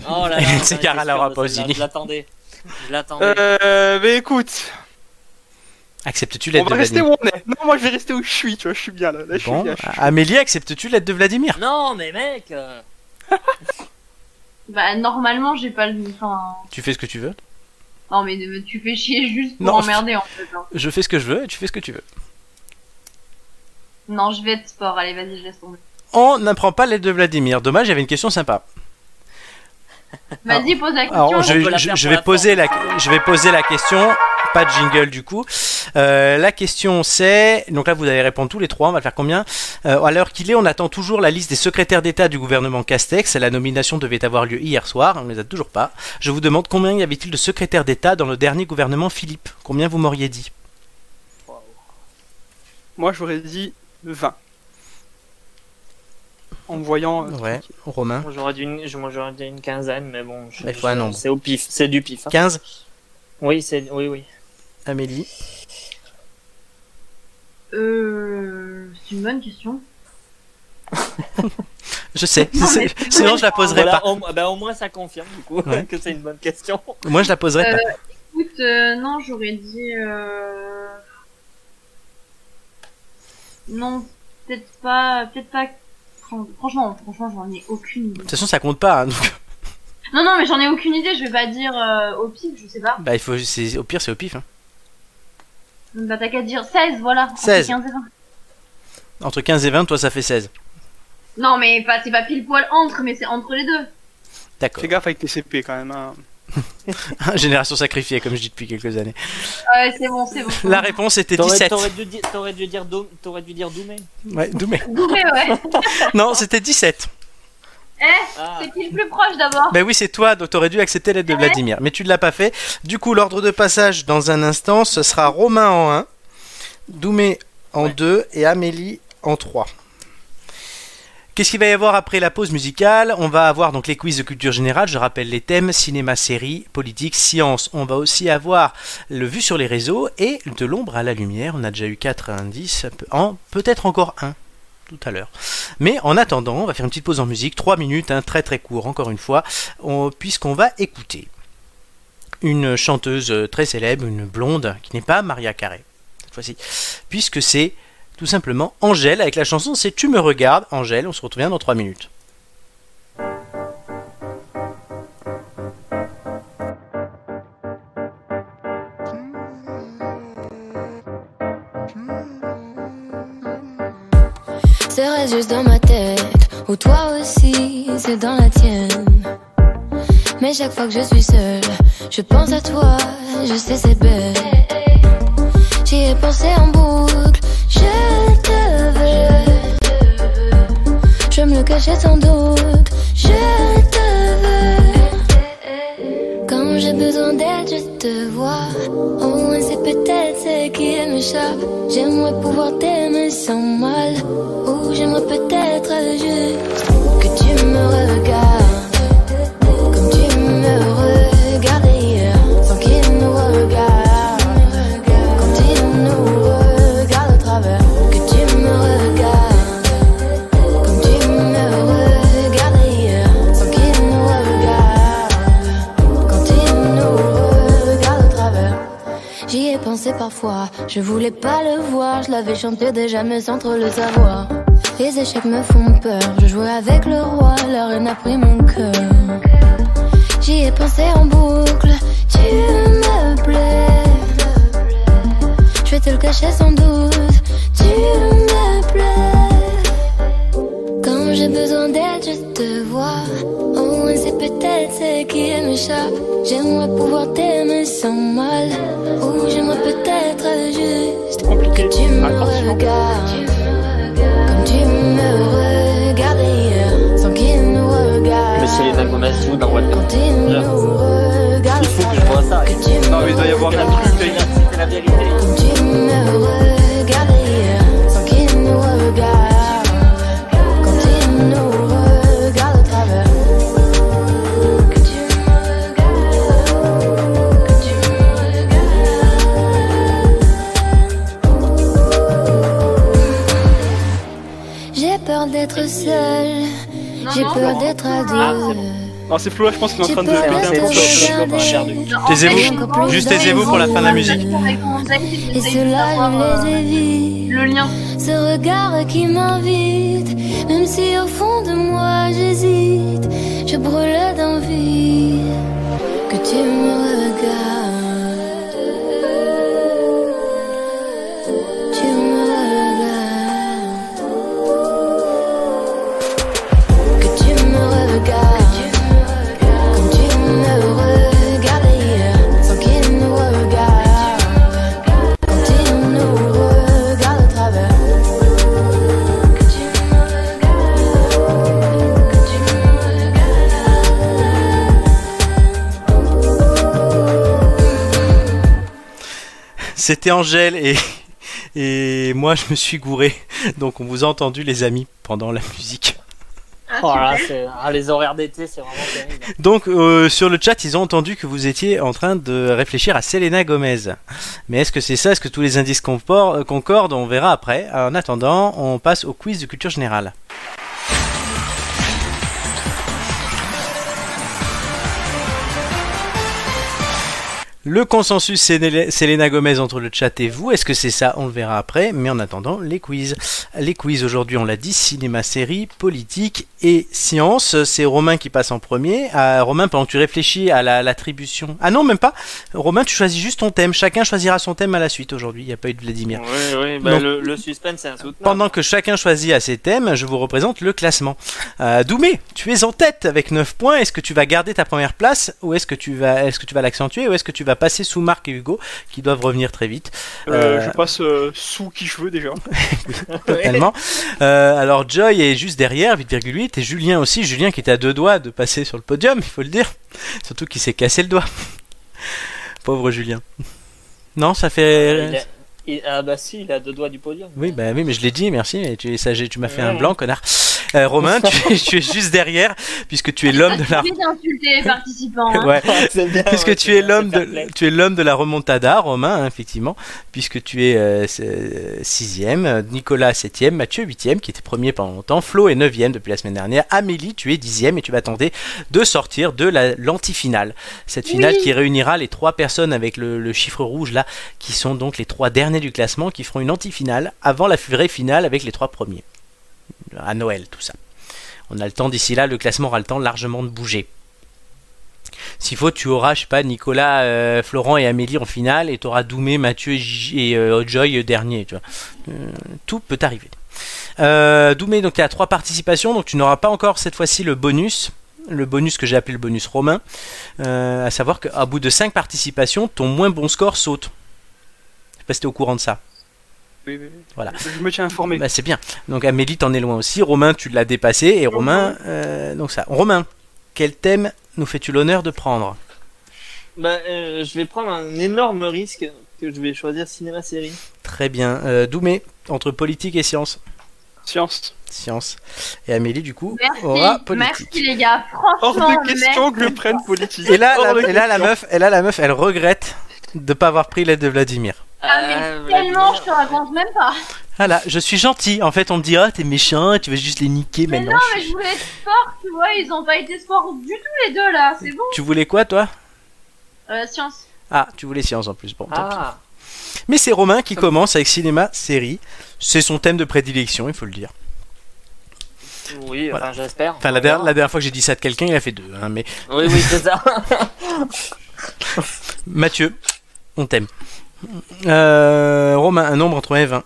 S4: Oh là là,
S2: Et
S4: on
S2: <laughs> c'est
S4: était
S2: Cara
S4: sûr
S2: Laura
S4: de celle-là,
S2: Pausini.
S4: Je l'attendais. Je l'attendais.
S3: Euh, mais écoute,
S2: Acceptes-tu
S3: on
S2: l'aide de
S3: va rester
S2: Vladimir
S3: où on est. Non, moi je vais rester où je suis, tu vois, je suis bien là. Là, je suis
S2: Bon,
S3: bien, je suis-
S2: Amélie, acceptes-tu l'aide de Vladimir
S4: Non, mais mec euh,
S1: Bah normalement j'ai pas le. Enfin,
S2: Tu fais ce que tu veux.
S1: non mais euh, tu fais chier juste pour
S2: Non.
S1: emmerder en fait. hein.
S2: Je fais ce que je veux et tu fais ce que tu veux.
S1: Non je vais être sport. Allez vas-y je laisse tomber.
S2: On n'apprend pas l'aide de Vladimir. Dommage, j'avais une question sympa.
S1: Vas-y pose la question.
S2: Alors, je,
S4: peut la
S2: je-
S4: faire
S2: je
S4: pour
S2: vais
S4: la
S2: poser la, je vais poser la question. Pas de jingle du coup. Euh, la question c'est, donc là vous allez répondre tous les trois, on va le faire combien Euh, À l'heure qu'il est, on attend toujours la liste des secrétaires d'État du gouvernement Castex. La nomination devait avoir lieu hier soir, on ne les a toujours pas. Je vous demande combien y avait-il de secrétaires d'État dans le dernier gouvernement Philippe Combien vous m'auriez dit
S3: Moi j'aurais dit 20. En me voyant. euh,
S2: Ouais, Romain.
S4: moi, J'aurais dit, une- moi, j'aurais dit une quinzaine, mais bon. je-
S2: Mais faut un
S4: je-
S2: nombre.
S4: C'est au pif, c'est du pif. hein.
S2: 15,
S4: Oui, c'est. Oui, oui.
S2: Amélie.
S1: Euh, c'est une bonne question.
S2: Je sais,
S1: Non, mais-
S2: c'est- sinon je la poserai
S4: Voilà,
S2: pas.
S4: au, bah, au moins ça confirme du coup
S2: Ouais.
S4: <laughs> que c'est une bonne question.
S2: Moi je la poserai
S1: Euh,
S2: pas.
S1: Écoute euh, non j'aurais dit. Euh... Non peut-être pas peut-être pas. Fran- Franchement franchement j'en ai aucune. idée.
S2: De toute façon ça compte pas, hein, donc
S1: Non non mais j'en ai aucune idée. Je vais pas dire euh, au pif je sais pas.
S2: bah, il faut, c'est- au pire c'est au pif. hein.
S1: Bah t'as qu'à dire 16 voilà. Entre
S2: 16.
S1: 15 et 20.
S2: Entre 15 et 20, toi ça fait 16.
S1: Non, mais pas, c'est pas pile poil entre, mais c'est entre les deux.
S2: D'accord.
S3: Fais gaffe avec tes CP quand
S2: <laughs>
S3: même. hein.
S2: Génération sacrifiée, comme je dis depuis quelques
S4: <laughs>
S2: années.
S1: Ouais, c'est bon, c'est bon.
S2: La réponse était
S4: T'aurais
S2: 17.
S4: t'aurais dû, di- t'aurais dû dire Dom- t'aurais dû dire Doumé.
S2: Ouais, Doumé.
S1: Bourré, ouais.
S2: <laughs> Non, c'était 17.
S1: Eh,
S4: Ah,
S1: c'est pile plus proche d'abord.
S2: Ben oui, c'est toi, donc t'aurais dû accepter l'aide de Vladimir. Mais tu ne l'as pas fait. Du coup, l'ordre de passage dans un instant, ce sera Romain en 1, Doumé en 2 et Amélie en 3. Qu'est-ce qu'il va y avoir après la pause musicale On va avoir donc les quiz de culture générale, je rappelle les thèmes, cinéma, série, politique, science. On va aussi avoir le vu sur les réseaux et de l'ombre à la lumière. On a déjà eu 4 indices, peu- en- peut-être encore un tout à l'heure. Mais en attendant, on va faire une petite pause en musique, 3 minutes, hein, très très court encore une fois, on- puisqu'on va écouter une chanteuse euh, très célèbre, une blonde, qui n'est pas Maria Carré, cette fois-ci, puisque c'est tout simplement Angèle, avec la chanson c'est Tu me regardes, Angèle, on se retrouve bien dans 3 minutes. <laughs>
S6: Serait-ce juste dans ma tête Ou toi aussi, c'est dans la tienne Mais chaque fois que je suis seule Je pense à toi, je sais c'est belle J'y ai pensé en boucle Je te veux Je me le cachais sans doute Je te veux Quand j'ai besoin d'aide, je te vois Au moins c'est peut-être ce qui m'échappe. J'aimerais pouvoir t'aimer sans mal. Ou j'aimerais peut-être juste que tu me regardes. Comme tu me regardais sans qu'il nous regarde. Quand il nous regarde au travers. Que tu me regardes. Comme tu me regardais sans qu'il nous regarde. Quand il nous regarde au travers. J'y ai pensé parfois, je voulais pas le voir, je l'avais chanté déjà mais sans trop le savoir. Les échecs me font peur, je jouais avec le roi, la reine a pris mon cœur. J'y ai pensé en boucle, tu me plais. Je vais te le cacher sans doute, tu me plais. Quand j'ai besoin d'aide, je te vois. Oh, et c'est peut-être ce qui m'échappe. J'aimerais pouvoir t'aimer sans mal. Ou j'aimerais peut-être juste
S3: Compliqué.
S6: que tu me
S3: Attention.
S6: regardes. Comme tu me regardais sans qu'il nous regarde.
S4: Mais c'est Selena Gomez joue dans Walker.
S6: Quand il nous
S4: Là.
S6: regarde.
S4: Il faut que je vois ça.
S6: Que tu
S3: Non, mais il doit y
S6: me
S3: avoir un
S6: regardes.
S3: truc avec-
S4: C'était la vérité.
S6: Comme tu me regardais sans qu'il nous regarde. Quand il nous regarde au travers. Que tu me regardes. Que tu me regardes. J'ai peur d'être seule.
S1: Non,
S6: J'ai
S1: non,
S6: peur
S1: non.
S6: d'être à
S1: Ah,
S6: deux.
S3: Non, c'est Flo, là, je pense qu'il est en train de
S6: J'ai
S3: péter
S6: peur
S3: un
S4: C'est
S3: peu.
S4: un
S6: d'être
S4: peu cher de-
S1: Non, en
S2: Taisez-vous.
S1: fait, je pense-
S2: Juste taisez-vous pour la fin de la musique.
S6: Et cela, je les évite.
S1: euh, Le lien.
S6: Ce regard qui m'invite, même si au fond de moi j'hésite, je brûle d'envie que tu me regardes. Tu me regardes. Que tu me regardes. Comme tu me regardais sans qu'il nous regarde. Quand il nous regarde au travers. Que tu me regardes. Que tu me regardes.
S2: C'était Angèle et, et moi je me suis gouré. Donc on vous a entendu les amis pendant la musique.
S4: Oh là, c'est- ah, les horaires d'été, c'est vraiment terrible.
S2: Donc euh, sur le chat ils ont entendu que vous étiez en train de réfléchir à Selena Gomez. Mais est-ce que c'est ça Est-ce que tous les indices compor- euh, concordent On verra après. En attendant, on passe au quiz de culture générale. Le consensus Séné- Selena Gomez entre le chat et vous, est-ce que c'est ça On le verra après, mais en attendant, les quiz. Les quiz aujourd'hui, on l'a dit, cinéma, série, politique et science. C'est Romain qui passe en premier. Euh, Romain, pendant que tu réfléchis à la- l'attribution... ah non, même pas Romain, tu choisis juste ton thème. Chacun choisira son thème à la suite aujourd'hui. Il n'y a pas eu de Vladimir.
S4: Oui, oui, bah,
S2: Non.
S4: le, le suspense, c'est insoutenable.
S2: Pendant que chacun choisit à ses thèmes, je vous représente le classement. Euh, Doumé, tu es en tête avec 9 points. Est-ce que tu vas garder ta première place ou est-ce que tu vas, est-ce que tu vas l'accentuer ou est-ce que tu vas passer sous Marc et Hugo qui doivent revenir très vite
S3: Euh,
S2: Euh,
S3: Je passe euh, sous qui je veux déjà.
S2: totalement. Euh, alors Joy est juste derrière 8,8 et Julien aussi. Julien qui était à deux doigts de passer sur le podium, il faut le dire. Surtout qu'il s'est cassé le doigt. <laughs> Pauvre Julien. Non, ça fait.
S4: Euh, Il a- il- ah bah si, il a deux doigts du podium.
S2: Oui, bah oui, mais je l'ai dit, merci, mais tu, ça, j'ai- tu m'as fait un blanc, connard. Euh, Romain, tu, <laughs> es- tu es juste derrière, puisque tu es l'homme de la...
S1: J'ai
S2: <laughs>
S1: d'insulter les participants. hein.
S2: Ouais.
S4: C'est bien, <laughs> ouais,
S2: Puisque tu
S4: c'est
S2: es
S4: bien,
S2: l'homme
S4: c'est fair
S2: de,
S4: play.
S2: tu es l'homme de la remontada, Romain, hein, effectivement, puisque tu es euh, c'est- sixième, euh, Nicolas septième, Mathieu huitième, qui était premier pendant longtemps, Flo est neuvième depuis la semaine dernière, Amélie, tu es dixième et tu vas tenter de sortir de la l'antifinale. Cette finale qui réunira les trois personnes avec le, le chiffre rouge là, qui sont donc les trois derniers du classement, qui feront une antifinale avant la vraie finale avec les trois premiers. À Noël, tout ça. On a le temps d'ici là, le classement aura le temps largement de bouger. S'il faut, tu auras, je sais pas, Nicolas, euh, Florent et Amélie en finale, et tu auras Doumé, Mathieu et, Gigi- et, euh, Joy dernier. Tu vois. Euh, tout peut arriver. Euh, Doumé, donc tu as trois participations, donc tu n'auras pas encore cette fois-ci le bonus, le bonus que j'ai appelé le bonus romain, euh, à savoir qu'à bout de cinq participations, ton moins bon score saute. Je sais pas si t'es au courant de ça.
S3: Oui, oui, oui.
S2: Voilà.
S3: Je me tiens informé.
S2: Bah, c'est bien. Donc Amélie, t'en es loin aussi. Romain, tu l'as dépassé. Et Romain, euh, donc ça. Romain, quel thème nous fais-tu l'honneur de prendre
S4: Bah, euh, je vais prendre un énorme risque que je vais choisir cinéma-série.
S2: Très bien. Euh, Doumé, entre politique et science.
S3: Science.
S2: Science. Et Amélie, du coup,
S1: Merci,
S2: aura politique.
S1: merci les gars,
S3: Hors
S1: franchement.
S3: de question que je prenne politique.
S2: Et là, la,
S3: Hors de
S2: et là, la
S3: question.
S2: meuf, et là, la meuf, elle regrette de pas avoir pris l'aide de Vladimir.
S1: Ah, mais tellement, je te raconte même pas.
S2: Ah là, je suis gentil. En fait, on me dit, ah, t'es méchant, tu veux juste les niquer
S1: Mais
S2: maintenant.
S1: non, mais je voulais être sport, tu vois, ils ont pas été sport du tout les deux là, c'est bon.
S2: Tu voulais quoi, toi
S1: Euh, science.
S2: Ah, tu voulais science en plus. Bon, tant pis.
S4: Ah,
S2: Mais c'est Romain qui commence avec cinéma, série. C'est son thème de prédilection, il faut le dire.
S4: oui,
S2: Voilà.
S4: enfin, j'espère.
S2: Enfin, la, dernière- la dernière fois que j'ai dit ça de quelqu'un, il a fait deux. hein, mais
S4: Oui, oui, c'est ça.
S2: Mathieu, on t'aime. Euh, Romain, un nombre entre 1 et 20.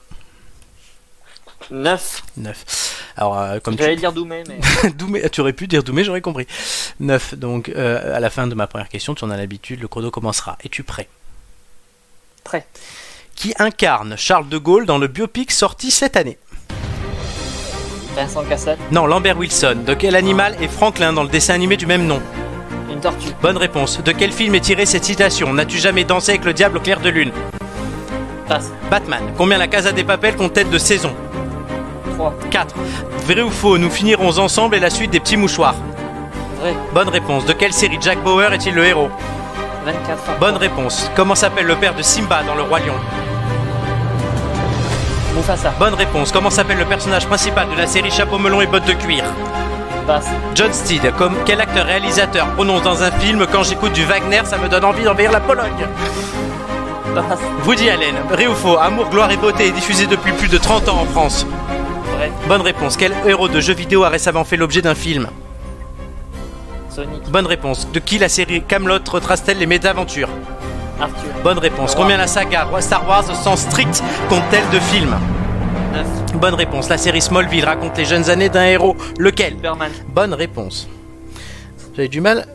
S4: 9.
S2: 9. Alors, euh, comme
S4: J'allais
S2: tu...
S4: dire Doumé, mais.
S2: <laughs> Doumé- ah, tu aurais pu dire Doumé, j'aurais compris. 9. Donc, euh, à la fin de ma première question, tu en as l'habitude, le chrono commencera. Es-tu prêt
S4: Prêt.
S2: Qui incarne Charles de Gaulle dans le biopic sorti cette année
S4: <laughs> Vincent Cassel,
S2: Non, Lambert Wilson. De quel animal est Franklin dans le dessin animé du même nom
S4: une tortue.
S2: Bonne réponse. De quel film est tirée cette citation N'as-tu jamais dansé avec le diable au clair de lune
S4: Passe.
S2: Batman. Combien la Casa des Papels compte-t-elle de saison
S4: 3.
S2: 4. Vrai ou faux, nous finirons ensemble et la suite des petits mouchoirs.
S4: Vrai.
S2: Bonne réponse. De quelle série Jack Bauer est-il le héros
S4: 24.
S2: Bonne réponse. Comment s'appelle le père de Simba dans Le Roi Lion
S4: Mufasa.
S2: Bonne réponse. Comment s'appelle le personnage principal de la série Chapeau melon et bottes de cuir
S4: Passe.
S2: John Steed. Comme quel acteur réalisateur prononce dans un film quand j'écoute du Wagner, ça me donne envie d'envahir la Pologne
S4: Passe.
S2: Woody Allen. Vrai ou faux, Amour, gloire et beauté est diffusé depuis plus de 30 ans en France.
S4: Vrai.
S2: Bonne réponse. Quel héros de jeu vidéo a récemment fait l'objet d'un film
S4: Sonic.
S2: Bonne réponse. De qui la série Camelot retrace-t-elle les mésaventures
S4: Arthur.
S2: Bonne réponse.
S4: Star Wars.
S2: Combien la saga Roi- Star Wars au sens strict compte-t-elle de films
S4: 9.
S2: Bonne réponse. La série Smallville raconte les jeunes années d'un héros. Lequel
S4: Superman.
S2: Bonne réponse. J'avais du mal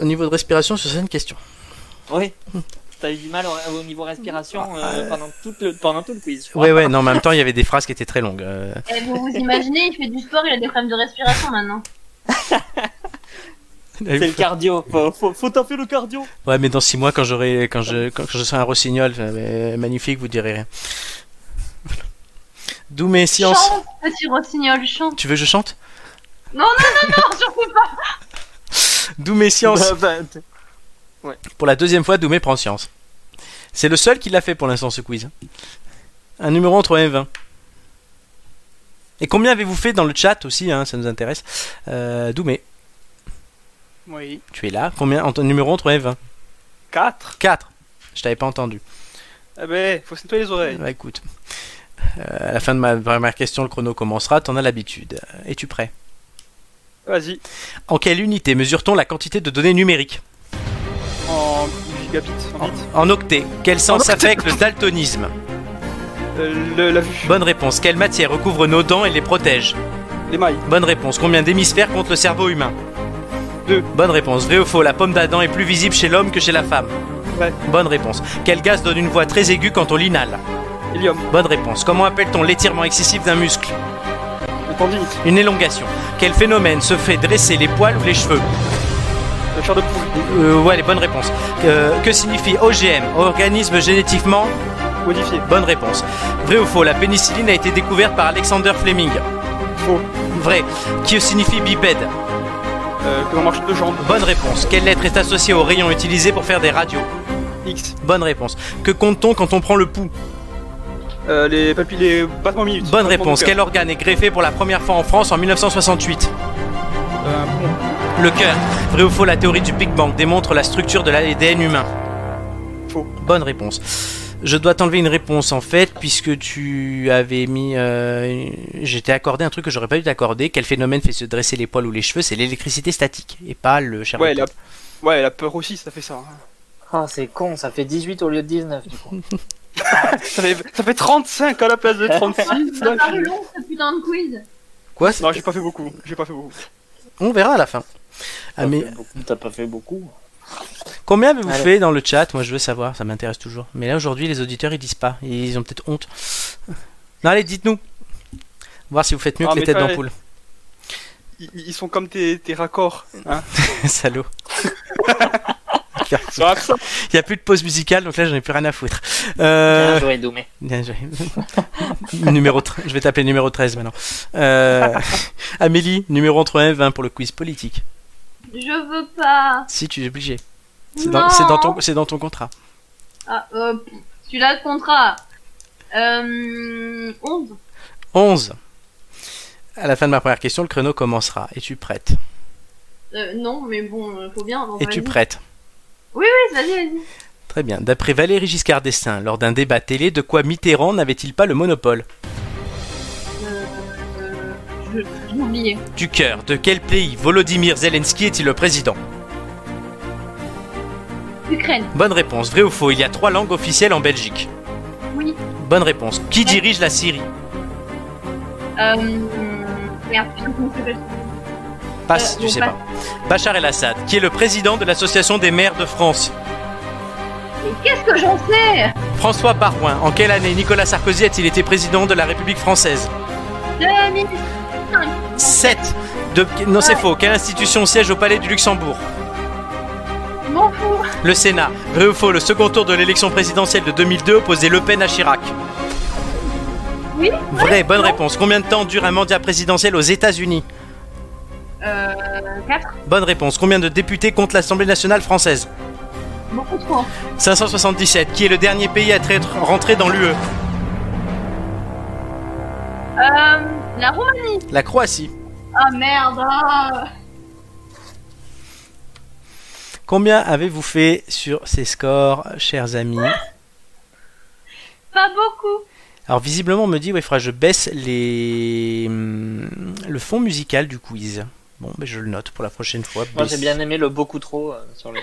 S2: au niveau de respiration sur cette question.
S4: Oui. T'as eu du mal au, au niveau respiration euh, pendant, tout le, pendant tout le quiz. je crois.
S2: Ah, Ouais, ouais, non, en même temps, il y avait des phrases qui étaient très longues. euh.
S1: Et Eh, vous vous imaginez, il fait du sport, il a des problèmes de respiration maintenant.
S4: C'est le cardio. Faut, faut, faut taper le cardio.
S2: Ouais, mais dans six mois, quand j'aurai, quand je, quand, quand je serai un rossignol, euh, magnifique, vous direz rien. Doumé, science.
S1: Chante, petit rossignol, chante.
S2: Tu veux que je chante
S1: Non, non, non, non, surtout pas.
S2: Doumé, science.
S4: <laughs> Bah, bah, t-
S2: Pour la deuxième fois, Doumé prend science. C'est le seul qui l'a fait pour l'instant ce quiz. Un numéro entre 1 et 20. Et combien avez-vous fait dans le chat aussi, hein, ça nous intéresse. Euh, Doumé,
S3: Oui.
S2: tu es là. Combien en numéro entre 1 et 20
S3: 4.
S2: 4. Je t'avais pas entendu.
S3: Eh ben, faut se nettoyer les oreilles.
S2: Bah, écoute. Euh, à la fin de ma première question, le chrono commencera, t'en as l'habitude. Euh, Es-tu prêt
S3: Vas-y.
S2: En quelle unité mesure-t-on la quantité de données numériques
S3: En gigabits, en bits.
S2: En octets. Quel sens
S3: En octets.
S2: affecte le daltonisme
S3: Euh, le- la vue.
S2: Bonne réponse. Quelle matière recouvre nos dents et les protège
S3: Les mailles.
S2: Bonne réponse. Combien d'hémisphères compte le cerveau humain
S3: Deux.
S2: Bonne réponse. Vrai ou faux La pomme d'Adam est plus visible chez l'homme que chez la femme
S3: Vrai.
S2: Bonne réponse. Quel gaz donne une voix très aiguë quand on l'inhale
S3: Helium.
S2: Bonne réponse. Comment appelle-t-on l'étirement excessif d'un muscle
S3: Le tendinite.
S2: Une élongation. Quel phénomène se fait dresser les poils ou les cheveux
S3: La chair de poule.
S2: Euh, Ouais, les bonnes réponses. Euh, que signifie OGM Organisme génétiquement
S3: Modifié.
S2: Bonne réponse. Vrai ou faux La pénicilline a été découverte par Alexander Fleming
S3: Faux.
S2: Vrai. Que signifie bipède
S3: Euh, que l'on marche deux jambes.
S2: Bonne réponse. Quelle lettre est associée au rayon utilisé pour faire des radios
S3: X.
S2: Bonne réponse. Que compte-t-on quand on prend le pouls
S3: Euh, les papilles, les battements minutes.
S2: Bonne
S3: Battements
S2: réponse.
S3: de cœur.
S2: Quel organe est greffé pour la première fois en France en 1968
S3: Euh, bon.
S2: Le cœur. Vrai ou faux, la théorie du Big Bang démontre la structure de l'ADN humain
S3: Faux.
S2: Bonne réponse. Je dois t'enlever une réponse en fait, puisque tu avais mis. euh, J'étais accordé un truc que j'aurais pas dû t'accorder. Quel phénomène fait se dresser les poils ou les cheveux C'est l'électricité statique et pas le cerveau.
S3: Ouais, la... ouais, la peur aussi, ça fait ça. hein.
S4: Ah, c'est con, ça fait 18 au lieu de 19 du coup.
S3: <laughs> Ça fait, ça fait 35 à la place de
S4: <laughs>
S3: 36.
S1: Ça
S3: ça,
S1: a paru
S3: je-
S1: long ce putain de quiz.
S2: Quoi c'est-
S3: Non, j'ai pas fait beaucoup. J'ai pas fait beaucoup.
S2: On verra à la fin. Ah, mais
S4: T'as pas fait beaucoup.
S2: Combien avez-vous
S4: Allez.
S2: fait dans le chat Moi, je veux savoir, ça m'intéresse toujours. Mais là, aujourd'hui, les auditeurs, ils disent pas. Ils ont peut-être honte. Non, allez, dites-nous. Voir si vous faites mieux
S3: Ah,
S2: que les
S3: mais
S2: têtes
S3: ça,
S2: d'ampoule.
S4: <laughs>
S2: <laughs>
S3: Ils, ils sont comme tes, tes raccords. hein.
S2: Salaud. car
S3: Sur Absa.
S2: il n'y a plus de pause musicale, donc là j'en ai plus rien à foutre.
S4: Bien
S2: Euh,
S4: joué, Doumé.
S2: bien joué. <laughs> numéro tre- Je vais t'appeler numéro 13 maintenant. Euh, Amélie, numéro entre 1 et 20 pour le quiz politique.
S1: Je veux pas.
S2: Si, tu es obligé. C'est dans, c'est dans ton, c'est dans ton contrat.
S1: Ah, euh, pff, celui-là, le contrat. Euh, 11.
S2: 11. À la fin de ma première question, le chrono commencera. Es-tu prête
S1: Euh, non, mais bon, euh, faut bien. bon,
S2: Es-tu
S1: vas-y.
S2: prête
S1: Oui, Vas-y, vas-y.
S2: Très bien. D'après Valéry Giscard d'Estaing, lors d'un débat télé, de quoi Mitterrand n'avait-il pas le monopole
S1: Euh, euh, je- J'ai oublié.
S2: Du cœur, de quel pays Volodymyr Zelensky est-il le président
S1: Ukraine.
S2: Bonne réponse. Vrai ou faux Il y a trois langues officielles en Belgique.
S1: Oui.
S2: Bonne réponse. Qui dirige la Syrie
S1: Euh, merde, putain, comment ça s'appelle
S2: Passe,
S1: Euh,
S2: tu
S1: bon,
S2: sais
S1: passe.
S2: pas. Bachar el-Assad, qui est le président de l'Association des maires de France.
S1: Mais qu'est-ce que j'en sais
S2: François Barouin, en quelle année Nicolas Sarkozy a-t-il été président de la République française
S1: 2005.
S2: 7. Non, c'est faux. Quelle institution siège au Palais du Luxembourg
S1: Je m'en fous.
S2: Le Sénat. Vrai ou faux, le second tour de l'élection présidentielle de 2002 opposait Le Pen à Chirac.
S1: Oui.
S2: Vrai, bonne réponse. Combien de temps dure un mandat présidentiel aux États-Unis
S1: Euh, 4.
S2: Bonne réponse. Combien de députés compte l'Assemblée nationale française
S1: Beaucoup trop.
S2: 577. Qui est le dernier pays à être rentré dans E. l'UE
S1: Euh, la Roumanie.
S2: La Croatie.
S1: Ah merde. ah.
S2: Combien avez-vous fait sur ces scores, chers amis
S1: Pas beaucoup.
S2: Alors visiblement on me dit, ouais, il faudra que je baisse les... hum, le fond musical du quiz. Bon, mais je le note pour la prochaine fois.
S4: Moi,
S2: Baisse.
S4: j'ai bien aimé le beaucoup trop euh,
S2: <laughs>
S4: sur le.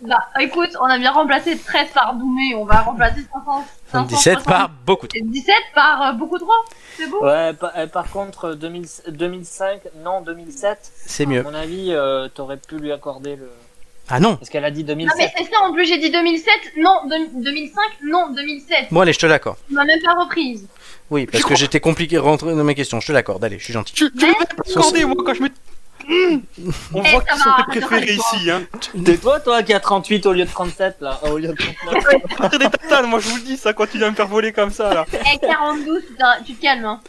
S1: Bah écoute, on a bien remplacé 13 par Doumé. On va remplacer 500.
S2: 17 par beaucoup de...
S1: 17 par euh, beaucoup trop. C'est beau.
S4: Ouais, par, euh, par contre, 2000 2005, non, 2007.
S2: C'est
S4: À
S2: mieux.
S4: mon avis, euh, t'aurais pu lui accorder le.
S2: Ah non
S4: Parce qu'elle a dit
S1: Non
S4: 2007.
S1: mais c'est ça en plus j'ai dit 2007, non deux- 2005, non 2007.
S2: Bon allez, je te l'accorde.
S1: Tu m'as même pas reprise.
S2: Oui, parce que j'étais compliqué rentré dans mes questions. Je te l'accorde. Allez, je suis gentil.
S3: Tu, tu me fais pas scander, moi, quand je me. Mmh. On
S1: Eh,
S3: voit
S1: ça
S3: qui sont
S1: va,
S3: tes
S1: arrête de
S3: préférés
S1: parler, toi.
S3: ici, hein.
S4: C'est toi, toi, qui a 38 au lieu de 37, là. euh, au lieu de 39.
S3: Partir <laughs> des tatanes, moi, je vous le dis, ça, quand tu viens me faire voler comme ça, là.
S1: <laughs> Eh 42, putain, tu te calmes. Hein.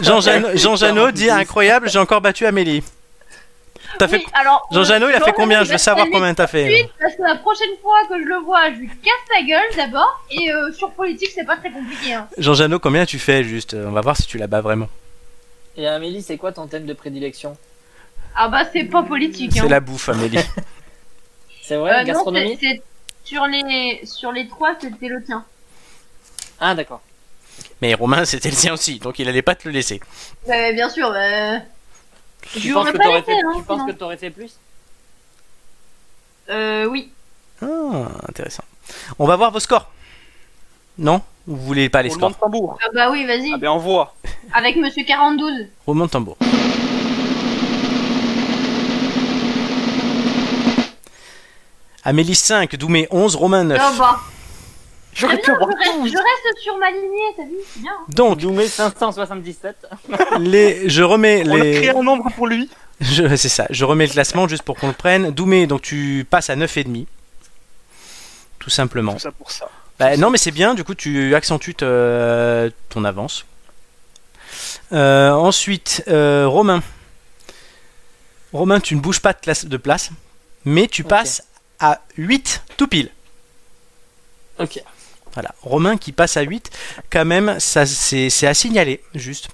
S2: Jean, Jean, Jean Janot dit
S4: 46.
S2: incroyable, j'ai encore battu Amélie. T'as fait...
S1: Oui, alors,
S2: Jean
S1: euh,
S2: Janot, il a fait
S1: Jean-Jean,
S2: combien Je
S1: va
S2: veux savoir
S1: se calmer
S2: combien t'as
S1: tout de
S2: fait.
S1: suite, Parce que la prochaine fois que je le vois, je lui casse la gueule d'abord. Et euh, sur politique, c'est pas très compliqué. Hein.
S2: Jean Janot, combien tu fais juste euh, On va voir si tu la bats vraiment.
S4: Et Amélie, c'est quoi ton thème de prédilection
S1: Ah bah c'est pas politique. Hein.
S2: C'est la bouffe, Amélie. <laughs>
S4: C'est
S1: Euh,
S4: vrai,
S1: non,
S4: gastronomie
S1: c'est- c'est- sur les sur les trois, c'était le tien.
S4: Ah, d'accord.
S2: Mais Romain, c'était le sien aussi, donc il allait pas te le laisser.
S1: Euh, bien sûr. Euh...
S4: Tu
S1: Je
S4: penses
S1: aurais
S4: que
S1: pas
S4: t'aurais
S1: laissé,
S4: fait,
S1: hein,
S4: tu penses
S1: sinon.
S4: que t'aurais fait plus
S1: Euh, oui.
S2: Ah, intéressant. On va voir vos scores. Non Vous voulez pas les
S3: Roulement
S2: scores
S3: de tambour.
S1: Ah bah oui, vas-y.
S3: Ah, ben, envoie.
S1: Avec Monsieur 42.
S2: Roulement de tambour. Amélie 5, Doumé 11, Romain 9.
S1: Ah bah.
S3: J'aurais
S1: Très
S3: pu
S1: bien,
S3: avoir
S1: je reste,
S3: 12.
S1: je reste sur ma lignée, t'as vu C'est bien. hein.
S2: Donc,
S4: Doumé 577.
S2: les, je remets
S3: On a
S2: les.
S3: créé un nombre pour lui.
S2: Je- c'est ça, je remets le classement juste pour qu'on le prenne. Doumé, donc tu passes à 9,5. Tout simplement.
S3: Tout ça pour ça.
S2: Bah, non, mais c'est bien, du coup, tu accentues te- ton avance. Euh, ensuite, euh, Romain. Romain, tu ne bouges pas de, classe- de place, mais tu
S4: Ok.
S2: passes à 8 tout pile.
S4: Ok.
S2: Voilà. Romain qui passe à 8, quand même, ça c'est c'est à signaler, juste.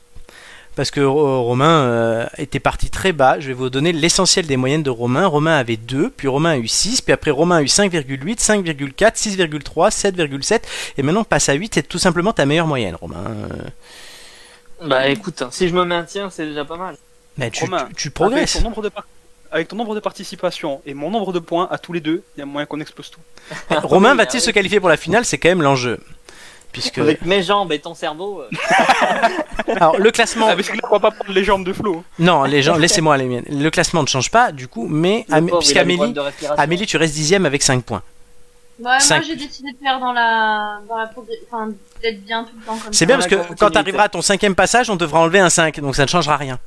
S2: Parce que euh, Romain euh, était parti très bas. Je vais vous donner l'essentiel des moyennes de Romain. Romain avait 2, puis Romain a eu 6, puis après Romain a eu 5,8, 5,4, 6,3, 7,7, et maintenant on passe à 8. C'est tout simplement ta meilleure moyenne, Romain. Euh,
S4: <laughs> Bah écoute, hein, si je me maintiens, c'est déjà pas mal.
S2: mais tu,
S3: Romain,
S2: tu- tu progresses.
S3: Avec ton, nombre de par- avec ton nombre de participations et mon nombre de points à tous les deux, il y a moyen qu'on explose tout.
S2: <laughs> Romain
S3: <laughs>
S4: Oui,
S2: va-t-il
S4: bah
S2: se
S4: oui.
S2: qualifier pour la finale C'est quand même l'enjeu. Puisque...
S4: Avec mes jambes et ton cerveau. <laughs> euh,
S2: Alors, le classement...
S3: Ah, mais c'est clair qu'on va pas prendre les jambes de Flo.
S2: Non, les gens, laissez-moi les miennes. Le classement ne change pas, du coup, mais
S4: le
S2: Am-
S4: pauvre, il a des
S2: puisqu'Amélie,
S4: problèmes de respiration.
S2: Amélie, tu restes dixième avec 5 points.
S1: Ouais,
S2: Cinq.
S1: Bah, moi j'ai décidé de faire dans la dans la progr- enfin d'être bien tout le temps comme ça.
S2: C'est bien parce
S4: la
S2: que
S4: continuité.
S2: quand tu arriveras à ton cinquième passage, on devra enlever un 5, donc ça ne changera rien.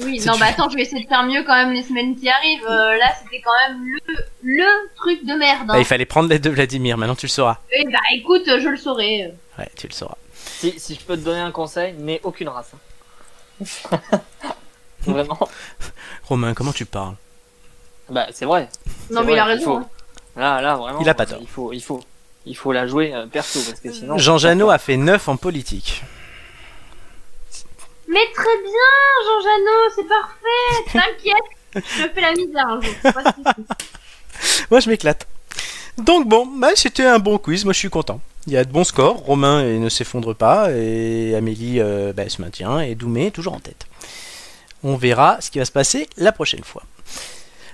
S1: Oui,
S2: C'est
S1: non,
S2: du-
S1: bah attends, je vais essayer de faire mieux quand même les semaines qui arrivent. Euh, là, c'était quand même le, le truc de merde.
S2: Bah,
S1: Hein.
S2: il fallait prendre l'aide de Vladimir, maintenant tu le sauras.
S1: Eh bah écoute, je le saurai.
S2: Ouais, tu le sauras.
S4: Si, si je peux te donner un conseil, n'aie aucune race. hein. Vraiment.
S2: Romain, comment tu parles
S4: Bah, c'est vrai.
S1: Non,
S4: C'est
S1: mais il a
S4: vrai,
S1: raison.
S4: faut-
S1: hein.
S4: Là, là, vraiment.
S2: Il a pas tort.
S4: Il faut, il faut, il faut la jouer euh, perso parce que
S1: <laughs>
S4: sinon.
S2: Jean Janot a fait 9 en politique.
S1: Mais très bien, Jean Janot, c'est parfait. T'inquiète, je te fais la misère un jour. Pas de soucis.
S2: Moi, je m'éclate. Donc bon, bah, c'était un bon quiz, moi je suis content. Il y a de bons scores, Romain euh, ne s'effondre pas, et Amélie euh, bah, se maintient, et Doumé est toujours en tête. On verra ce qui va se passer la prochaine fois.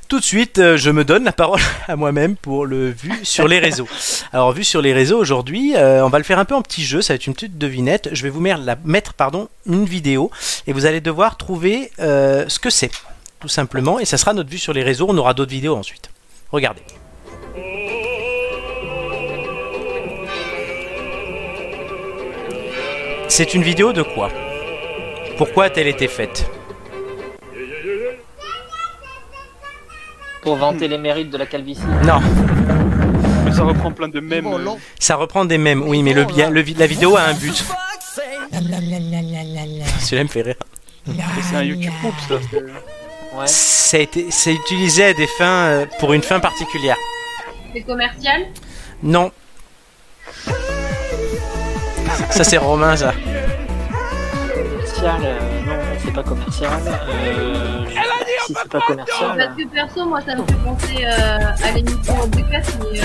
S2: Tout de suite, euh, je me donne la parole <laughs> à moi-même pour le vu sur les réseaux. Alors, vu sur les réseaux aujourd'hui, euh, on va le faire un peu en petit jeu, ça va être une petite devinette. Je vais vous mettre, la- mettre, pardon, une vidéo, et vous allez devoir trouver euh, ce que c'est, tout simplement, et ça sera notre vue sur les réseaux, on aura d'autres vidéos ensuite. Regardez. C'est une vidéo de quoi Pourquoi a-t-elle été faite
S4: Pour vanter les mérites de la calvitie.
S2: Non,
S3: Mais ça reprend plein de mêmes. euh,
S2: ça reprend des mêmes, oui, mais le bien, le, vi- la vidéo a un but. Celui-là me fait rire.
S3: et c'est un YouTube poop, ça. c'est-
S4: Ouais.
S2: Ça a été- C'est utilisé à des fins, euh, pour une fin particulière.
S1: C'est commercial
S2: Non. Ça c'est Romain, ça.
S4: Commercial, euh, non, c'est pas commercial. Euh, je sais pas si c'est pas
S1: Parce
S4: commercial.
S1: que perso, moi, ça me fait penser euh, à l'émission de classe, mais. Euh,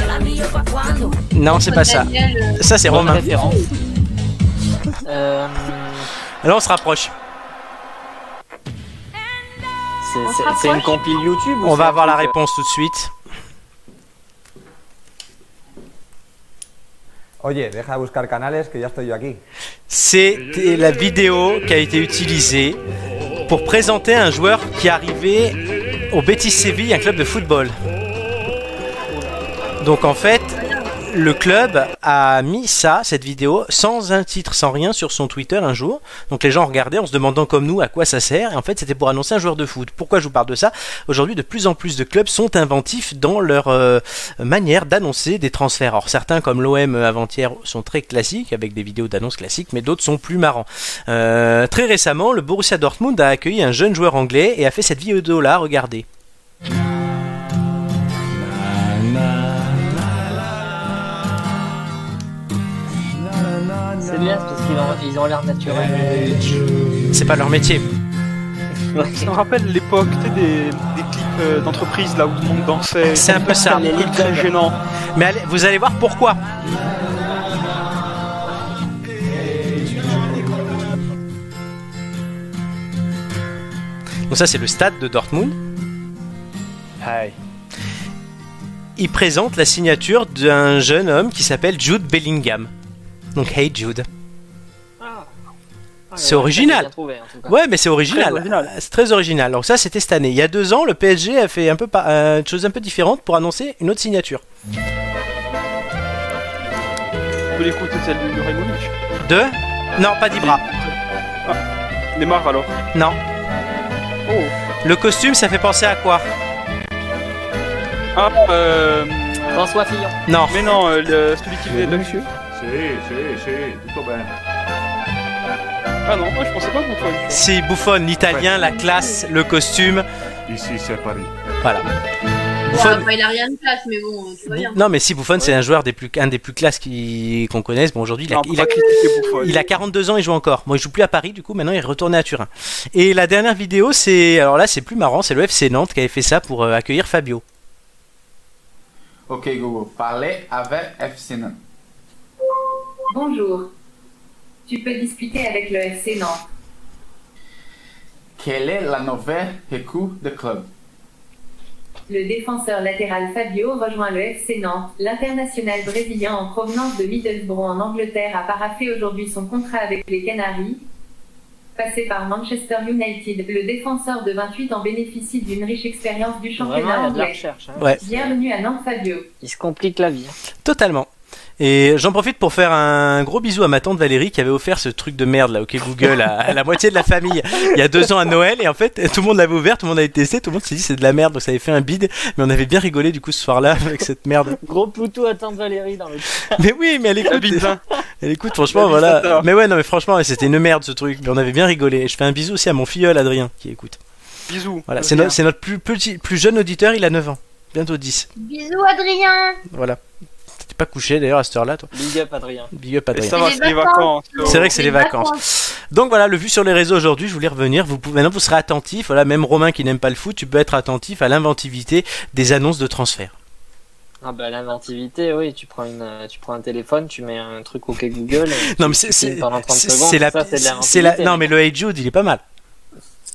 S2: Non, c'est pas ça.
S1: Daniel, euh,
S2: Ça c'est
S4: Bonne
S2: Romain.
S4: référence. Euh,
S2: Alors on se rapproche.
S4: c'est-
S1: On se
S4: c'est- c'est une
S1: rapproche
S4: compile YouTube. ou
S2: On
S4: c'est
S2: va
S4: un
S2: avoir la
S4: truc, euh,
S2: réponse tout de suite.
S5: Oye, deja de buscar canales que ya estoy yo aquí.
S2: C'est la vidéo qui a été utilisée pour présenter un joueur qui arrivait au Betis Séville, un club de football. Donc en fait, le club a mis ça, cette vidéo, sans un titre, sans rien, sur son Twitter un jour. Donc les gens regardaient en se demandant comme nous à quoi ça sert. Et en fait, c'était pour annoncer un joueur de foot. Pourquoi je vous parle de ça Aujourd'hui, de plus en plus de clubs sont inventifs dans leur euh, manière d'annoncer des transferts. Alors certains, comme l'OM avant-hier, sont très classiques, avec des vidéos d'annonces classiques, mais d'autres sont plus marrants. Euh, très récemment, le Borussia Dortmund a accueilli un jeune joueur anglais et a fait cette vidéo-là, regardez.
S4: euh, C'est bien parce qu'ils ont- ils ont l'air naturels.
S2: C'est pas leur métier.
S3: Ça me rappelle l'époque, tu sais, des, des clips euh, d'entreprise là où tout le monde dansait.
S2: C'est un peu ça.
S3: Les clips très gênants.
S2: Mais allez- vous allez voir pourquoi. Euh, Donc ça c'est le stade de Dortmund. Il présente la signature d'un jeune homme qui s'appelle Jude Bellingham. Donc Hey Jude.
S3: Ah.
S2: C'est original. Ouais, mais c'est original.
S3: Très original.
S2: C'est très original. Donc ça, c'était cette année. Il y a deux ans, le PSG a fait un peu pa- euh, une chose un peu différente pour annoncer une autre signature.
S3: Vous l'écoutez, celle de Raymond
S2: De Non, pas d'Ibra.
S3: Ah. Neymar alors.
S2: Non.
S3: Oh.
S2: Le costume, ça fait penser à quoi
S3: Ah, euh.
S4: François Fillon.
S2: Non.
S3: Mais non, euh, le- celui qui faisait de monsieur. Ah non, moi je pensais pas qu'on pouvait.
S2: C'est Buffon, l'italien, la classe, le costume.
S10: Ici, c'est Paris.
S2: Voilà.
S1: bon,
S2: Buffon.
S1: bah, il a rien de classe, mais bon, tu vois bien.
S2: Non, mais si Buffon, c'est un joueur des plus, un des plus classes qui- qu'on connaisse. Bon, aujourd'hui, il a,
S3: Non,
S2: il a-
S3: pas critiquer Buffon.
S2: Il a 42 ans, il joue encore. Moi, il joue plus à Paris, du coup, maintenant il est retourné à Turin. Et la dernière vidéo, c'est. Alors là, c'est plus marrant, c'est le FC Nantes qui avait fait ça pour euh, accueillir Fabio.
S10: Ok, Google, parlez avec FC Nantes.
S6: Bonjour. Tu peux discuter avec le FC Nantes.
S10: Quelle est la nouvelle recrue de club
S6: Le défenseur latéral Fabio rejoint le FC Nantes. L'international brésilien en provenance de Middlesbrough en Angleterre a paraphé aujourd'hui son contrat avec les Canaries. Passé par Manchester United, le défenseur de 28 ans bénéficie d'une riche expérience du
S4: Vraiment, il y
S6: championnat
S4: a de la
S6: anglais.
S4: recherche. hein.
S2: Ouais,
S6: Bienvenue à Nantes Fabio.
S4: Il se complique la vie. hein.
S2: totalement. Et j'en profite pour faire un gros bisou à ma tante Valérie qui avait offert ce truc de merde là, OK Google, à, à la moitié de la famille il y a deux ans à Noël. Et en fait, tout le monde l'avait ouvert, tout le monde avait testé, tout le monde s'est dit c'est de la merde, donc ça avait fait un bide. Mais on avait bien rigolé du coup ce soir-là avec cette merde.
S4: Gros Pluto attend Valérie dans le chat.
S2: <laughs> Mais oui, mais elle écoute. Elle écoute, franchement, voilà. Mais ouais, non, mais franchement, c'était une merde ce truc. Mais on avait bien rigolé. Et je fais un bisou aussi à mon filleul Adrien qui écoute.
S3: Bisous.
S2: Voilà, c'est no- c'est notre plus, petit, plus jeune auditeur, il a 9 ans. Bientôt 10.
S1: Bisous Adrien
S2: Voilà. T'étais pas couché d'ailleurs à cette heure-là, toi.
S4: Big up, Adrien.
S2: Big up, Adrien.
S3: Ça va,
S1: C'est
S3: c'est
S1: les
S3: les vacances. euh,
S2: C'est vrai que c'est les vacances. Donc voilà, le vu sur les réseaux aujourd'hui, je voulais revenir. Vous pouvez, maintenant, vous serez attentif. Voilà, même Romain qui n'aime pas le foot, tu peux être attentif à l'inventivité des annonces de transfert.
S4: Ah bah l'inventivité, oui, tu prends, une, euh, tu prends un téléphone, tu mets un truc OK Google. et
S2: Non, mais
S4: tu-
S2: c'est
S4: tu
S2: c'est-
S4: filmes pendant 30
S2: c'est-
S4: secondes,
S2: c'est la,
S4: ça, c'est de
S2: c'est la-
S4: l'inventivité.
S2: non mais le Hey Jude, il est pas mal.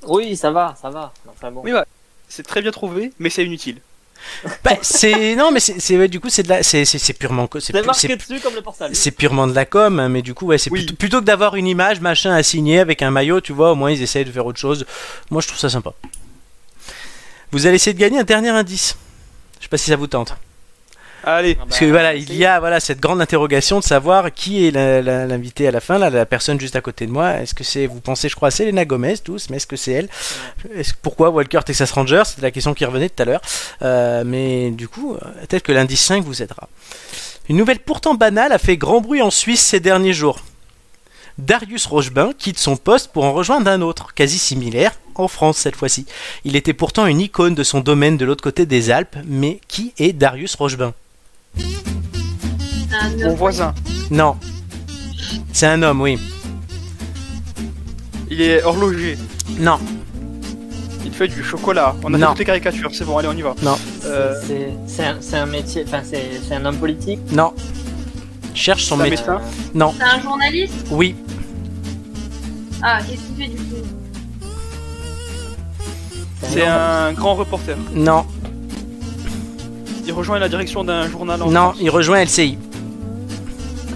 S4: Oui, ça va, ça va. Enfin bon.
S3: Oui, bah, C'est très bien trouvé, mais c'est inutile.
S2: Bah, c'est non mais c'est c'est- ouais, du coup c'est de la c'est c'est- c'est purement co- c'est
S4: C'est
S2: pu-
S4: marqué
S2: c'est-
S4: dessus comme le portable.
S2: c'est purement de la com, hein, mais du coup ouais c'est
S3: Oui.
S2: plutôt, plutôt que d'avoir une image machin à signer avec un maillot, tu vois, au moins ils essayent de faire autre chose. Moi je trouve ça sympa. Vous allez essayer de gagner un dernier indice. Je sais pas si ça vous tente.
S3: Allez,
S4: Ah bah,
S2: Parce que voilà,
S4: c'est-
S2: il y a voilà cette grande interrogation de savoir qui est la- la- l'invité à la fin, là, la personne juste à côté de moi. Est-ce que c'est, vous pensez, je crois, c'est Elena Gomez tous, mais est-ce que c'est elle Est-ce- Pourquoi Walker Texas Ranger C'était la question qui revenait tout à l'heure. Euh, mais du coup, euh, peut-être que l'indice 5 vous aidera. Une nouvelle pourtant banale a fait grand bruit en Suisse ces derniers jours. Darius Rochebin quitte son poste pour en rejoindre un autre, quasi similaire, en France cette fois-ci. Il était pourtant une icône de son domaine de l'autre côté des Alpes, mais qui est Darius Rochebin
S1: Un
S3: mon
S1: homme.
S3: voisin.
S2: Non. C'est un homme, oui.
S3: Il est horloger.
S2: Non,
S3: Il fait du chocolat. On
S2: Non.
S3: a fait toutes les caricatures. C'est bon, allez, on y va.
S2: Non.
S3: Euh,
S4: C'est- C'est un, c'est un métier, enfin c'est c'est un homme politique.
S2: non. Cherche son
S3: C'est un
S2: métier.
S3: médecin.
S1: C'est un journaliste
S2: Oui,
S1: Ah, qu'est-ce qu'il fait du coup
S3: C'est un grand reporter.
S2: non,
S3: Il rejoint la direction d'un journal. En
S2: non,
S3: France.
S2: il rejoint LCI.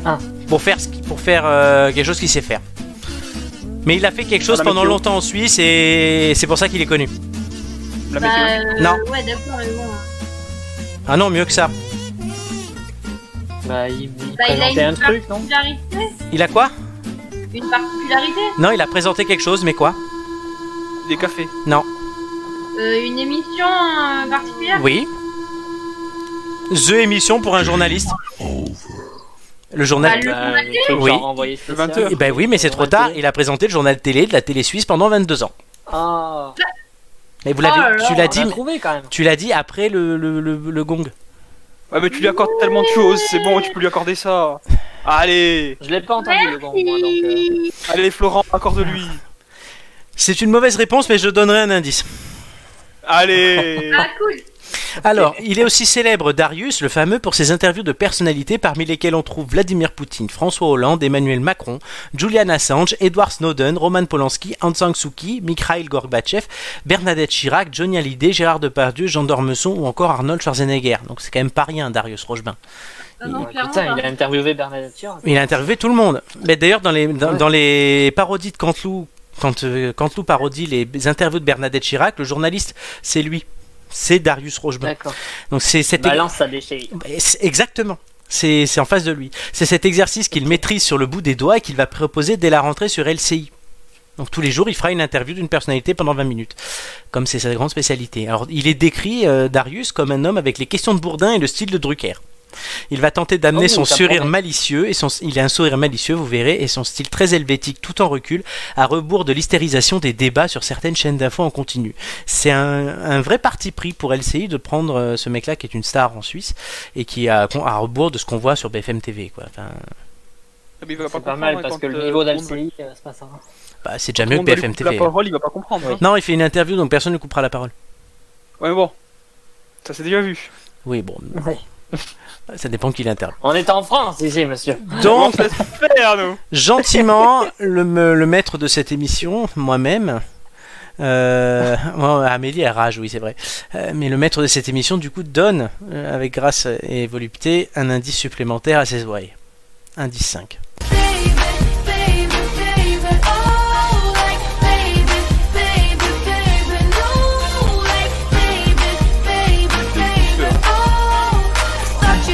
S4: Ah.
S2: Pour faire, ce qui- pour faire euh, quelque chose qu'il sait faire. Mais il a fait quelque chose
S3: la
S2: pendant
S3: météo.
S2: longtemps en Suisse et c'est pour ça qu'il est connu.
S3: La météo.
S1: Bah, euh,
S2: Non.
S1: Ouais, d'accord, mais bon.
S2: Ah non, mieux que ça.
S4: Bah, il, il
S1: Bah, il a
S4: présentait un
S1: une
S4: truc, non
S1: particularité
S2: Il a quoi
S1: Une particularité
S2: Non, il a présenté quelque chose, mais quoi
S3: Des cafés.
S1: Euh, Une émission euh, particulière
S2: Oui. The émission pour un journaliste. Le
S1: Bah,
S2: journal. euh,
S1: le
S4: Bah,
S1: journal
S4: le truc
S2: Oui.
S4: genre envoyé spécial.
S3: Le 20.
S2: Eh ben oui, mais c'est trop tard. Il a présenté le journal télé de la télé suisse pendant 22 ans.
S4: Ah,
S2: Mais vous
S1: Oh
S2: l'avez,
S1: là
S2: tu
S1: là,
S2: l'as
S4: on
S2: dit,
S4: l'a trouvé quand même.
S2: tu l'as dit après le, le, le- le gong.
S3: Ouais, mais tu lui accordes tellement de choses. C'est bon, tu peux lui accorder ça. Allez,
S4: Je l'ai pas entendu le gong, moi donc. euh,
S3: allez, Florent, accorde-lui.
S2: C'est une mauvaise réponse, mais je donnerai un indice.
S4: <laughs>
S3: Allez.
S1: Ah, cool
S2: Alors, il est aussi célèbre, Darius, le fameux, pour ses interviews de personnalités parmi lesquelles on trouve Vladimir Poutine, François Hollande, Emmanuel Macron, Julian Assange, Edward Snowden, Roman Polanski, Aung San Suu Kyi, Mikhail Gorbatchev, Bernadette Chirac, Johnny Hallyday, Gérard Depardieu, Jean Dormesson ou encore Arnold Schwarzenegger. Donc c'est quand même pas rien, Darius Rochebin.
S1: Non, non, clairement
S4: Putain,
S1: pas.
S4: il a interviewé Bernadette Chirac.
S2: Il a interviewé tout le monde. Mais d'ailleurs, dans les, dans,
S4: Ouais.
S2: dans les parodies de Canteloup, quand euh, Canteloup parodie les interviews de Bernadette Chirac, le journaliste, c'est lui. C'est Darius Rochebin.
S4: D'accord.
S2: Donc c'est cet ex-
S4: Balance ça déchet.
S2: Et Bah, c'est- Exactement. C'est c'est en face de lui. C'est cet exercice qu'il maîtrise sur le bout des doigts et qu'il va proposer dès la rentrée sur LCI. Donc tous les jours, il fera une interview d'une personnalité pendant 20 minutes, comme c'est sa grande spécialité. Alors il est décrit, euh, Darius, comme un homme avec les questions de Bourdin et le style de Drucker. Il va tenter d'amener
S4: Oh,
S2: son
S4: ça
S2: sourire
S4: promet.
S2: malicieux, et son, il a un sourire malicieux, vous verrez, et son style très helvétique tout en recul, à rebours de l'hystérisation des débats sur certaines chaînes d'infos en continu. C'est un, un vrai parti pris pour LCI de prendre euh, ce mec-là qui est une star en Suisse et qui est à, à rebours de ce qu'on voit sur BFM TV. Quoi. Enfin,
S3: Mais il va
S4: C'est pas
S3: comprendre,
S4: mal
S3: hein,
S4: parce
S3: quand,
S4: que le
S3: euh,
S4: niveau
S3: tout monde-
S4: d'Alcéi, euh, c'est pas ça.
S2: bah, c'est déjà
S3: tout
S2: mieux
S3: le
S2: que
S3: monde va lui
S2: BFM
S3: couper
S2: TV.
S3: La parole, il va pas comprendre. hein.
S2: Non, il fait une interview donc personne ne coupera la parole.
S3: Ouais, mais bon. Ça s'est déjà vu.
S2: Oui, bon,
S4: Ouais.
S2: <laughs> ça dépend qui l'interviewe.
S4: On est en France ici, monsieur.
S3: Comment
S2: <laughs>
S3: on
S2: Donc,
S3: peut se faire, nous
S2: gentiment, le, me- le maître de cette émission, moi-même, euh, bon, Amélie, elle rage, oui, c'est vrai. Euh, mais le maître de cette émission, du coup, donne, euh, avec grâce et volupté, un indice supplémentaire à ses oreilles. Indice 5.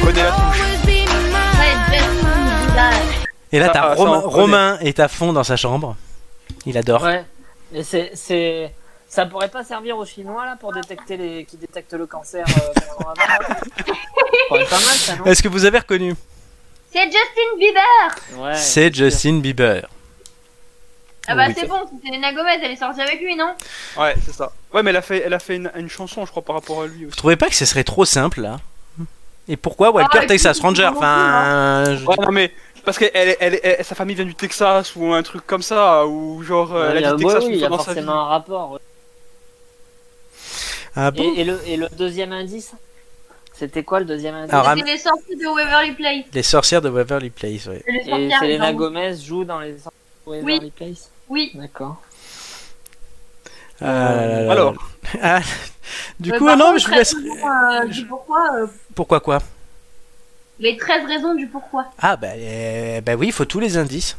S3: Connais la touche.
S1: Ouais,
S2: Et là,
S3: Ah,
S2: t'as
S3: ah, ça,
S2: Romain,
S3: on connaît.
S2: Romain est à fond dans sa chambre. Il adore.
S4: Ouais. Mais c'est, c'est, ça pourrait pas servir aux Chinois là pour détecter les, qui détectent le cancer. euh, qu'on va avoir, là Ça pourrait être pas mal ça, non
S2: Est-ce que vous avez reconnu
S1: C'est Justin Bieber
S4: Ouais.
S2: C'est Justin Bieber.
S1: Ah bah
S2: Oui.
S1: c'est bon, c'est Selena Gomez, elle est sortie avec lui, non
S3: Ouais, c'est ça. Ouais, mais elle a fait, elle a fait une, une chanson, je crois, par rapport à lui
S2: Vous
S3: aussi.
S2: trouvez pas que ce serait trop simple là Et pourquoi Walker
S1: Ah, et
S2: Texas
S1: puis,
S2: Ranger
S1: non
S2: Enfin,
S4: hein.
S2: je-
S3: Ouais, non, mais parce que elle, elle, elle- sa famille vient du Texas ou un truc comme ça, ou genre euh,
S4: Ouais,
S3: elle
S4: il y
S3: a
S4: a-
S3: dit
S4: ouais,
S3: Texas
S4: oui,
S3: une
S4: il y
S3: fois
S4: a
S3: dans sa vie.
S4: forcément un rapport. ouais.
S2: Ah bon
S4: Et, et le, et le deuxième indice C'était quoi le deuxième indice
S2: Alors,
S1: C'était les sorties de Waverly Place.
S2: Les sorcières de Waverly Place, ouais.
S1: Les
S4: Et
S1: sorcières,
S4: Selena
S1: genre.
S4: Gomez joue dans les Waverly Place.
S1: Oui.
S4: D'accord.
S2: Ah là là là
S3: Alors.
S2: là. Ah, du
S1: Euh,
S2: coup,
S1: par
S2: non,
S1: contre,
S2: mais je vous
S1: 13
S2: laisse.
S1: raisons, euh, du pourquoi euh,
S2: Pourquoi quoi
S1: Les 13 raisons du pourquoi.
S2: Ah bah, euh, bah oui, il faut tous les indices.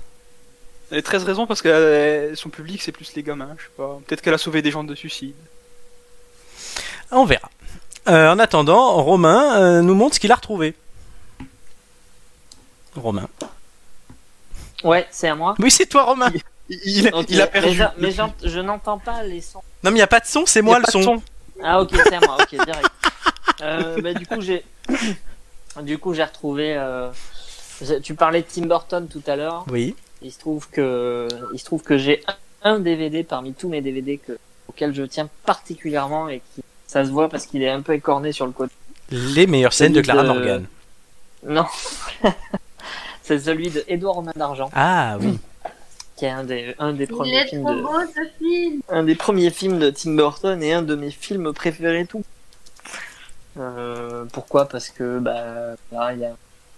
S3: Elle a 13 raisons parce que euh, son public c'est plus les gamins, je sais pas. Peut-être qu'elle a sauvé des gens de suicide.
S2: Ah, On verra. Euh, en attendant, Romain euh, nous montre ce qu'il a retrouvé. Romain.
S4: Ouais, c'est à moi.
S2: Oui, c'est toi, Romain.
S3: Il, il-
S4: Ok,
S3: il a perdu.
S4: Mais, j'en- mais j'en- je n'entends pas les sons.
S2: Non, mais il n'y a pas de son, c'est
S3: Il y
S2: moi
S3: a
S2: le
S3: pas de
S2: son.
S4: Ah ok, c'est à moi,
S3: <laughs>
S4: ok, direct. Euh, bah, du coup, j'ai du coup j'ai retrouvé... euh, j'ai- Tu parlais de Tim Burton tout à l'heure.
S2: Oui.
S4: Il se trouve que, il se trouve que j'ai un DVD parmi tous mes DVD que, auquel je tiens particulièrement et qui, ça se voit parce qu'il est un peu écorné sur le côté.
S2: Les meilleures scènes de
S4: Celui
S2: Clara
S3: euh,
S4: de-
S2: Morgan.
S4: Non. <laughs> c'est celui de Édouard Romain d'Argent,
S2: Ah oui.
S4: qui est un des, un des
S1: Il
S4: premiers
S1: est
S4: films
S1: trop
S4: de,
S1: beau ce film
S4: un des premiers films de Tim Burton et un de mes films préférés tout. Euh, pourquoi Parce que bah là, il y a,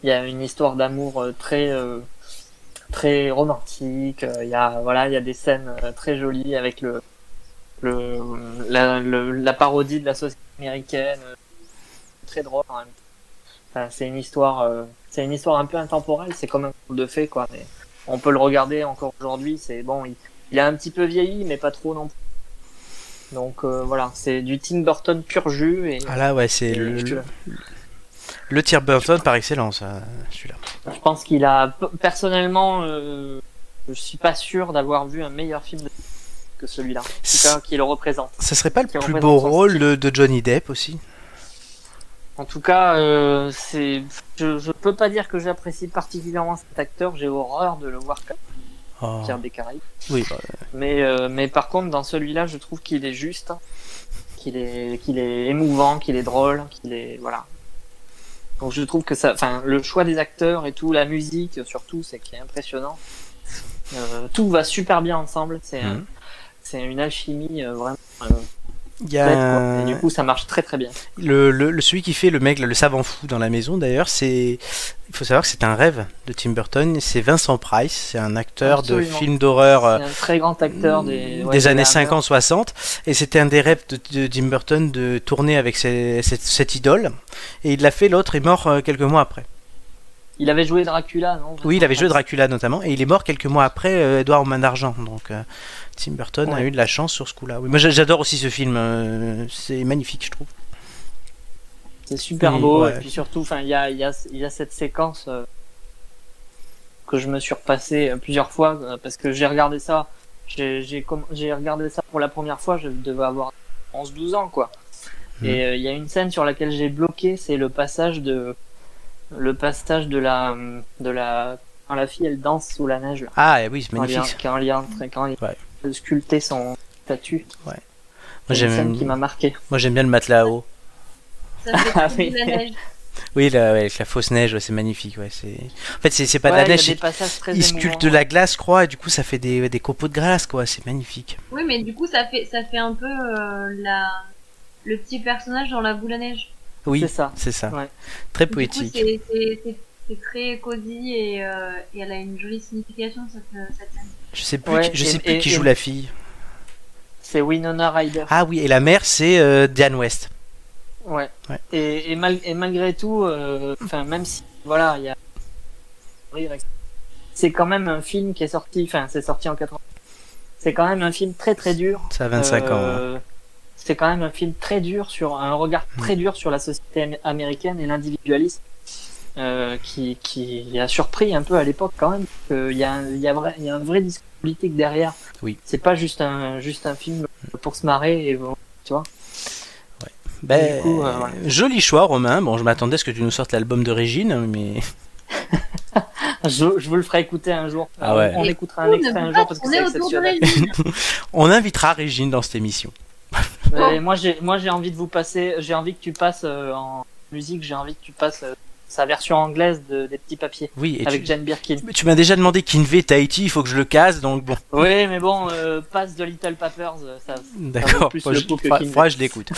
S4: il y a une histoire d'amour euh, très euh, très romantique. Euh, Il y a voilà, il y a des scènes euh, très jolies avec le le la, le- la parodie de la société américaine, euh, très drôle. en même temps. Enfin, c'est une histoire, euh, c'est une histoire un peu intemporelle. C'est comme un conte de fées quoi. Mais on peut le regarder encore aujourd'hui. C'est bon, il- il a un petit peu vieilli, mais pas trop non plus. Donc euh, voilà, c'est du Tim Burton pur jus. Et,
S2: Ah là, ouais, c'est
S4: et
S2: le,
S4: je,
S2: le Tim Burton par excellence, euh, celui-là.
S4: je pense qu'il a p- personnellement, euh, je suis pas sûr d'avoir vu un meilleur film de- que celui-là, en tout cas qui le représente.
S2: Ce serait pas le plus
S4: Qui représente
S2: beau
S4: son
S2: rôle de, de Johnny Depp aussi
S4: En tout cas, euh, c'est, je, je peux pas dire que j'apprécie particulièrement cet acteur. J'ai horreur de le voir comme
S2: Oh,
S4: Pierre des Caraïbes.
S2: Oui, bah,
S4: Mais, euh, mais par contre, dans celui-là, je trouve qu'il est juste, hein. qu'il est, qu'il est émouvant, qu'il est drôle, qu'il est. Voilà. Donc je trouve que ça. Enfin, le choix des acteurs et tout, la musique surtout, c'est qui est impressionnant. Euh, tout va super bien ensemble. C'est un-
S2: Mhm.
S4: c'est une alchimie euh, vraiment. euh,
S2: il y a
S4: bête, quoi.
S2: un-
S4: Et du coup, ça marche très très bien.
S2: le, le- le- celui qui fait le mec, là, le savant fou dans la maison d'ailleurs, c'est. Il faut savoir que c'est un rêve de Tim Burton. C'est Vincent Price, c'est un acteur de
S4: Absolument.
S2: films d'horreur. euh,
S4: C'est un très grand acteur des, ouais,
S2: Mm, des
S4: de
S2: années
S4: la-
S2: 50-60, et c'était un des rêves de, de Tim Burton de tourner avec ses- cette, cette idole, et il l'a fait, l'autre est mort euh, quelques mois après.
S4: Il avait joué Dracula, non
S2: Oui, il avait joué Dracula notamment, et il est mort quelques mois après euh, Edouard aux mains d'argent, donc euh, Tim Burton a
S4: Ouais.
S2: eu de la chance sur ce coup-là. Oui, moi j'a- j'adore aussi ce film, euh, c'est magnifique je trouve.
S4: C'est super
S2: Et
S4: beau
S2: ouais.
S4: et puis surtout, enfin, il y a, il y a, il y a cette séquence euh, que je me suis repassée euh, plusieurs fois euh, parce que j'ai regardé ça, j'ai j'ai comm- j'ai regardé ça pour la première fois, je devais avoir 11-12 ans quoi.
S2: Mhm.
S4: Et euh, il y a une scène sur laquelle j'ai bloqué, c'est le passage de le passage de la de la quand la fille elle danse sous la neige là.
S2: Ah et oui, c'est
S4: Quand il y a-
S2: magnifique.
S4: Quand il y a un- quand il
S2: Ouais.
S4: veut sculpter son statut.
S2: Moi
S4: C'est une
S2: j'aime
S4: scène qui m'a marqué.
S2: moi, j'aime bien le matelas haut.
S1: Ça fait
S4: Ah
S1: plus de la
S4: oui.
S1: neige.
S2: Oui, là, ouais, avec la fausse neige, ouais, c'est magnifique. Ouais, c'est... En fait, c'est, c'est pas de
S4: Ouais,
S2: la
S4: il y a
S2: neige,
S4: des
S2: c'est...
S4: passages très
S2: il sculpte de
S4: émouvants.
S2: la glace, je crois, et du coup ça fait des, des copeaux de glace, quoi, c'est magnifique.
S1: Oui, mais du coup, ça fait, ça fait un peu euh, la... le petit personnage dans la boule à neige.
S2: Oui,
S4: C'est ça.
S2: C'est ça.
S4: Ouais.
S2: Très
S1: Du coup,
S2: poétique.
S1: c'est- c'est- c'est- C'est très cosy et, euh, et elle a une jolie signification, cette, euh, cette scène.
S2: Je sais plus,
S4: Ouais,
S2: qui, je
S4: et-
S2: sais plus
S4: et-
S2: qui
S4: et-
S2: joue la fille.
S4: C'est Winona Ryder.
S2: Ah oui, et la mère, c'est euh, Diane West.
S4: Ouais.
S2: Ouais.
S4: Et, et, mal- et malgré tout, euh, enfin même si voilà, il y a rire, etc. c'est quand même un film qui est sorti, enfin c'est sorti en 80. C'est quand même un film très très dur.
S2: Ça a 25 ans. hein. Mm.
S4: Euh, C'est quand même un film très dur sur un regard très dur sur la société am- américaine et l'individualisme. euh, qui, qui a surpris un peu à l'époque quand même. qu'il y, a un- il y, a vrai- il y a un vrai discours politique derrière.
S2: Oui.
S4: C'est pas juste un, juste un film pour se marrer et bon, tu vois.
S2: Ben,
S4: Du coup, euh, voilà.
S2: Joli choix, Romain. Bon, je m'attendais à ce que tu nous sortes l'album de Régine, mais. <laughs>
S4: Je, je vous le ferai écouter un jour.
S2: Ah ouais.
S4: On
S2: Et
S4: écoutera un
S1: ne
S4: extrait
S1: peut
S4: un
S1: pas
S4: jour parce que
S1: tourner
S4: c'est
S1: autour de
S4: exceptionnel.
S2: On invitera Régine dans cette émission.
S4: Euh, moi j'ai moi j'ai envie de vous passer j'ai envie que tu passes euh, en musique j'ai envie que tu passes euh, sa version anglaise de, des petits papiers
S2: Oui, et
S4: avec
S2: tu-
S4: Jane Birkin.
S2: Mais tu m'as déjà demandé Kinvey Tahiti, il faut que je le casse, donc bon.
S4: Oui mais bon euh, passe de Little Papers euh, ça. ça vaut
S2: D'accord,
S4: plus
S2: faut
S4: le
S2: je-
S4: coup que
S2: faudra-
S4: King.
S2: faudra que je
S4: <laughs>
S2: l'écoute.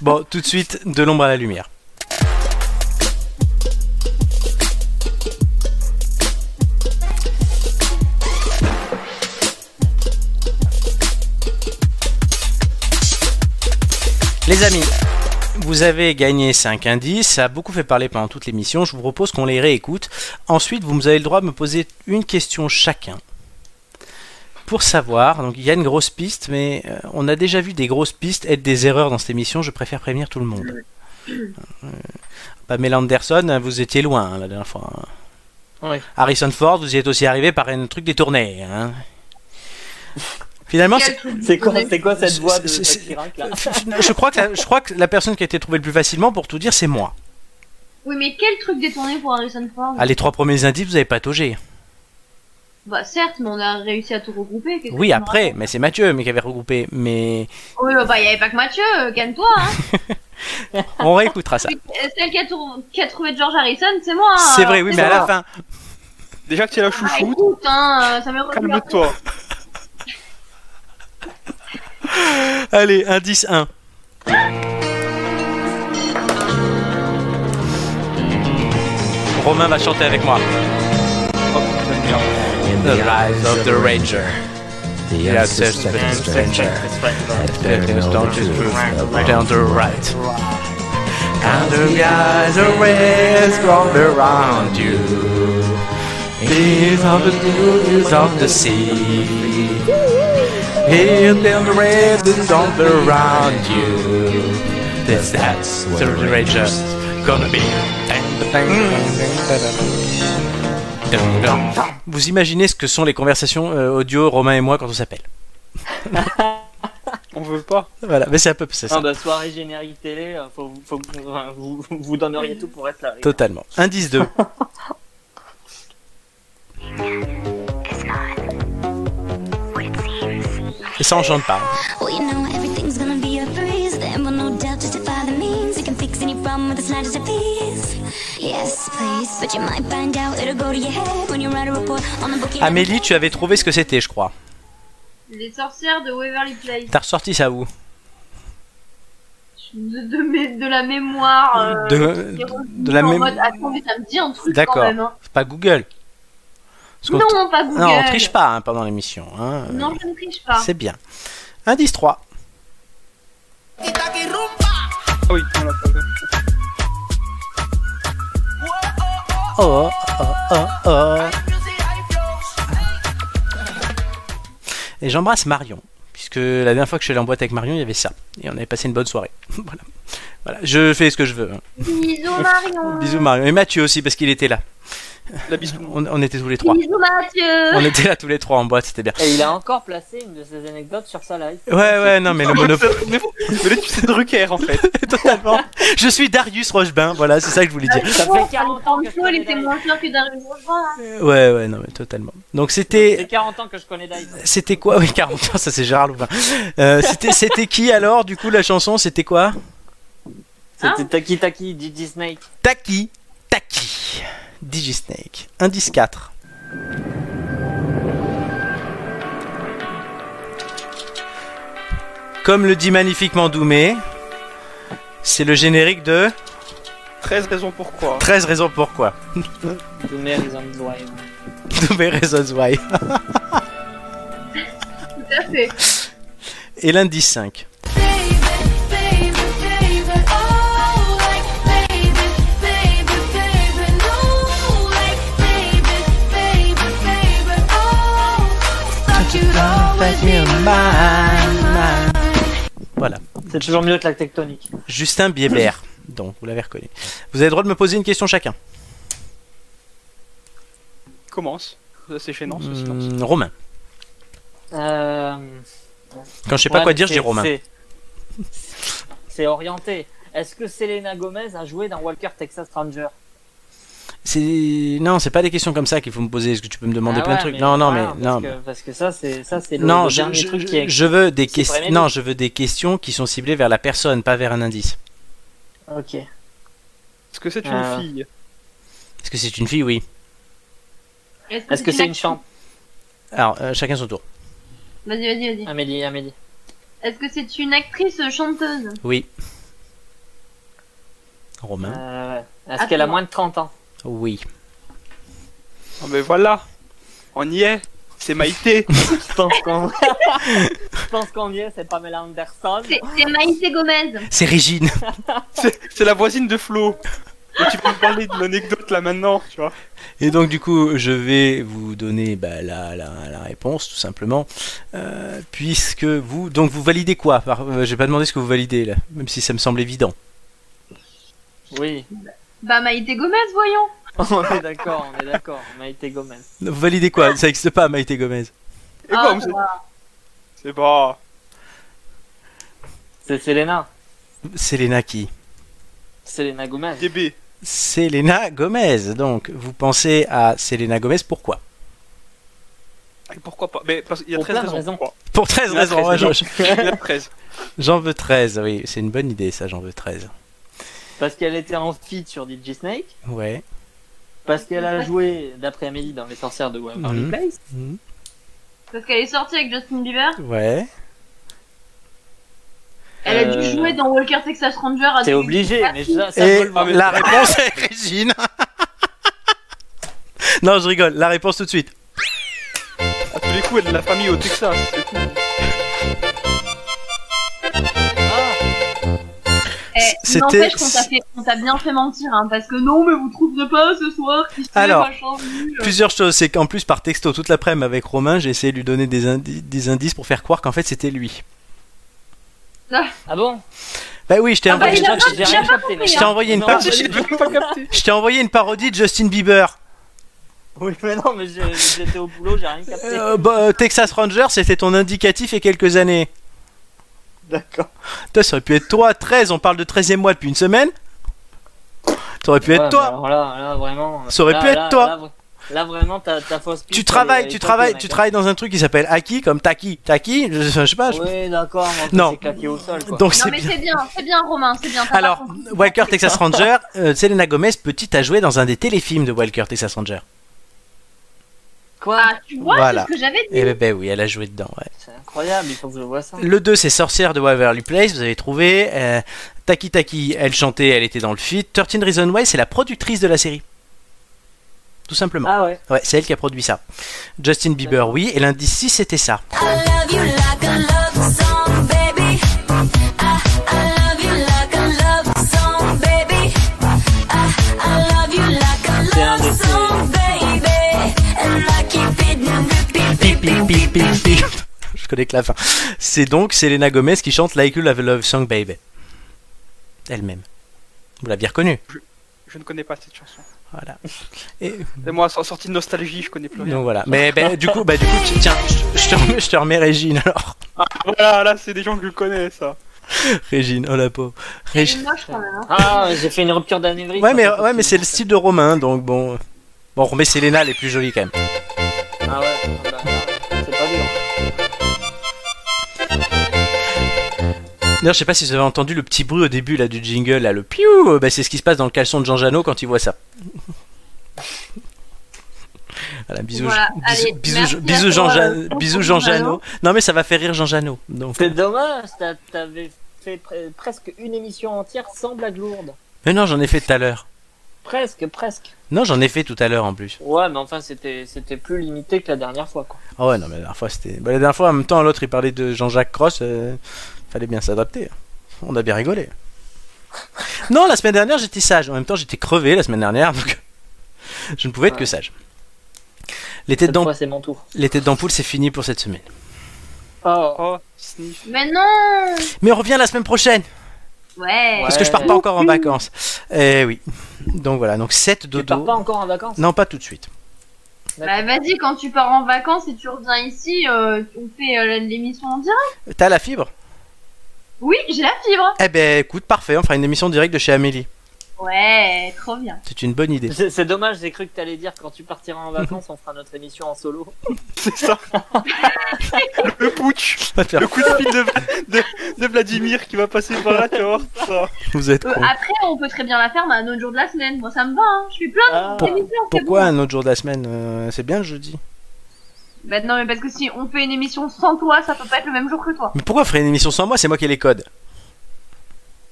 S2: bon, tout de suite, de l'ombre à la lumière. Les amis, vous avez gagné 5 indices, ça a beaucoup fait parler pendant toute l'émission, je vous propose qu'on les réécoute. Ensuite, vous avez le droit de me poser une question chacun. Pour savoir, donc il y a une grosse piste, mais euh, on a déjà vu des grosses pistes être des erreurs dans cette émission, je préfère prévenir tout le monde. Euh, Pamela Anderson, vous étiez loin hein, la dernière fois. hein.
S4: Ouais.
S2: Harrison Ford, vous y êtes aussi arrivé par un truc détourné. hein. Finalement, c'est-
S4: C'est quoi c'est quoi cette voix de
S2: C'est- c'est-
S4: Chirac là
S2: je crois, que la, je crois que la personne qui a été trouvée le plus facilement pour tout dire, c'est moi.
S1: Oui, mais quel truc détourné pour Harrison Ford
S2: Ah, les trois premiers indices, vous avez pas taugé.
S1: Bah certes, mais on a réussi à tout regrouper. qu'est-ce que
S2: Oui,
S1: tu me racontes
S2: après, mais c'est Mathieu mais qui avait regroupé. Mais
S1: Oui, bah, bah il y avait pas que Mathieu, euh, gagne-toi. Hein.
S2: on réécoutera ça.
S1: Euh, Celle qui a, tour- qui a trouvé George Harrison, c'est moi. hein.
S2: C'est vrai, oui,
S1: C'est
S2: mais à la
S1: moi.
S2: fin.
S3: Déjà que tu es la
S1: Ah,
S3: chouchoute,
S1: écoute, hein, euh, ça m'est revenu.
S3: <laughs> calme-toi.
S2: <laughs> Allez, indice 1. Romain va chanter avec moi.
S5: In
S2: The Rise of the Ranger.
S5: The
S2: Yeah, it's
S5: youngsters
S2: just a
S5: turn
S2: stranger.
S5: stranger. Let them
S2: Don't
S5: know the
S2: just
S5: truth
S2: prove
S5: around
S2: down the right.
S5: Under the eyes of rays grown around you.
S2: These are the duties of the sea. Hear them the raisins of the round you. This, that's what the Ranger's gonna be. Vous imaginez ce que sont les conversations euh, audio Romain et moi quand on s'appelle
S3: On veut pas.
S2: Voilà, mais c'est un peu ça. ça.
S4: Ah, bah, soirée générique télé euh, faut, faut, euh, vous, vous- vous donneriez tout pour être là.
S2: Totalement. Indice
S1: <laughs>
S2: 2. Et ça, on chante pas.
S6: Well, you know everything's gonna be a breeze. Then will no doubt justify the means. You can fix any problem with the slightest of ease. Yes, please. But you might find out it'll go to your head when you write a report on the book. you never
S2: Amélie, tu avais trouvé ce que c'était, je crois.
S1: Les sorcières de Waverly Place.
S2: T'as ressorti ça où
S1: De, de, mes- de la mémoire. euh,
S2: De-
S1: qui est revenue
S2: de la
S1: en
S2: mém-
S1: mode, Attends, mais ça me dit un truc quand
S2: D'accord.
S1: même. hein.
S2: C'est Pas Google. Parce qu'on-
S1: Non, pas Google.
S2: Non, on triche pas hein, pendant l'émission. hein.
S1: Non, je ne triche pas.
S2: C'est bien. <laughs> Indice 3.
S3: Ah oui, on l'a pas fait.
S2: Oh, oh, oh, oh. Et j'embrasse Marion. Puisque la dernière fois que je suis allé en boîte avec Marion, il y avait ça. Et on avait passé une bonne soirée. voilà. voilà. Je fais ce que je veux. hein.
S1: Bisous Marion.
S2: Bisous Marion. Et Mathieu aussi, parce qu'il était là.
S3: La bisou.
S2: <laughs> On, on était tous les trois.
S1: Bisous Mathieu.
S2: On était là tous les trois en boîte, c'était bien.
S4: Et il a encore placé une de ses anecdotes sur sa live.
S2: Ouais, ouais, non, mais le monopole.
S3: <laughs> Mais mais là, tu sais Drucker en fait.
S2: <laughs> Totalement. Je suis Darius Rochebin, voilà, c'est ça que je voulais dire.
S4: Ça fait 40 ans que je
S1: Flo,
S4: connais
S1: il Euh, était
S4: Dive.
S1: moins sûr que Darius Rochebin.
S2: Euh, Ouais, ouais, non, mais totalement. Donc
S4: Ça fait
S2: c'était.
S4: 40 ans que je connais Dive.
S2: C'était quoi <laughs> Oui, 40 ans, ça c'est Gérard Louvain. Euh, c'était, c'était qui alors Du coup, la chanson, c'était quoi
S4: C'était Taki Taki du Disney.
S2: Taki, Taki. Digisnake. Indice 4. Comme le dit magnifiquement Doumé, c'est le générique de
S3: 13 raisons pourquoi.
S2: 13 raisons pourquoi. <laughs>
S4: Doomer is on the way.
S2: Doumé Raisons Why.
S1: Tout à fait.
S2: Et l'indice 5. Voilà.
S4: C'est toujours mieux que la tectonique.
S2: Justin Bieber. Donc, vous l'avez reconnu. Vous avez le droit de me poser une question chacun.
S3: commence Ça, C'est gênant ce
S2: Hmm,
S3: silence.
S2: Romain.
S4: Euh,
S2: Quand je sais pas
S4: ouais,
S2: quoi
S4: mais
S2: dire, je dis
S4: c'est-
S2: Romain.
S4: c'est- C'est orienté. Est-ce que Selena Gomez a joué dans Walker Texas Ranger
S2: C'est non, c'est pas des questions comme ça qu'il faut me poser. Est-ce que tu peux me demander
S4: Ah
S2: plein de
S4: ouais,
S2: trucs
S4: mais
S2: Non, non,
S4: voilà,
S2: mais non.
S4: parce Que, parce que ça, c'est ça, c'est le,
S2: Non,
S4: le
S2: je,
S4: dernier
S2: je-
S4: truc qui est.
S2: je veux des
S4: c'est
S2: questions.
S4: Brian Eddy.
S2: Non, je veux des questions qui sont ciblées vers la personne, pas vers un indice.
S4: Ok.
S3: Est-ce que c'est une
S4: Euh.
S3: fille
S2: Est-ce que c'est une fille Oui.
S4: Est-ce que c'est une chambre
S2: Alors, euh, chacun son tour.
S1: Vas-y, vas-y, vas-y.
S4: Amélie, Amélie.
S1: Est-ce que c'est une actrice chanteuse
S2: Oui. Romain.
S4: Euh, Est-ce qu'elle a
S1: Attends.
S4: moins de 30 ans
S2: Oui.
S3: Ah ben voilà, on y est. C'est Maïté.
S4: <laughs> Je pense qu'on.
S3: <laughs>
S4: je pense qu'on y est. C'est Pamela Anderson.
S1: C'est c'est Maïté Gomez.
S2: C'est Régine.
S3: c'est c'est la voisine de Flo. Et tu peux me parler de l'anecdote là maintenant, tu vois.
S2: Et donc du coup, je vais vous donner bah, la, la- la réponse tout simplement, Euh, puisque vous donc vous validez quoi Par- euh, J'ai pas demandé ce que vous validez là, même si ça me semble évident.
S4: <laughs> Oui.
S1: Bah Maïté Gomez,
S2: <laughs>
S1: voyons.
S4: on est d'accord. On est d'accord. Maïté Gomez.
S2: Vous validez quoi Ça n'existe pas, Maïté Gomez.
S3: Et bon,
S1: ça
S3: c'est-
S1: va.
S3: c'est pas.
S4: C'est Selena.
S2: Selena qui
S4: Selena Gomez.
S3: DB.
S2: Selena Gomez. Donc vous pensez à Selena Gomez pourquoi
S3: Et pourquoi pas Ah, Mais parce qu'il y a
S4: Pour
S3: 13
S4: plein de
S3: raisons.
S4: raisons.
S3: pourquoi.
S2: Pour 13
S3: Il y en a
S2: raisons.
S3: 13,
S2: ouais, j'en-
S3: <laughs> Il y en a 13.
S2: J'en veux 13, oui, c'est une bonne idée ça, j'en veux 13.
S4: Parce qu'elle était en feat sur DJ Snake.
S2: Ouais.
S4: Parce qu'elle a joué, d'après Amélie, dans Les Sorcières de Waverly
S2: Mhm.
S4: Place.
S2: Mhm.
S1: Parce qu'elle est sortie avec Justin Bieber.
S4: Euh,
S2: Ouais.
S1: Elle a dû
S4: Euh,
S1: jouer dans Walker Texas Ranger. à Ah,
S4: T'es
S1: tout-
S4: obligé, mais ça, ça
S2: Et
S4: me le vend.
S2: la réponse est Régine. <laughs> non, je rigole. La réponse tout de suite.
S3: À tous les coups, elle a de la famille au Texas. C'est cool.
S4: Ah,
S1: Eh,
S2: C'était-
S1: N'empêche qu'on t'a fait- on t'a bien fait mentir, hein, parce que non, mais vous trouverez pas ce soir qui c'est,
S2: Alors,
S1: machin, nul.
S2: Plusieurs choses, c'est qu'en plus par texto toute l'après-midi avec Romain, j'ai essayé de lui donner des, indi- des indices pour faire croire qu'en fait c'était lui.
S4: ah bon
S2: Bah oui, je t'ai
S1: Ah bah,
S2: envoyé,
S1: il a pas-
S4: J'ai
S1: il a
S4: rien
S1: pas
S4: capté,
S1: compris, hein.
S2: je
S4: merde.
S2: t'ai envoyé une
S4: Non,
S2: parodie.
S4: mais-
S3: J'ai même
S2: <laughs>
S3: pas capté.
S2: Je t'ai envoyé une parodie de Justin Bieber.
S4: Oui, mais non, mais j'ai- j'étais au boulot, j'ai rien capté.
S2: Euh, bah, euh, Texas Ranger, c'était ton indicatif il y a quelques années.
S4: D'accord.
S2: Toi, ça aurait pu être toi, 13, on parle de 13e mois depuis une semaine. Ça aurait pu être
S4: Ouais, bah, mais
S2: toi.
S4: alors là, là, vraiment.
S2: Ça aurait
S4: là,
S2: pu être
S4: là,
S2: toi.
S4: Là, là, vraiment, ta, ta fausse piste.
S2: Tu travailles, tu travailles, tu travailles dans un truc qui s'appelle Aki comme Taki. Taki, je, je sais pas. je-
S4: Oui, d'accord, mais en fait,
S2: Non.
S4: c'est claqué au sol. Quoi.
S2: Donc
S1: Non,
S2: c'est
S1: mais
S2: bien.
S1: c'est bien, c'est bien, Romain, c'est bien. t'as
S2: Alors,
S1: pas compris.
S2: Walker Texas Ranger, euh, Selena Gomez, petite, a joué dans un des téléfilms de Walker Texas Ranger.
S4: Quoi
S1: Ah, tu vois,
S2: Voilà.
S1: c'est ce que j'avais dit.
S2: Et ben, ben oui, elle a joué dedans. ouais.
S4: C'est incroyable, il faut que je vois ça.
S2: Le 2, c'est Sorcière de Waverly Place, vous avez trouvé. Euh, Taki Taki, elle chantait, elle était dans le feat. 13 Reasons Why, c'est la productrice de la série. Tout simplement.
S4: Ah ouais.
S2: Ouais, c'est elle qui a produit ça. Justin Bieber, oui. Et l'indice 6, c'était ça.
S5: Ah, Ah,
S4: C'est un des
S2: Pi, pi, pi, pi, pi. Je connais que la fin. C'est donc Selena Gomez qui chante Like You Love Love Song Baby. Elle-même. Vous l'aviez reconnue.
S3: Je ne connais pas cette chanson.
S2: Voilà. Et
S3: Et moi, sans sortie de nostalgie, je connais plus rien.
S2: donc voilà. Mais ben, du coup, bah du coup, tu- tiens, je- je te remets, je te remets Régine alors.
S3: Ah, Voilà, là, c'est des gens que je connais, ça.
S2: Régine, oh la pauvre.
S1: Elle
S2: Régine.
S1: est moche, quand même. hein.
S4: Ah, j'ai fait une rupture d'anévrisme.
S2: Ouais, mais ouais, mais c'est le style de Romain, donc bon. Bon, on remet Selena, elle est plus jolie quand même.
S4: Ah ouais, ah bah, c'est pas dur.
S2: D'ailleurs, je sais pas si vous avez entendu le petit bruit au début là du jingle, là, le piou. Bah, c'est ce qui se passe dans le caleçon de Jean Janot quand il voit ça. Voilà, bisous,
S1: Voilà,
S2: bisous,
S1: allez,
S2: bisous,
S1: merci
S2: bisous
S1: à
S2: Jean,
S1: toi,
S2: Ja-
S1: euh, pour
S2: bisous
S1: ton
S2: Jean
S1: Jean
S2: Janot. Non, mais ça va faire rire Jean Janot. Donc,
S4: C'est dommage, t'as- t'avais fait pre- presque une émission entière sans blague lourde.
S2: mais non, j'en ai fait tout à l'heure.
S4: Presque, presque.
S2: Non, j'en ai fait tout à l'heure en plus.
S4: Ouais, mais enfin, c'était c'était plus limité que la dernière fois, quoi.
S2: Ah ouais, non, mais la dernière fois c'était. Bah, la dernière fois, en même temps, l'autre il parlait de Jean-Jacques Cross. euh, Fallait bien s'adapter. On a bien
S4: <laughs>
S2: rigolé. Non, la semaine dernière j'étais sage. En même temps, j'étais crevé la semaine dernière, donc <laughs> je ne pouvais être que
S4: Ouais.
S2: sage. Les têtes
S4: Cette
S2: d'ampoule,
S4: fois, c'est mon tour.
S2: les têtes d'ampoule, c'est fini pour cette semaine.
S4: Oh.
S3: Oh, sniff.
S1: Mais non
S2: Mais on revient la semaine prochaine
S1: Ouais.
S2: parce que je pars pas encore en vacances. Eh oui. Donc voilà, donc 7
S4: Tu pars
S2: dodo.
S4: pas encore en vacances
S2: Non, pas tout de suite.
S1: Bah vas-y, quand tu pars en vacances et tu reviens ici, euh, on fait euh, l'émission en direct.
S2: T'as la fibre
S1: Oui, j'ai la fibre.
S2: Eh ben écoute, parfait, on fera une émission directe de chez Amélie.
S1: Ouais,
S2: <laughs>
S1: trop bien.
S2: C'est une bonne
S4: <laughs>
S2: idée.
S4: C'est c'est dommage, j'ai cru que t'allais dire quand tu partiras en vacances, on fera notre émission en solo.
S3: C'est ça. le putsch.
S2: Va te faire-
S3: Le coup de fil de, de- de Vladimir qui va passer par là, tu vas voir. Ça.
S2: Vous êtes
S1: Euh,
S2: con.
S1: après, on peut très bien la faire mais un autre jour de la semaine. Moi, ça me va. Hein. Je suis plein
S4: Ah.
S1: de émissions. c'est
S2: Pourquoi
S1: bon.
S2: un autre jour de la semaine Euh, C'est bien le jeudi.
S1: Bah non, mais parce que si on fait une émission sans toi, ça peut pas être le même jour que toi.
S2: Mais pourquoi faire une émission sans moi C'est moi qui ai les codes. <laughs>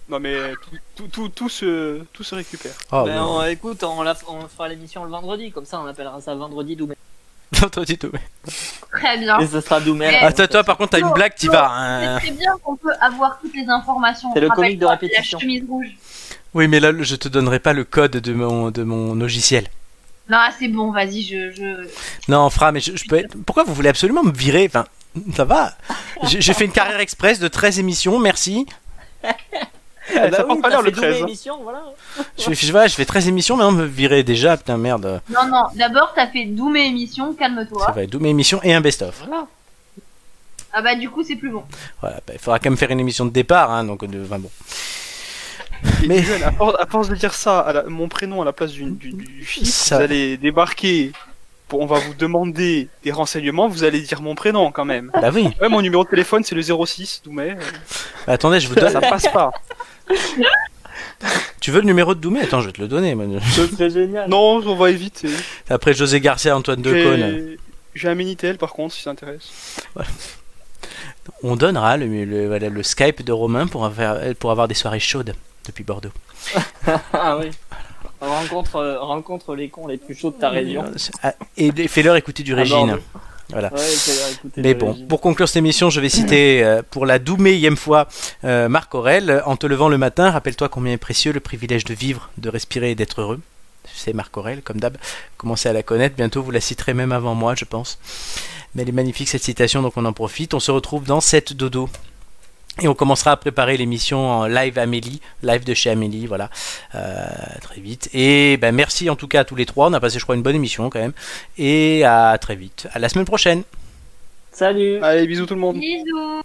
S3: Non mais tout, <laughs> tout, tout, tout se, tout se récupère.
S2: Oh,
S4: Ben,
S2: non.
S4: on- écoute, on, la, on fera l'émission le vendredi, comme ça on appellera ça vendredi Doumé.
S2: Non, toi, dis tout.
S1: Très bien.
S4: Et ce sera Doumé.
S1: Eh,
S4: hein,
S2: Attends, toi, par contre, t'as une
S1: Non,
S2: blague, t'y
S1: non,
S2: vas.
S1: C'est
S2: hein.
S1: très bien qu'on peut avoir toutes les informations.
S4: C'est le
S1: Rappelle-toi,
S4: comique de répétition.
S1: La chemise rouge.
S2: Oui, mais là, je te donnerai pas le code de mon, de mon logiciel.
S1: Non, ah, c'est bon, vas-y, je, je...
S2: Non, Fra, mais je, je peux être- Pourquoi vous voulez absolument me virer Enfin, ça va. J'ai j'ai fait une carrière express de 13 émissions, merci.
S4: Ah bah
S3: ça
S4: oui,
S3: prend pas
S4: t'as
S3: l'heure
S4: fait
S3: le
S4: Doumé
S3: 13. hein.
S4: émission, voilà.
S2: Je, je, voilà, je fais 13 émissions, maintenant me virer déjà, putain, merde.
S1: Non, non, d'abord, t'as fait d'où mes émissions,
S2: Ça
S1: calme-toi.
S2: va, d'où mes émissions et un best-of.
S1: Ah bah, du coup, c'est plus bon.
S2: Voilà, bah, il faudra quand même faire une émission de départ, hein, donc, de,
S3: <laughs>
S2: enfin, bon.
S3: Et
S2: Mais-
S3: Johan, à, force, à force de dire ça, à la- mon prénom à la place du, du, du chiffre,
S2: Ça-
S3: vous allez débarquer. pour- on va vous demander des renseignements, vous allez dire mon prénom quand même.
S2: Bah oui.
S3: Ouais, mon numéro de téléphone c'est le 06, Doumé.
S2: Bah, attendez, je vous
S3: Ça,
S2: donne.
S3: euh, ça passe pas.
S2: Tu veux le numéro de Doumé Attends, je vais te le donner. moi.
S4: Ce serait génial.
S3: Non, on va éviter.
S2: <laughs> Après José Garcia, Antoine Decaune.
S3: J'ai- J'ai un Minitel par contre, si ça intéresse.
S2: On donnera le, le- voilà, le Skype de Romain pour avoir, pour avoir des soirées chaudes depuis Bordeaux.
S4: <laughs> Ah oui. On rencontre, euh, rencontre les cons les plus chauds de ta région.
S2: Ah, Et fais-leur écouter du
S4: À
S2: Régine.
S4: Bordeaux.
S2: Voilà.
S4: Ouais, c'est vrai, écoutez,
S2: Mais
S4: le
S2: bon,
S4: régime.
S2: pour conclure cette émission, je vais citer euh, pour la douméième fois euh, Marc Aurel. En te levant le matin, rappelle-toi combien est précieux le privilège de vivre, de respirer et d'être heureux. C'est Marc Aurel, comme d'hab. Commencez à la connaître. Bientôt, vous la citerez même avant moi, je pense. Mais elle est magnifique cette citation, donc on en profite. On se retrouve dans 7 dodo. Et on commencera à préparer l'émission en live Amélie, live de chez Amélie, voilà, Euh, très vite. Et ben merci en tout cas à tous les trois, on a passé je crois une bonne émission quand même. Et à très vite, à la semaine prochaine.
S4: Salut.
S3: Allez, bisous tout le monde.
S1: Bisous